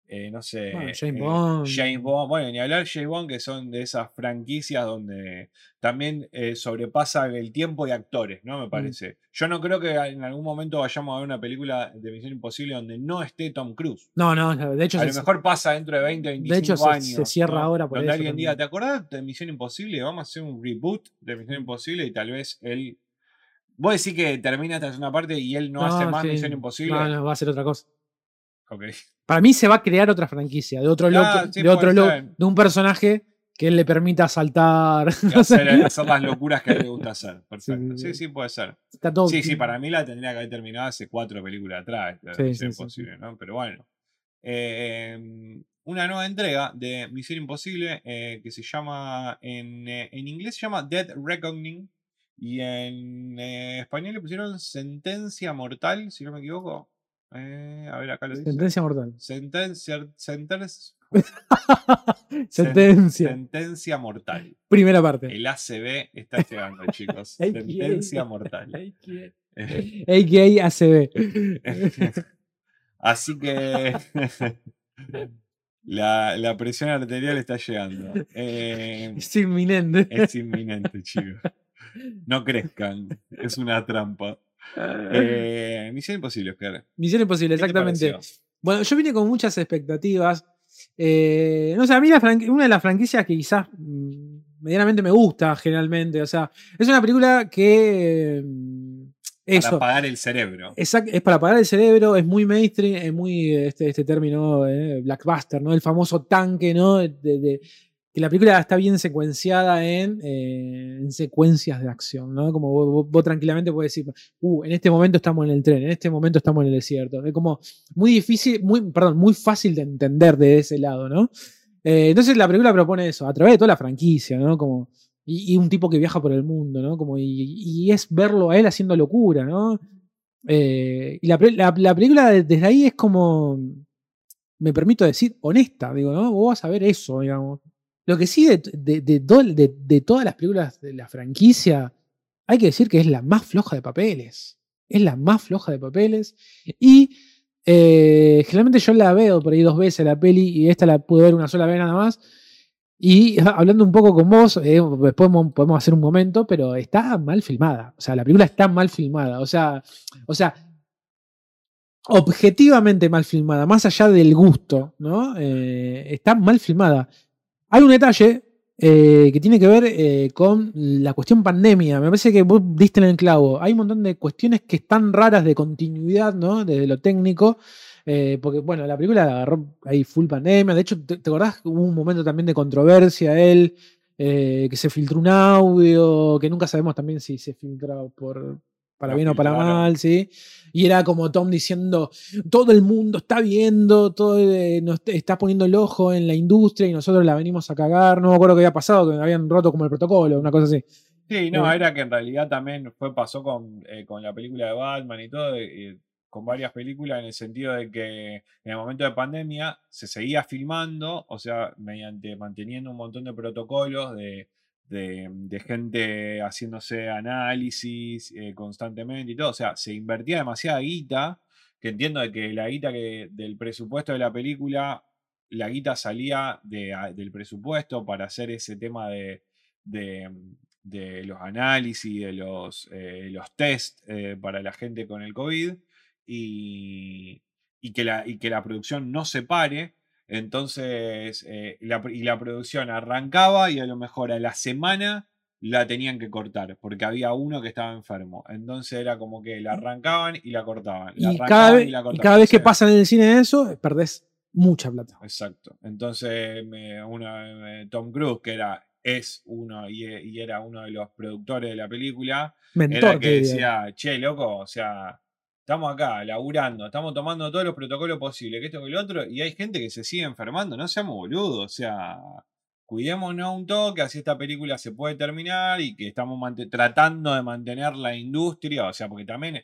Speaker 1: eh, no sé,
Speaker 2: Bueno, James
Speaker 1: eh,
Speaker 2: Bond.
Speaker 1: James Bond, bueno, ni hablar James Bond, que son de esas franquicias donde también eh, sobrepasa el tiempo de actores, ¿no?
Speaker 2: Mm.
Speaker 1: Me parece. Yo no creo que en algún momento vayamos a ver una película de Misión Imposible donde no esté Tom Cruise.
Speaker 2: No, no, no, de hecho,
Speaker 1: A
Speaker 2: se-
Speaker 1: lo mejor pasa dentro de 20, 25
Speaker 2: Mm, de hecho, se-
Speaker 1: años.
Speaker 2: se cierra ahora por
Speaker 1: Donde
Speaker 2: eso
Speaker 1: alguien diga,
Speaker 2: también.
Speaker 1: ¿te acordás de Misión Imposible? Vamos a hacer un reboot de
Speaker 2: Mm.
Speaker 1: Misión Imposible y tal vez él... Vos decís que termina esta una parte y él no, hace
Speaker 2: No,
Speaker 1: más
Speaker 2: sí.
Speaker 1: Misión Imposible.
Speaker 2: no, no, va a ser otra cosa.
Speaker 1: Ok.
Speaker 2: Para mí se va a crear otra franquicia, de otro
Speaker 1: Ah,
Speaker 2: loco,
Speaker 1: sí,
Speaker 2: de otro
Speaker 1: puede
Speaker 2: loco,
Speaker 1: ser.
Speaker 2: de un personaje que le permita saltar.
Speaker 1: Y hacer, hacer las locuras que a él le gusta hacer. Perfecto. Sí,
Speaker 2: sí,
Speaker 1: sí,
Speaker 2: sí.
Speaker 1: puede ser.
Speaker 2: Está todo.
Speaker 1: Sí, sí, para mí la tendría que haber terminado hace cuatro películas atrás. esta
Speaker 2: Sí,
Speaker 1: Misión
Speaker 2: sí, sí,
Speaker 1: Imposible, ¿no? Pero bueno. Eh, una nueva entrega de Misión Imposible eh, que se llama, en, eh, en inglés se llama Dead Reckoning y en eh, español le pusieron Sentencia Mortal, si no me equivoco. Eh, a ver, acá lo dice.
Speaker 2: Sentencia mortal.
Speaker 1: Sentencia, senten-
Speaker 2: Sentencia.
Speaker 1: sentencia Mortal.
Speaker 2: Primera parte.
Speaker 1: El ACB está llegando, chicos.
Speaker 2: Ay,
Speaker 1: Sentencia
Speaker 2: qué-
Speaker 1: mortal. Eh,
Speaker 2: AKA ACB.
Speaker 1: Así que la, la presión arterial está llegando. Eh,
Speaker 2: Es inminente.
Speaker 1: es inminente, chicos. No crezcan, es una trampa.
Speaker 2: Ah.
Speaker 1: Eh, Misión Imposible, Oscar.
Speaker 2: Misión Imposible,
Speaker 1: ¿Qué te
Speaker 2: exactamente.
Speaker 1: pareció?
Speaker 2: Bueno, yo vine con muchas expectativas. Eh, no sé, a mí la franqui- una de las franquicias que quizás mm, medianamente me gusta generalmente. O sea, es una película que. mm,
Speaker 1: Para
Speaker 2: Eso.
Speaker 1: apagar el cerebro.
Speaker 2: Exact- es para pagar el cerebro, es muy mainstream, es muy eh, este, este término eh, blackbuster, ¿no? El famoso tanque, ¿no? De, de- que la película está bien secuenciada en, eh, en secuencias de acción, ¿no? Como vos, vos- vos tranquilamente puedes decir, uh, en este momento estamos en el tren, en este momento estamos en el desierto. Es como muy difícil, muy, perdón, muy fácil de entender de ese lado, ¿no? Eh, entonces la película propone eso, a través de toda la franquicia, ¿no? Como, y, y un tipo que viaja por el mundo, ¿no? Como, y, y es verlo a él haciendo locura, ¿no? Eh, y la, pe- la- la película de- desde ahí es como, me permito decir, honesta, digo, ¿no? Vos vas a ver eso, digamos. Lo que sí, de, de- de do- de- de todas las películas de la franquicia, hay que decir que es la más floja de papeles. Es la más floja de papeles. Y eh, generalmente yo la veo por ahí dos veces la peli y esta la pude ver una sola vez nada más. Y ah, hablando un poco con vos, eh, después mo- podemos hacer un momento, pero está mal filmada. O sea, la película está mal filmada. O sea, o sea objetivamente mal filmada, más allá del gusto, ¿no? Eh, está mal filmada. Hay un detalle eh, que tiene que ver eh, con la cuestión pandemia. Me parece que vos diste en el clavo. Hay un montón de cuestiones que están raras de continuidad, ¿no? Desde lo técnico. eh, porque, bueno, la película la agarró ahí full pandemia. De hecho, ¿te, te acordás? Hubo un momento también de controversia él, eh, que se filtró un audio, que nunca sabemos también si se filtra por, para
Speaker 1: Lo
Speaker 2: bien o para
Speaker 1: filtraron.
Speaker 2: mal, ¿sí? Y era como Tom diciendo, todo el mundo está viendo, todo eh, nos está poniendo el ojo en la industria y nosotros la venimos a cagar. No me acuerdo qué había pasado, que habían roto como el protocolo, una cosa así.
Speaker 1: Sí, no,
Speaker 2: Eh.
Speaker 1: era que en realidad también fue, pasó con, eh, con la película de Batman y todo, y con varias películas, en el sentido de que en el momento de pandemia se seguía filmando, o sea, mediante manteniendo un montón de protocolos de, de- de gente haciéndose análisis eh, constantemente y todo, o sea, se invertía demasiada guita, que entiendo de que la guita que, del presupuesto de la película, la guita salía de, a- del presupuesto para hacer ese tema de... de de los análisis, de los, eh, los test eh, para la gente con el COVID y, y que, la, y que la producción no se pare. Entonces, eh, la pr- y la producción arrancaba y a lo mejor a la semana la tenían que cortar porque había uno que estaba enfermo. Entonces era como que la arrancaban y la cortaban. la
Speaker 2: Y cada,
Speaker 1: arrancaban
Speaker 2: vez,
Speaker 1: la
Speaker 2: y
Speaker 1: cortaban.
Speaker 2: cada vez que
Speaker 1: O sea,
Speaker 2: pasan en el cine eso, eh, perdés mucha plata.
Speaker 1: Exacto. Entonces, me- una- eh, Tom Cruise, que era, es uno y, e- y era uno de los productores de la película, era
Speaker 2: Mentor,
Speaker 1: el que
Speaker 2: te diría.
Speaker 1: decía, che, loco, o sea, estamos acá laburando, estamos tomando todos los protocolos posibles, que esto que el otro, y hay gente que se sigue enfermando, no seamos boludos, o sea, cuidémonos un toque, así esta película se puede terminar y que estamos mante- tratando de mantener la industria, o sea, porque también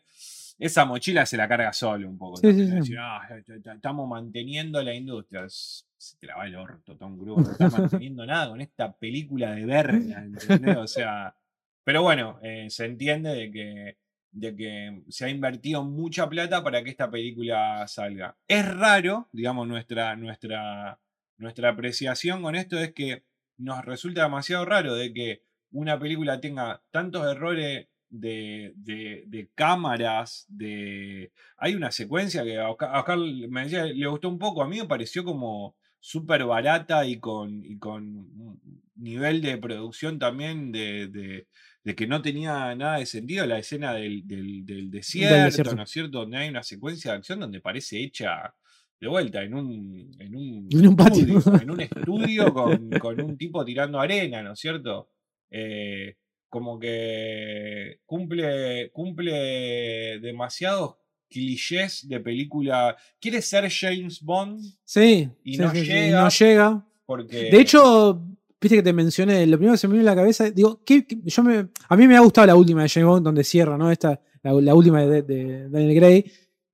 Speaker 1: esa mochila se la carga solo un poco.
Speaker 2: Sí, sí,
Speaker 1: también,
Speaker 2: sí.
Speaker 1: de decir, "Ah, ya- ya- ya estamos manteniendo la industria. Es- Se te la va el orto, Tom Cruise. No estás manteniendo nada con esta película de verga, ¿entendés? O sea, pero bueno, eh, se entiende de que, de que se ha invertido mucha plata para que esta película salga. Es raro, digamos, nuestra, nuestra, nuestra apreciación con esto es que nos resulta demasiado raro de que una película tenga tantos errores de, de- de cámaras, de... Hay una secuencia que a Oscar, a Oscar me decía, le gustó un poco, a mí me pareció como súper barata y con, y con un nivel de producción también de, de- de que no tenía nada de sentido la escena del, del- del desierto,
Speaker 2: desierto.
Speaker 1: ¿no es cierto? Donde hay una secuencia de acción donde parece hecha de vuelta en un, en un,
Speaker 2: En un patio.
Speaker 1: estudio, en un estudio con, con un tipo tirando arena, ¿no es cierto? Eh, como que cumple, cumple demasiados clichés de película. Quiere ser James Bond
Speaker 2: Sí,
Speaker 1: Y
Speaker 2: sí,
Speaker 1: no
Speaker 2: sí, sí, y
Speaker 1: llega.
Speaker 2: no llega.
Speaker 1: porque...
Speaker 2: De hecho, viste que te mencioné, lo primero que se me vino a la cabeza, digo, ¿qué- qué- yo me, a mí me ha gustado la última de James Bond, donde cierra, ¿no? Esta, la, la última de, de Daniel Gray.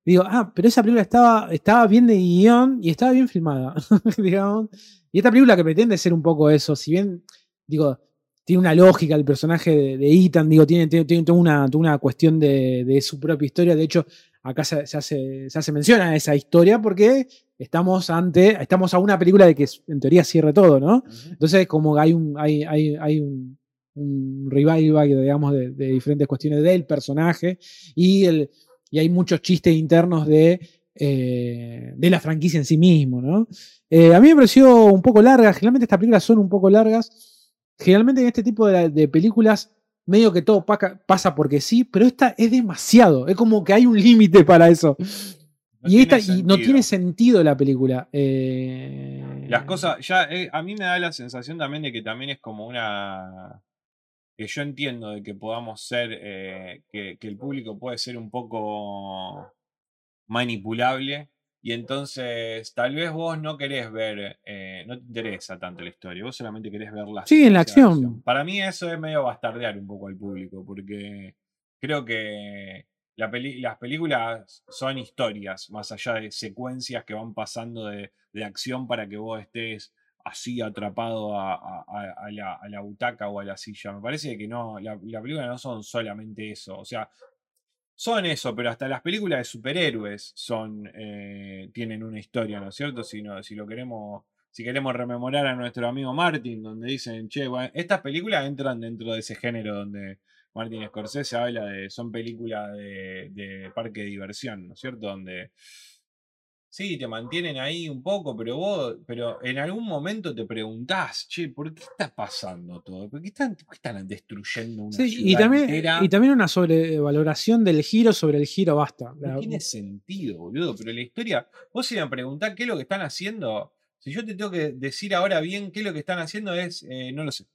Speaker 2: Digo, ah, pero esa película estaba, estaba bien de guión y estaba bien filmada, digamos. Y esta película que pretende ser un poco eso, si bien, digo, tiene una lógica el personaje de, de Ethan, digo, tiene, tiene, tiene toda una, toda una cuestión de, de su propia historia. De hecho, acá se, se hace, se hace mención a esa historia porque estamos ante, estamos a una película de que en teoría cierre todo, ¿no?
Speaker 1: Ujú.
Speaker 2: Entonces, como hay un, hay, hay, hay un, un revival, digamos, de, de diferentes cuestiones del personaje y, el, y hay muchos chistes internos de, eh, de la franquicia en sí mismo, ¿no? Eh, a mí me pareció un poco larga, generalmente estas películas son un poco largas, generalmente en este tipo de, de películas medio que todo paca- pasa porque sí, pero esta es demasiado, es como que hay un límite para eso
Speaker 1: No
Speaker 2: y,
Speaker 1: tiene
Speaker 2: esta, y no tiene
Speaker 1: sentido.
Speaker 2: sentido la película. Eh,
Speaker 1: Las cosas, ya eh, a mí me da la sensación también de que también es como una... que yo entiendo de que podamos ser, eh, que, que el público puede ser un poco manipulable y entonces tal vez vos no querés ver, eh, no te interesa tanto la historia, vos solamente querés ver la
Speaker 2: Sí, en la
Speaker 1: secuencia de
Speaker 2: acción.
Speaker 1: Para mí eso es medio bastardear un poco al público porque creo que la peli- las películas son historias, más allá de secuencias que van pasando de, de acción para que vos estés así atrapado a, a- a- a la, a la butaca o a la silla. Me parece que no, la, la película no son solamente eso. O sea, son eso, pero hasta las películas de superhéroes son, eh, tienen una historia, ¿no es cierto? Si, no, si lo queremos, si queremos rememorar a nuestro amigo Martin, donde dicen, che, bueno, estas películas entran dentro de ese género donde Martin Scorsese habla de, son películas de, de parque de diversión, ¿no es cierto? Donde Sí, te mantienen ahí un poco, pero vos, pero en algún momento te preguntás, che, ¿por qué está pasando todo? ¿Por qué están, por qué están destruyendo una
Speaker 2: Sí, y
Speaker 1: ciudad
Speaker 2: también,
Speaker 1: entera?
Speaker 2: y también una sobrevaloración del giro sobre el giro basta.
Speaker 1: No tiene sentido, boludo. Pero la historia, vos si me preguntás qué es lo que están haciendo, si yo te tengo que decir ahora bien qué es lo que están haciendo, es eh, no lo sé.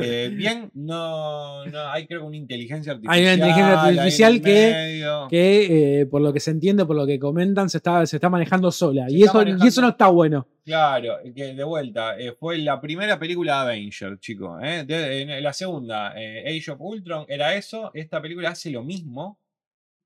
Speaker 1: Eh, bien, no, no, hay creo que una inteligencia artificial.
Speaker 2: Hay una inteligencia
Speaker 1: ahí en el
Speaker 2: artificial que-
Speaker 1: medio.
Speaker 2: que eh, por lo que se entiende, por lo que comentan, se está, se está manejando sola.
Speaker 1: Se
Speaker 2: y,
Speaker 1: está
Speaker 2: eso,
Speaker 1: manejando.
Speaker 2: y eso no está bueno.
Speaker 1: Claro, que de vuelta, eh, fue la primera película de Avenger, chicos. ¿eh? De- en la segunda, eh, Age of Ultron, era eso. Esta película hace lo mismo,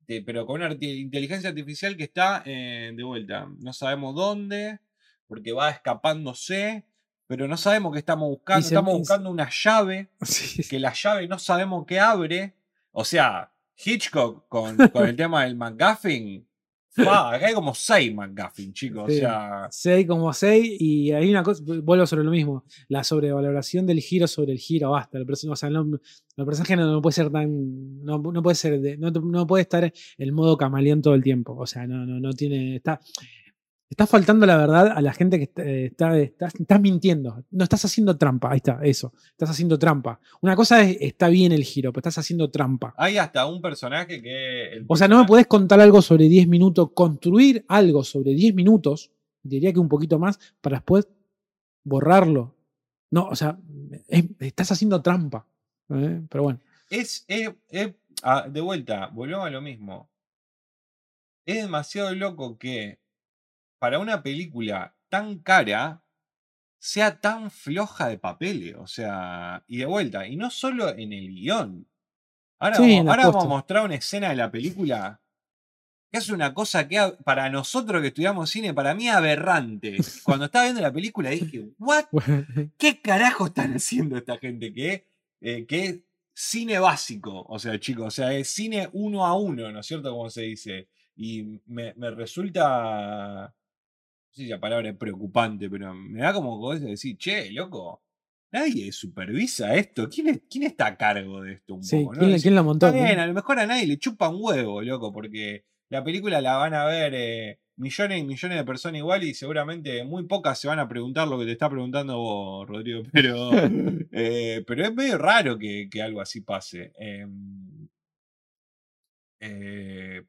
Speaker 1: de- pero con una arti- inteligencia artificial que está eh, de vuelta. No sabemos dónde, porque va escapándose, pero no sabemos qué estamos buscando.
Speaker 2: se-
Speaker 1: estamos
Speaker 2: y se-
Speaker 1: buscando una llave,
Speaker 2: Sí,
Speaker 1: que la llave no sabemos qué abre. O sea, Hitchcock con, con el tema del McGuffin. fa, acá hay como seis McGuffin, chicos.
Speaker 2: Sí.
Speaker 1: O sea.
Speaker 2: 6 como 6 y hay una cosa, vuelvo sobre lo mismo, la sobrevaloración del giro sobre el giro, basta, el, perso- o sea, no, el personaje no, no puede ser tan, no, no puede ser, de- no, no puede estar el modo camaleón todo el tiempo, o sea, no, no, no tiene, está, está faltando la verdad a la gente que está, eh, está- estás- estás mintiendo, no estás haciendo trampa, ahí está, eso, estás haciendo trampa. Una cosa es, está bien el giro, pero estás haciendo trampa.
Speaker 1: Hay hasta un personaje que. el
Speaker 2: O sea, no me
Speaker 1: personaje-
Speaker 2: podés contar algo sobre 10 minutos, construir algo sobre 10 minutos, diría que un poquito más, para después borrarlo. No, o sea, es- estás haciendo trampa. ¿eh? Pero bueno,
Speaker 1: Es, es- es- ah, de vuelta, volvemos a lo mismo. Es demasiado loco que para una película tan cara sea tan floja de papeles. O sea, y de vuelta, y no solo en el guión. Ahora,
Speaker 2: Sí,
Speaker 1: vamos,
Speaker 2: en la
Speaker 1: ahora vamos a
Speaker 2: posta.
Speaker 1: mostrar una escena de la película que es una cosa que a- para nosotros que estudiamos cine, para mí aberrante. Cuando estaba viendo la película dije, ¿what? ¿qué carajo están haciendo esta gente? Que, eh, que es cine básico, o sea, chicos, o sea, es cine uno a uno, ¿no es cierto? Como se dice. Y me, me resulta, no sé si la palabra es preocupante, pero me da como cosa de decir, che, loco, nadie supervisa esto. ¿Quién, es- quién está a cargo de esto un
Speaker 2: sí,
Speaker 1: poco? no?
Speaker 2: ¿quién,
Speaker 1: Decís,
Speaker 2: quién la montó?
Speaker 1: Está bien, a lo mejor a nadie le chupa un huevo, loco, porque la película la van a ver eh, millones y millones de personas igual y seguramente muy pocas se van a preguntar lo que te está preguntando vos, Rodrigo. Pero, eh, pero es medio raro que, que algo así pase. Em, eh,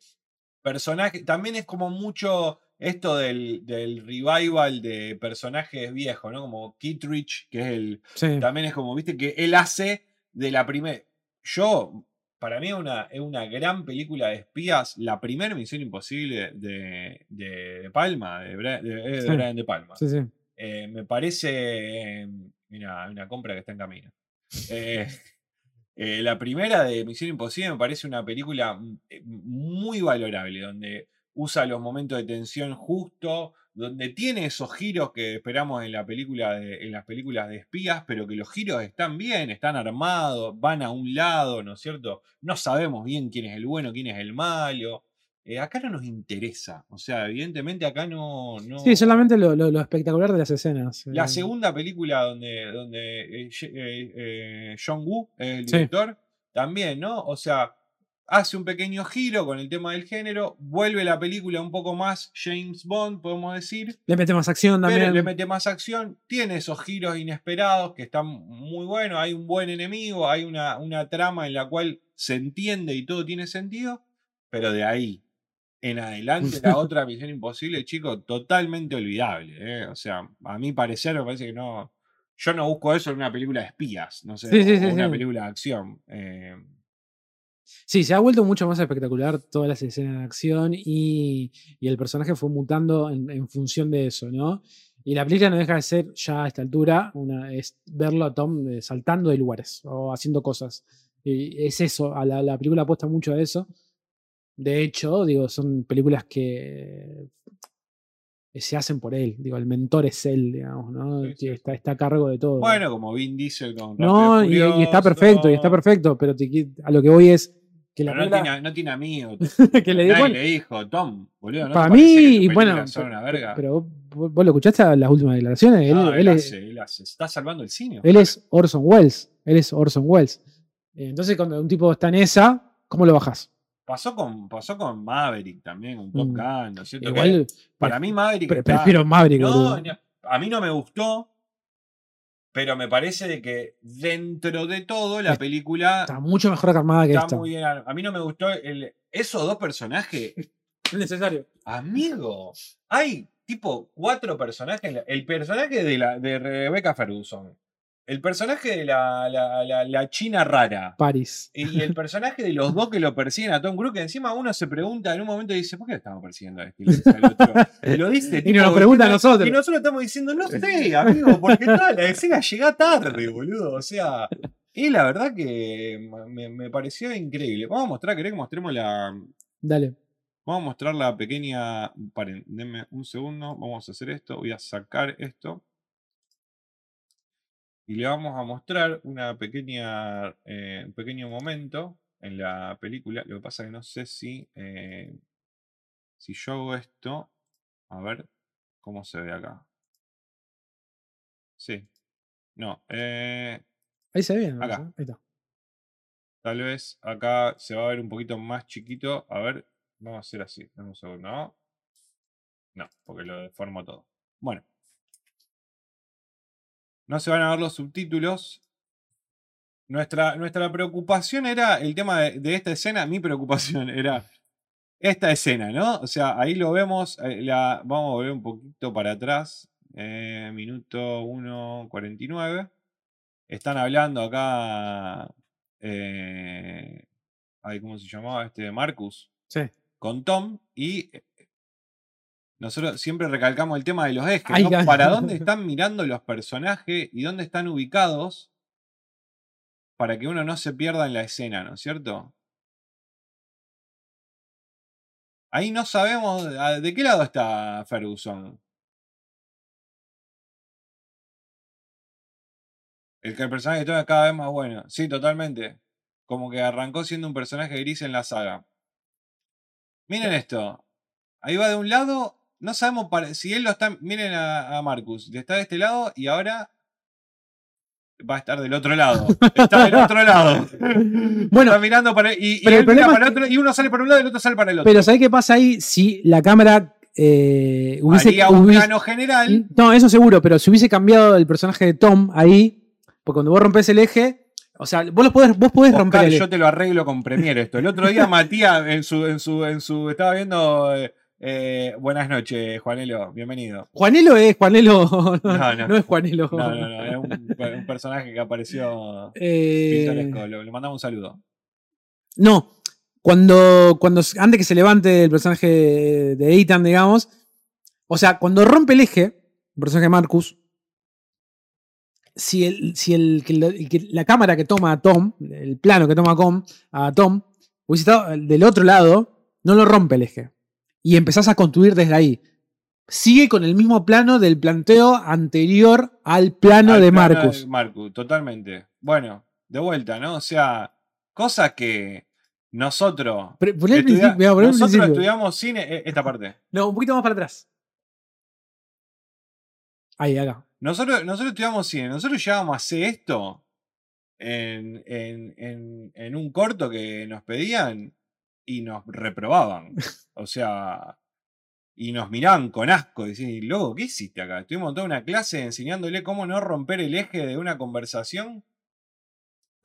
Speaker 1: personaje, también es como mucho esto del, del revival de personajes viejos, ¿no? Como Kittridge, que es el,
Speaker 2: Sí.
Speaker 1: también es como, viste, que él hace de la primera. Yo, para mí, es una, es una gran película de espías. La primera misión imposible de, de, de Palma, de, Bra- de- eh,
Speaker 2: Sí.
Speaker 1: de Brian De Palma.
Speaker 2: Sí, sí.
Speaker 1: Eh, me parece. eh, mira, hay una compra que está en camino. Eh, eh, la primera de Misión Imposible me parece una película mm, eh, muy valorable, donde usa los momentos de tensión justo, donde tiene esos giros que esperamos en, la película de- en las películas de espías, pero que los giros están bien, están armados, van a un lado, ¿no es cierto? No sabemos bien quién es el bueno, quién es el malo. Eh, acá no nos interesa, o sea, evidentemente acá no... no...
Speaker 2: Sí, solamente lo, lo- lo espectacular de las escenas.
Speaker 1: La
Speaker 2: eh.
Speaker 1: segunda película donde, donde eh, Ye- eh, eh, John Woo, eh, el
Speaker 2: Sí.
Speaker 1: director, también, ¿no? O sea, hace un pequeño giro con el tema del género, vuelve la película un poco más James Bond, podemos decir,
Speaker 2: Le mete más acción
Speaker 1: pero
Speaker 2: también.
Speaker 1: le mete más acción, tiene esos giros inesperados que están muy buenos, hay un buen enemigo, hay una, una trama en la cual se entiende y todo tiene sentido, pero de ahí en adelante la otra Misión Imposible, chico, totalmente olvidable. ¿eh? O sea, a mi parecer me parece que no. Yo no busco eso en una película de espías, no sé,
Speaker 2: Sí, sí,
Speaker 1: o
Speaker 2: sí,
Speaker 1: una
Speaker 2: sí.
Speaker 1: película de acción. eh,
Speaker 2: Sí, se ha vuelto mucho más espectacular todas las escenas de acción y, y el personaje fue mutando en, en función de eso, ¿no? Y la película no deja de ser ya a esta altura, una, es verlo a Tom eh, saltando de lugares o haciendo cosas. Y es eso, a la, la película apuesta mucho a eso. De hecho, digo, son películas que eh, se hacen por él, digo, el mentor es él, digamos, ¿no?
Speaker 1: Sí, sí.
Speaker 2: Que Está, está a cargo de todo.
Speaker 1: bueno, como Vin Diesel con
Speaker 2: No,
Speaker 1: Rápido
Speaker 2: y, y está
Speaker 1: Furioso,
Speaker 2: perfecto, y está perfecto, pero te qui- a lo que voy es que la
Speaker 1: pero no
Speaker 2: película-
Speaker 1: tiene, no tiene amigos.
Speaker 2: que le
Speaker 1: Nadie
Speaker 2: di- bueno,
Speaker 1: le dijo, Tom, boludo. ¿no te
Speaker 2: para
Speaker 1: parece que
Speaker 2: mí,
Speaker 1: tus
Speaker 2: y bueno,
Speaker 1: películas son una verga?
Speaker 2: pero vos- vos, vos lo escuchaste a las últimas declaraciones, él,
Speaker 1: No, él,
Speaker 2: él es,
Speaker 1: hace, él hace. Está salvando el cine.
Speaker 2: él es Orson Welles, él es Orson Welles. Eh, Entonces cuando un tipo está en esa, ¿cómo lo bajas?
Speaker 1: Pasó con, pasó con Maverick también, con Top
Speaker 2: Mm.
Speaker 1: Gun, ¿no es cierto? Que
Speaker 2: Igual
Speaker 1: para mí Maverick
Speaker 2: pre-
Speaker 1: está-
Speaker 2: prefiero Maverick,
Speaker 1: No,
Speaker 2: boludo.
Speaker 1: no, a mí no me gustó, pero me parece de que dentro de todo la
Speaker 2: Es-
Speaker 1: película
Speaker 2: Está mucho mejor armada que
Speaker 1: está
Speaker 2: esta.
Speaker 1: muy bien. ar- A mí no me gustó el, esos dos personajes.
Speaker 2: Es necesario.
Speaker 1: Amigo, hay tipo cuatro personajes. en la- El personaje de, la, de Rebecca Ferguson, el personaje de la, la- la- la china rara.
Speaker 2: Paris.
Speaker 1: Y el personaje de los dos que lo persiguen a Tom Cruise, que encima uno se pregunta en un momento y dice, ¿por qué lo estamos persiguiendo a este? Y le dice al otro. Y lo dice.
Speaker 2: Y nos lo pregunta a nosotros.
Speaker 1: Y nosotros estamos diciendo, no sé, amigo, porque toda la escena llega tarde, boludo. O sea, y la verdad que me, me pareció increíble. Vamos a mostrar, ¿querés que mostremos la,
Speaker 2: Dale.
Speaker 1: Vamos a mostrar la pequeña. Paren, denme un segundo. Vamos a hacer esto. Voy a sacar esto. Y le vamos a mostrar una pequeña, eh, un pequeño momento en la película. Lo que pasa es que no sé si. eh, si yo hago esto. A ver cómo se ve acá. Sí. No. eh,
Speaker 2: Ahí se ve bien. ¿no?
Speaker 1: Acá.
Speaker 2: Ahí está.
Speaker 1: Tal vez acá se va a ver un poquito más chiquito. A ver, vamos a hacer así. Dame un segundo. No, No, porque lo deformo todo. Bueno. No se van a ver los subtítulos. Nuestra, nuestra preocupación era el tema de, de esta escena. Mi preocupación era esta escena, ¿no? O sea, ahí lo vemos. eh, la- vamos a volver un poquito para atrás. eh, minuto 1.49. Están hablando acá eh, ay, ¿cómo se llamaba este? Marcus,
Speaker 2: Sí.
Speaker 1: con Tom y eh, nosotros siempre recalcamos el tema de los ejes,
Speaker 2: Ay,
Speaker 1: ¿no?
Speaker 2: ya.
Speaker 1: Para dónde están mirando los personajes y dónde están ubicados para que uno no se pierda en la escena, ¿no es cierto? Ahí no sabemos ah, de qué lado está Ferguson. El, que el personaje de Tom es cada vez más bueno. Sí, totalmente. Como que arrancó siendo un personaje gris en la saga. Miren esto. Ahí va de un lado. No sabemos para- si él lo está. Miren a, a Marcus. Le está de este lado y ahora va a estar del otro lado. Está del otro lado.
Speaker 2: Bueno,
Speaker 1: está mirando para. Y, y
Speaker 2: pero el
Speaker 1: él mira
Speaker 2: problema
Speaker 1: para
Speaker 2: es
Speaker 1: otro, y uno sale para un lado y el otro sale para el otro.
Speaker 2: Pero ¿sabés qué pasa ahí? Si la cámara eh, hubiese,
Speaker 1: Haría un
Speaker 2: hubiese-
Speaker 1: plano general.
Speaker 2: No, eso seguro, pero si hubiese cambiado el personaje de Tom ahí, porque cuando vos rompes el eje, o sea, vos, lo podés, vos podés
Speaker 1: Oscar,
Speaker 2: romper el
Speaker 1: yo
Speaker 2: eje.
Speaker 1: te lo arreglo con Premiere esto. El otro día Matías en su, en su, en su, estaba viendo. eh, eh, buenas noches, Juanelo, bienvenido.
Speaker 2: Juanelo es Juanelo. No,
Speaker 1: No, no.
Speaker 2: es Juanelo.
Speaker 1: No, no, no, es un, pe- un personaje que apareció
Speaker 2: Eh,
Speaker 1: pintoresco. Lo- Le mandamos un saludo.
Speaker 2: no, cuando, cuando, antes que se levante el personaje de de Ethan, digamos, o sea, cuando rompe el eje, el personaje de Marcus, si, el, si el, que la- el que- la cámara que toma a Tom, el plano que toma a Com- a Tom, hubiese estado eh, del otro lado, no lo rompe el eje. Y empezás a construir desde ahí. Sigue con el mismo plano del planteo anterior al plano
Speaker 1: Al
Speaker 2: de
Speaker 1: plano
Speaker 2: Marcus.
Speaker 1: de Marcus, totalmente. Bueno, de vuelta, ¿no? O sea, cosas que nosotros.
Speaker 2: Pre- poné el
Speaker 1: estudia-
Speaker 2: principio, mirá, poné el
Speaker 1: nosotros
Speaker 2: principio.
Speaker 1: estudiamos cine, eh, esta parte.
Speaker 2: No, un poquito más para atrás. Ahí, acá.
Speaker 1: Nosotros, nosotros estudiamos cine, nosotros llegábamos a hacer esto en, en- en- en un corto que nos pedían y nos reprobaban. O sea, y nos miraban con asco. Y decían, loco, ¿qué hiciste acá? Estuvimos toda una clase enseñándole cómo no romper el eje de una conversación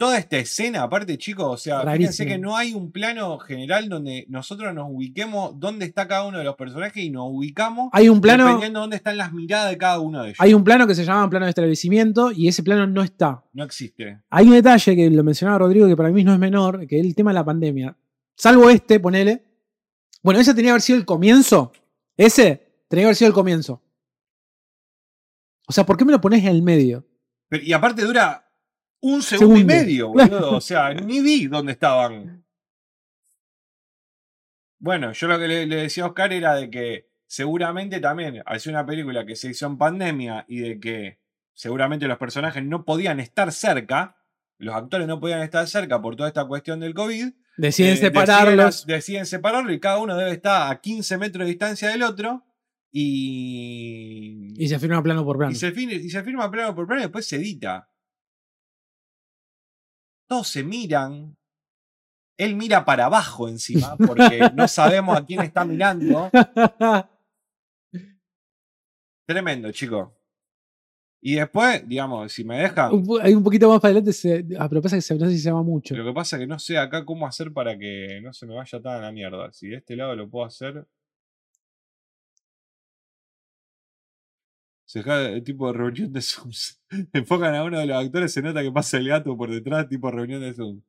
Speaker 1: Toda esta escena, aparte, chicos, o sea, fíjense
Speaker 2: Rarísimo.
Speaker 1: que no hay un plano general donde nosotros nos ubiquemos dónde está cada uno de los personajes y nos ubicamos
Speaker 2: Hay un plano,
Speaker 1: dependiendo de dónde están las miradas de cada uno de ellos.
Speaker 2: hay un plano que se llama plano de establecimiento y ese plano no está.
Speaker 1: No existe.
Speaker 2: Hay un detalle que lo mencionaba Rodrigo que para mí no es menor, que es el tema de la pandemia. Salvo este, ponele. Bueno, ese tenía que haber sido el comienzo. Ese tenía que haber sido el comienzo. O sea, ¿por qué me lo pones en el medio?
Speaker 1: Pero- y aparte dura un segundo, y
Speaker 2: Segundo.
Speaker 1: medio, boludo. O sea, ni vi dónde estaban. Bueno, yo lo que le, le decía a Oscar era de que seguramente también, al ser una película que se hizo en pandemia y de que seguramente los personajes no podían estar cerca, los actores no podían estar cerca por toda esta cuestión del COVID,
Speaker 2: Deciden
Speaker 1: eh,
Speaker 2: separarlos.
Speaker 1: Deciden, deciden separarlo y cada uno debe estar a 15 metros de distancia del otro. Y.
Speaker 2: y se firma plano por plano.
Speaker 1: Y se, fin- y se firma plano por plano y después se edita. Todos se miran. Él mira para abajo encima, porque no sabemos a quién está mirando. Tremendo, chico. Y después, digamos, si me dejan,
Speaker 2: Un po- Hay un poquito más para adelante. Se, ah, pero pasa que se, no sé si se llama mucho.
Speaker 1: lo que pasa es que no sé acá cómo hacer para que no se me vaya tan a la mierda. Si de este lado lo puedo hacer. Se deja el tipo de reunión de Zoom. Enfocan a uno de los actores, se nota que pasa el gato por detrás, tipo reunión de Zoom.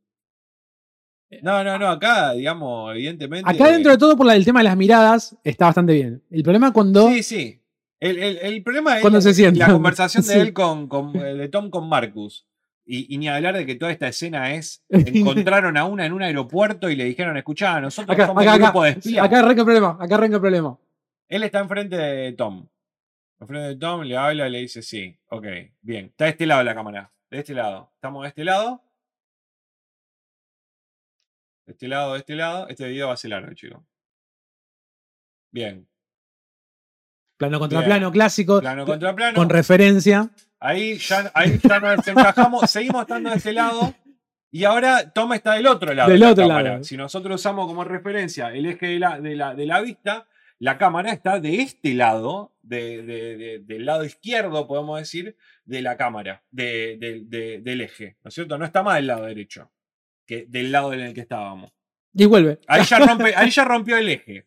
Speaker 1: No, no, no, acá, digamos, evidentemente.
Speaker 2: Eh, Acá dentro de todo, por la- el tema de las miradas, está bastante bien. El problema cuando...
Speaker 1: Sí, sí. El, el- el problema es
Speaker 2: Cuando
Speaker 1: la,
Speaker 2: se sientan.
Speaker 1: la conversación de
Speaker 2: Sí.
Speaker 1: él con, con- eh, de Tom con Marcus. Y, y ni hablar de que toda esta escena es encontraron a una en un aeropuerto y le dijeron, escuchá, nosotros
Speaker 2: acá,
Speaker 1: somos
Speaker 2: acá,
Speaker 1: un grupo
Speaker 2: acá,
Speaker 1: de espías.
Speaker 2: acá arranca el problema. Acá arranca el problema.
Speaker 1: Él está enfrente de Tom. Enfrente de Tom, le habla y le dice, sí, ok, bien. Está de este lado la cámara. De este lado. Estamos de este lado. De este lado, de este lado. Este video va a ser largo, chico. Bien.
Speaker 2: Plano contra
Speaker 1: Bien.
Speaker 2: plano clásico.
Speaker 1: Plano contra plano.
Speaker 2: Con referencia.
Speaker 1: Ahí ya, ahí ya nos encajamos, seguimos estando de este lado. Y ahora Tom está del otro lado. de
Speaker 2: Del
Speaker 1: la
Speaker 2: otro
Speaker 1: cámara.
Speaker 2: lado.
Speaker 1: Si nosotros usamos como referencia el eje de la, de la, de la vista, la cámara está de este lado, de- de- de- del lado izquierdo, podemos decir, de la cámara, de- de- de- del eje. ¿No es cierto? No está más del lado derecho que del lado en el que estábamos.
Speaker 2: Y vuelve.
Speaker 1: Ahí ya, rompe, ahí ya rompió el eje.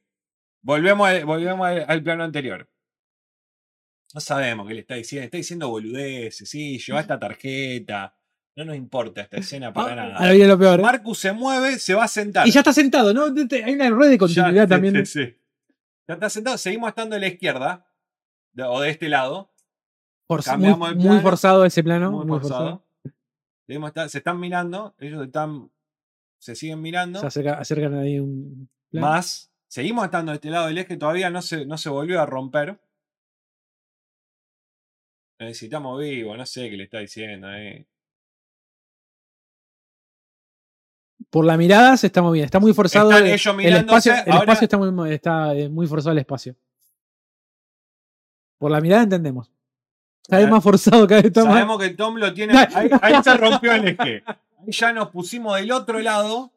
Speaker 1: Volvemos, al, volvemos al, al plano anterior. No sabemos qué le está diciendo. Está diciendo boludeces, sí, lleva esta tarjeta. No nos importa esta escena para
Speaker 2: Ah,
Speaker 1: nada.
Speaker 2: Ahora viene lo peor. ¿eh?
Speaker 1: Marcus se mueve, se va a sentar.
Speaker 2: Y ya está sentado, ¿no? Te- te- Hay una red de continuidad
Speaker 1: Ya, sí,
Speaker 2: también.
Speaker 1: sí, sí. Ya está sentado. Seguimos estando de la izquierda. de- o de este lado.
Speaker 2: forz- muy,
Speaker 1: Cambiamos de
Speaker 2: muy
Speaker 1: plano.
Speaker 2: forzado ese plano.
Speaker 1: muy, forzado. Seguimos esta- se están mirando. Ellos están. Se siguen mirando.
Speaker 2: Se acerca- acercan ahí un. plano.
Speaker 1: Más, seguimos estando de este lado del eje, todavía no se, no se volvió a romper. Lo necesitamos vivo, no sé qué le está diciendo eh. ahí.
Speaker 2: Por la mirada se está moviendo. Está muy forzado.
Speaker 1: Están
Speaker 2: el-
Speaker 1: ellos
Speaker 2: el
Speaker 1: mirándose,
Speaker 2: espacio, el
Speaker 1: ahora-
Speaker 2: espacio está, muy, mo- está eh, muy forzado el espacio. Por la mirada entendemos. Está
Speaker 1: Ah.
Speaker 2: más forzado, cada vez está más.
Speaker 1: Sabemos que Tom lo tiene. Ahí, ahí se rompió el eje. Ahí ya nos pusimos del otro lado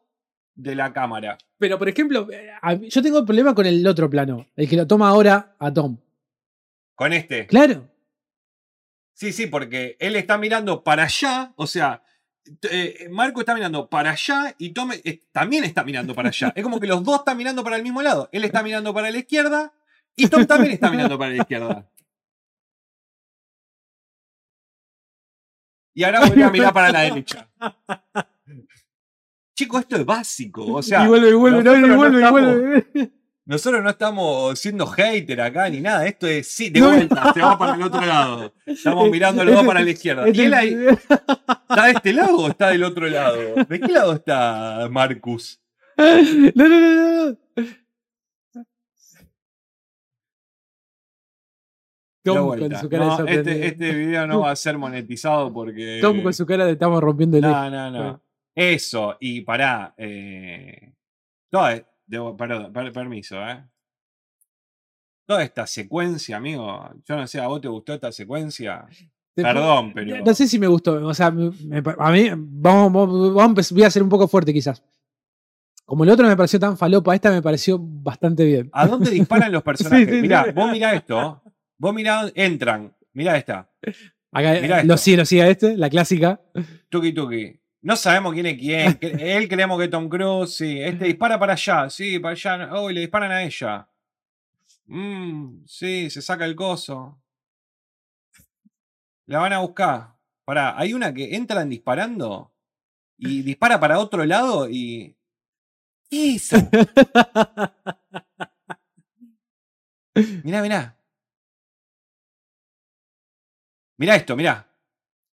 Speaker 1: de la cámara.
Speaker 2: Pero, por ejemplo, eh, a mí- yo tengo problema con el otro plano. El que lo toma ahora a Tom.
Speaker 1: Con este.
Speaker 2: Claro.
Speaker 1: Sí, sí, porque él está mirando para allá, o sea, t- eh, Marco está mirando para allá y Tom eh, también está mirando para allá. Es como que los dos están mirando para el mismo lado. Él está mirando para la izquierda y Tom también está mirando para la izquierda. Y ahora vuelve a mirar para la derecha. Chico, esto es básico. O sea,
Speaker 2: y vuelve, y vuelve, no,
Speaker 1: nosotros
Speaker 2: y
Speaker 1: no
Speaker 2: vuelve, y
Speaker 1: estamos-
Speaker 2: vuelve.
Speaker 1: nosotros no estamos siendo hater acá ni nada. Esto es sí, de
Speaker 2: No.
Speaker 1: vuelta, se va para el otro lado. Estamos mirando los dos para la izquierda.
Speaker 2: Es
Speaker 1: Y él
Speaker 2: el-
Speaker 1: ahí- ¿Está de este lado o está del otro lado? ¿De qué lado está Marcus?
Speaker 2: No, no, no, no.
Speaker 1: La
Speaker 2: Tom con
Speaker 1: vuelta.
Speaker 2: su cara de
Speaker 1: No,
Speaker 2: sorprendido.
Speaker 1: este, este video no va a ser monetizado porque.
Speaker 2: Tom con su cara de estamos rompiendo el eje.
Speaker 1: No, no, no. Eso, y pará. Eh... Toda... debo- perdón, per- permiso, ¿eh? Toda esta secuencia, amigo. Yo no sé, ¿a vos te gustó esta secuencia?
Speaker 2: Te-
Speaker 1: Perdón,
Speaker 2: no-
Speaker 1: pero.
Speaker 2: No sé si me gustó. O sea, me- me- a mí, vamos, vamos- vamos a empe- voy a ser un poco fuerte quizás. Como el otro me pareció tan falopa, esta me pareció bastante bien.
Speaker 1: ¿A dónde disparan los personajes?
Speaker 2: Sí, sí, sí.
Speaker 1: mirá, vos mirá esto. Vos mirá, entran. Mirá esta.
Speaker 2: Acá,
Speaker 1: Mirá
Speaker 2: lo
Speaker 1: esto.
Speaker 2: sigue, lo sigue a este, la clásica.
Speaker 1: Tuki Tuki. No sabemos quién es quién. Cre- Él creemos que es Tom Cruise, sí. Este dispara para allá, sí, para allá. Oh, y le disparan a ella. Mm, sí, se saca el coso. La van a buscar. Pará, hay una que entran disparando y dispara para otro lado y. ¡Esa! Mirá, mirá. Mirá esto, mirá.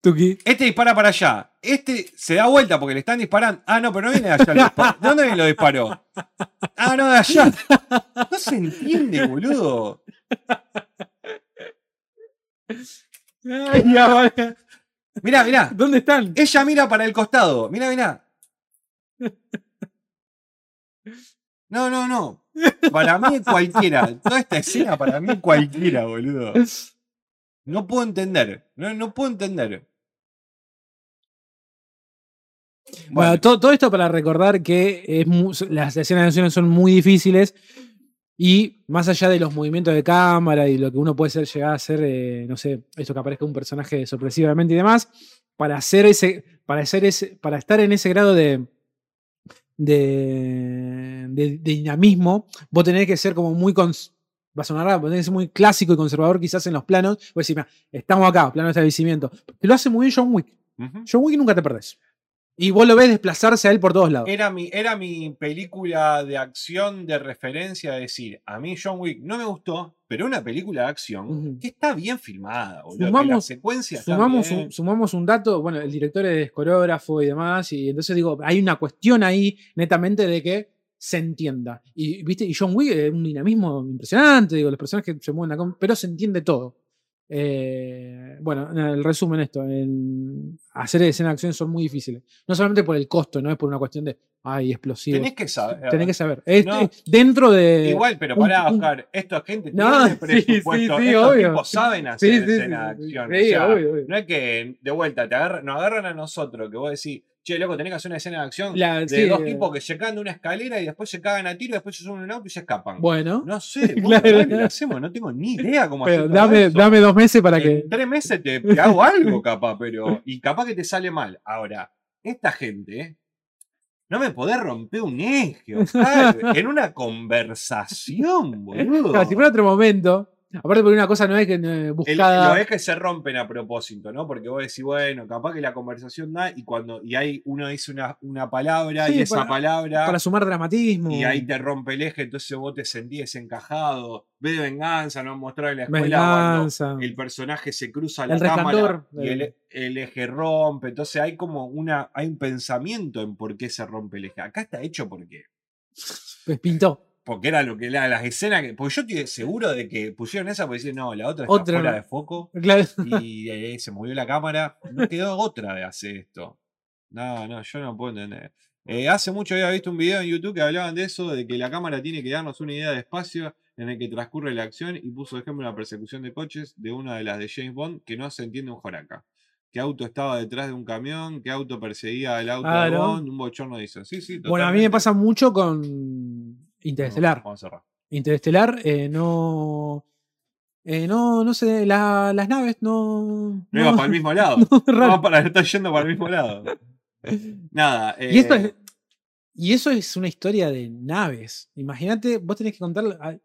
Speaker 2: Tuki.
Speaker 1: Este dispara para allá. Este se da vuelta porque le están disparando. Ah, no, pero no viene de allá. el disparo. ¿De dónde viene lo disparó? Ah, no, de allá. No se entiende, boludo.
Speaker 2: Ay, ya va.
Speaker 1: Mirá, mirá.
Speaker 2: ¿Dónde están?
Speaker 1: Ella mira para el costado. Mirá, mirá. No, no, no. Para mí cualquiera. Toda esta escena para mí cualquiera, boludo. No puedo entender. No, no puedo entender.
Speaker 2: Bueno, todo, todo esto para recordar que es mu- las escenas de acción son muy difíciles y más allá de los movimientos de cámara y lo que uno puede ser, llegar a hacer, eh, no sé, esto que aparezca un personaje sorpresivamente y demás, para hacer ese, para hacer ese, para estar en ese grado de de, de- de dinamismo, vos tenés que ser como muy cons- va a sonar raro, pero tenés que ser muy clásico y conservador quizás en los planos, pues decir, "Mirá, estamos acá, plano de establecimiento. Que lo hace muy bien John Wick.
Speaker 1: Ujú.
Speaker 2: John Wick nunca te perdés. Y vos lo ves desplazarse a él por todos lados.
Speaker 1: Era mi, era mi película de acción de referencia, es decir, a mí John Wick no me gustó, pero una película de acción
Speaker 2: Ujú.
Speaker 1: que está bien filmada, boludo, que la
Speaker 2: Sumamos-
Speaker 1: secuencia está
Speaker 2: Sumamos
Speaker 1: bien.
Speaker 2: un, sumamos un dato, bueno, el director es coreógrafo y demás, y entonces digo, hay una cuestión ahí netamente de que se entienda. Y, ¿viste? y John Wick es un dinamismo impresionante, digo, los personajes se mueven acá, pero se entiende todo. Eh, bueno, nada, el resumen esto, el- hacer escenas de acción son muy difíciles. No solamente por el costo, no es por una cuestión de, ay, explosivos.
Speaker 1: Tenés que saber.
Speaker 2: Tenés que saber. Es-
Speaker 1: No.
Speaker 2: es dentro de...
Speaker 1: Igual, pero
Speaker 2: un-
Speaker 1: pará,
Speaker 2: un-
Speaker 1: Oscar, esta gente
Speaker 2: No,
Speaker 1: tiene
Speaker 2: sí, sí,
Speaker 1: presupuesto.
Speaker 2: sí,
Speaker 1: Estos
Speaker 2: obvio.
Speaker 1: tipos saben
Speaker 2: Sí,
Speaker 1: hacer
Speaker 2: sí, sí,
Speaker 1: escena
Speaker 2: sí,
Speaker 1: de acción.
Speaker 2: sí,
Speaker 1: o sea,
Speaker 2: obvio, obvio.
Speaker 1: No es que, de vuelta, te agarran, nos agarran a nosotros, que vos decís, che, loco, tenés que hacer una escena de acción
Speaker 2: La-
Speaker 1: de
Speaker 2: sí,
Speaker 1: dos
Speaker 2: eh,
Speaker 1: tipos que se caen de una escalera y después se cagan a tiro, después se suben a un auto y se escapan.
Speaker 2: Bueno,
Speaker 1: No sé, vos
Speaker 2: Claro.
Speaker 1: dale, la hacemos, no tengo ni idea cómo
Speaker 2: pero
Speaker 1: hacer todo
Speaker 2: dame,
Speaker 1: eso.
Speaker 2: dame dos meses para que...
Speaker 1: En tres meses te, te hago algo, capaz, pero. Y capaz que te sale mal. Ahora, esta gente. No me podés romper un eje, Oscar, en una conversación, boludo.
Speaker 2: Claro, si fuera otro momento. Aparte, porque una cosa no es que eh,
Speaker 1: El-
Speaker 2: buscada.
Speaker 1: los ejes se rompen a propósito, ¿no? Porque vos decís, bueno, capaz que la conversación da y cuando y hay uno dice una, una palabra
Speaker 2: Sí,
Speaker 1: y esa
Speaker 2: para-
Speaker 1: palabra
Speaker 2: para sumar dramatismo.
Speaker 1: y ahí te rompe el eje, entonces vos te sentís desencajado. Ve de venganza, no mostrar en la escuela cuando
Speaker 2: venganza.
Speaker 1: el personaje se cruza la
Speaker 2: El
Speaker 1: cámara
Speaker 2: resplandor eh.
Speaker 1: y el,
Speaker 2: del-
Speaker 1: e, el eje rompe. Entonces hay como una, hay un pensamiento en por qué se rompe el eje. Acá está hecho porque,
Speaker 2: Pues pintó.
Speaker 1: porque era lo que la- las escenas que. Porque yo estoy seguro de que pusieron esa porque decían, no, la otra está
Speaker 2: Otra.
Speaker 1: fuera de foco
Speaker 2: Claro.
Speaker 1: y eh, se movió la cámara. No quedó otra de hacer esto. No, no, yo no puedo entender. Eh, hace mucho había visto un video en YouTube que hablaban de eso, de que la cámara tiene que darnos una idea de espacio en el que transcurre la acción y puso de ejemplo la persecución de coches de una de las de James Bond que no se entiende un joraca. ¿Qué auto estaba detrás de un camión? ¿Qué auto perseguía el auto de
Speaker 2: Claro.
Speaker 1: Bond? Un bochorno hizo. Sí, sí,
Speaker 2: Bueno, a mí me
Speaker 1: totalmente.
Speaker 2: pasa mucho con Interestelar.
Speaker 1: Vamos a cerrar.
Speaker 2: Interestelar eh, no. eh, no, no sé, la- las naves no.
Speaker 1: No iba para el mismo lado.
Speaker 2: raro.
Speaker 1: No, para, está yendo para el mismo lado. Nada.
Speaker 2: Y esto
Speaker 1: eh,
Speaker 2: es. Y eso es una historia de naves. Imagínate, vos tenés que contar. a-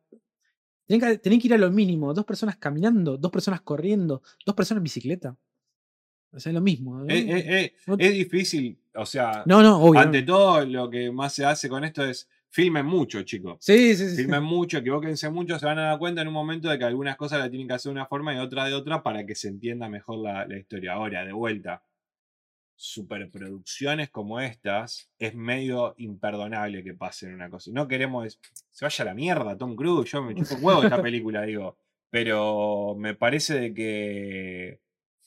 Speaker 2: Tenés que, tenés que ir a lo mínimo. Dos personas caminando, dos personas corriendo, dos personas en bicicleta. O sea, es lo mismo. ¿no?
Speaker 1: Eh, eh, eh,
Speaker 2: No-
Speaker 1: es difícil, o sea,
Speaker 2: no, no, obvio.
Speaker 1: ante
Speaker 2: no.
Speaker 1: todo lo que más se hace con esto es filmen mucho, chicos.
Speaker 2: Sí, sí, sí. sí.
Speaker 1: Filmen mucho, equivóquense mucho, se van a dar cuenta en un momento de que algunas cosas las tienen que hacer de una forma y otras de otra para que se entienda mejor la, la historia. Ahora, de vuelta, superproducciones como estas es medio imperdonable que pasen una cosa. No queremos, es- se vaya a la mierda, Tom Cruise, yo me chupo un huevo esta película, digo. Pero me parece de que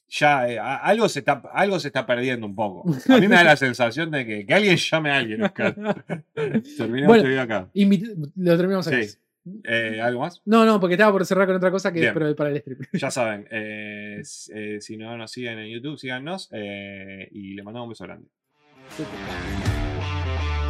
Speaker 1: ya eh, a- algo, se está, algo se está perdiendo un poco. A mí me da la sensación de que, que alguien llame a alguien, Oscar. Terminamos
Speaker 2: Bueno,
Speaker 1: este video acá.
Speaker 2: Invit- lo terminamos acá.
Speaker 1: Sí. Eh, ¿Algo más?
Speaker 2: No, no, porque estaba por cerrar con otra cosa que
Speaker 1: Bien.
Speaker 2: pero para el strip.
Speaker 1: Ya saben, eh, s- eh, si no nos siguen en YouTube, síganos eh, y les mandamos un beso grande.
Speaker 3: Superman.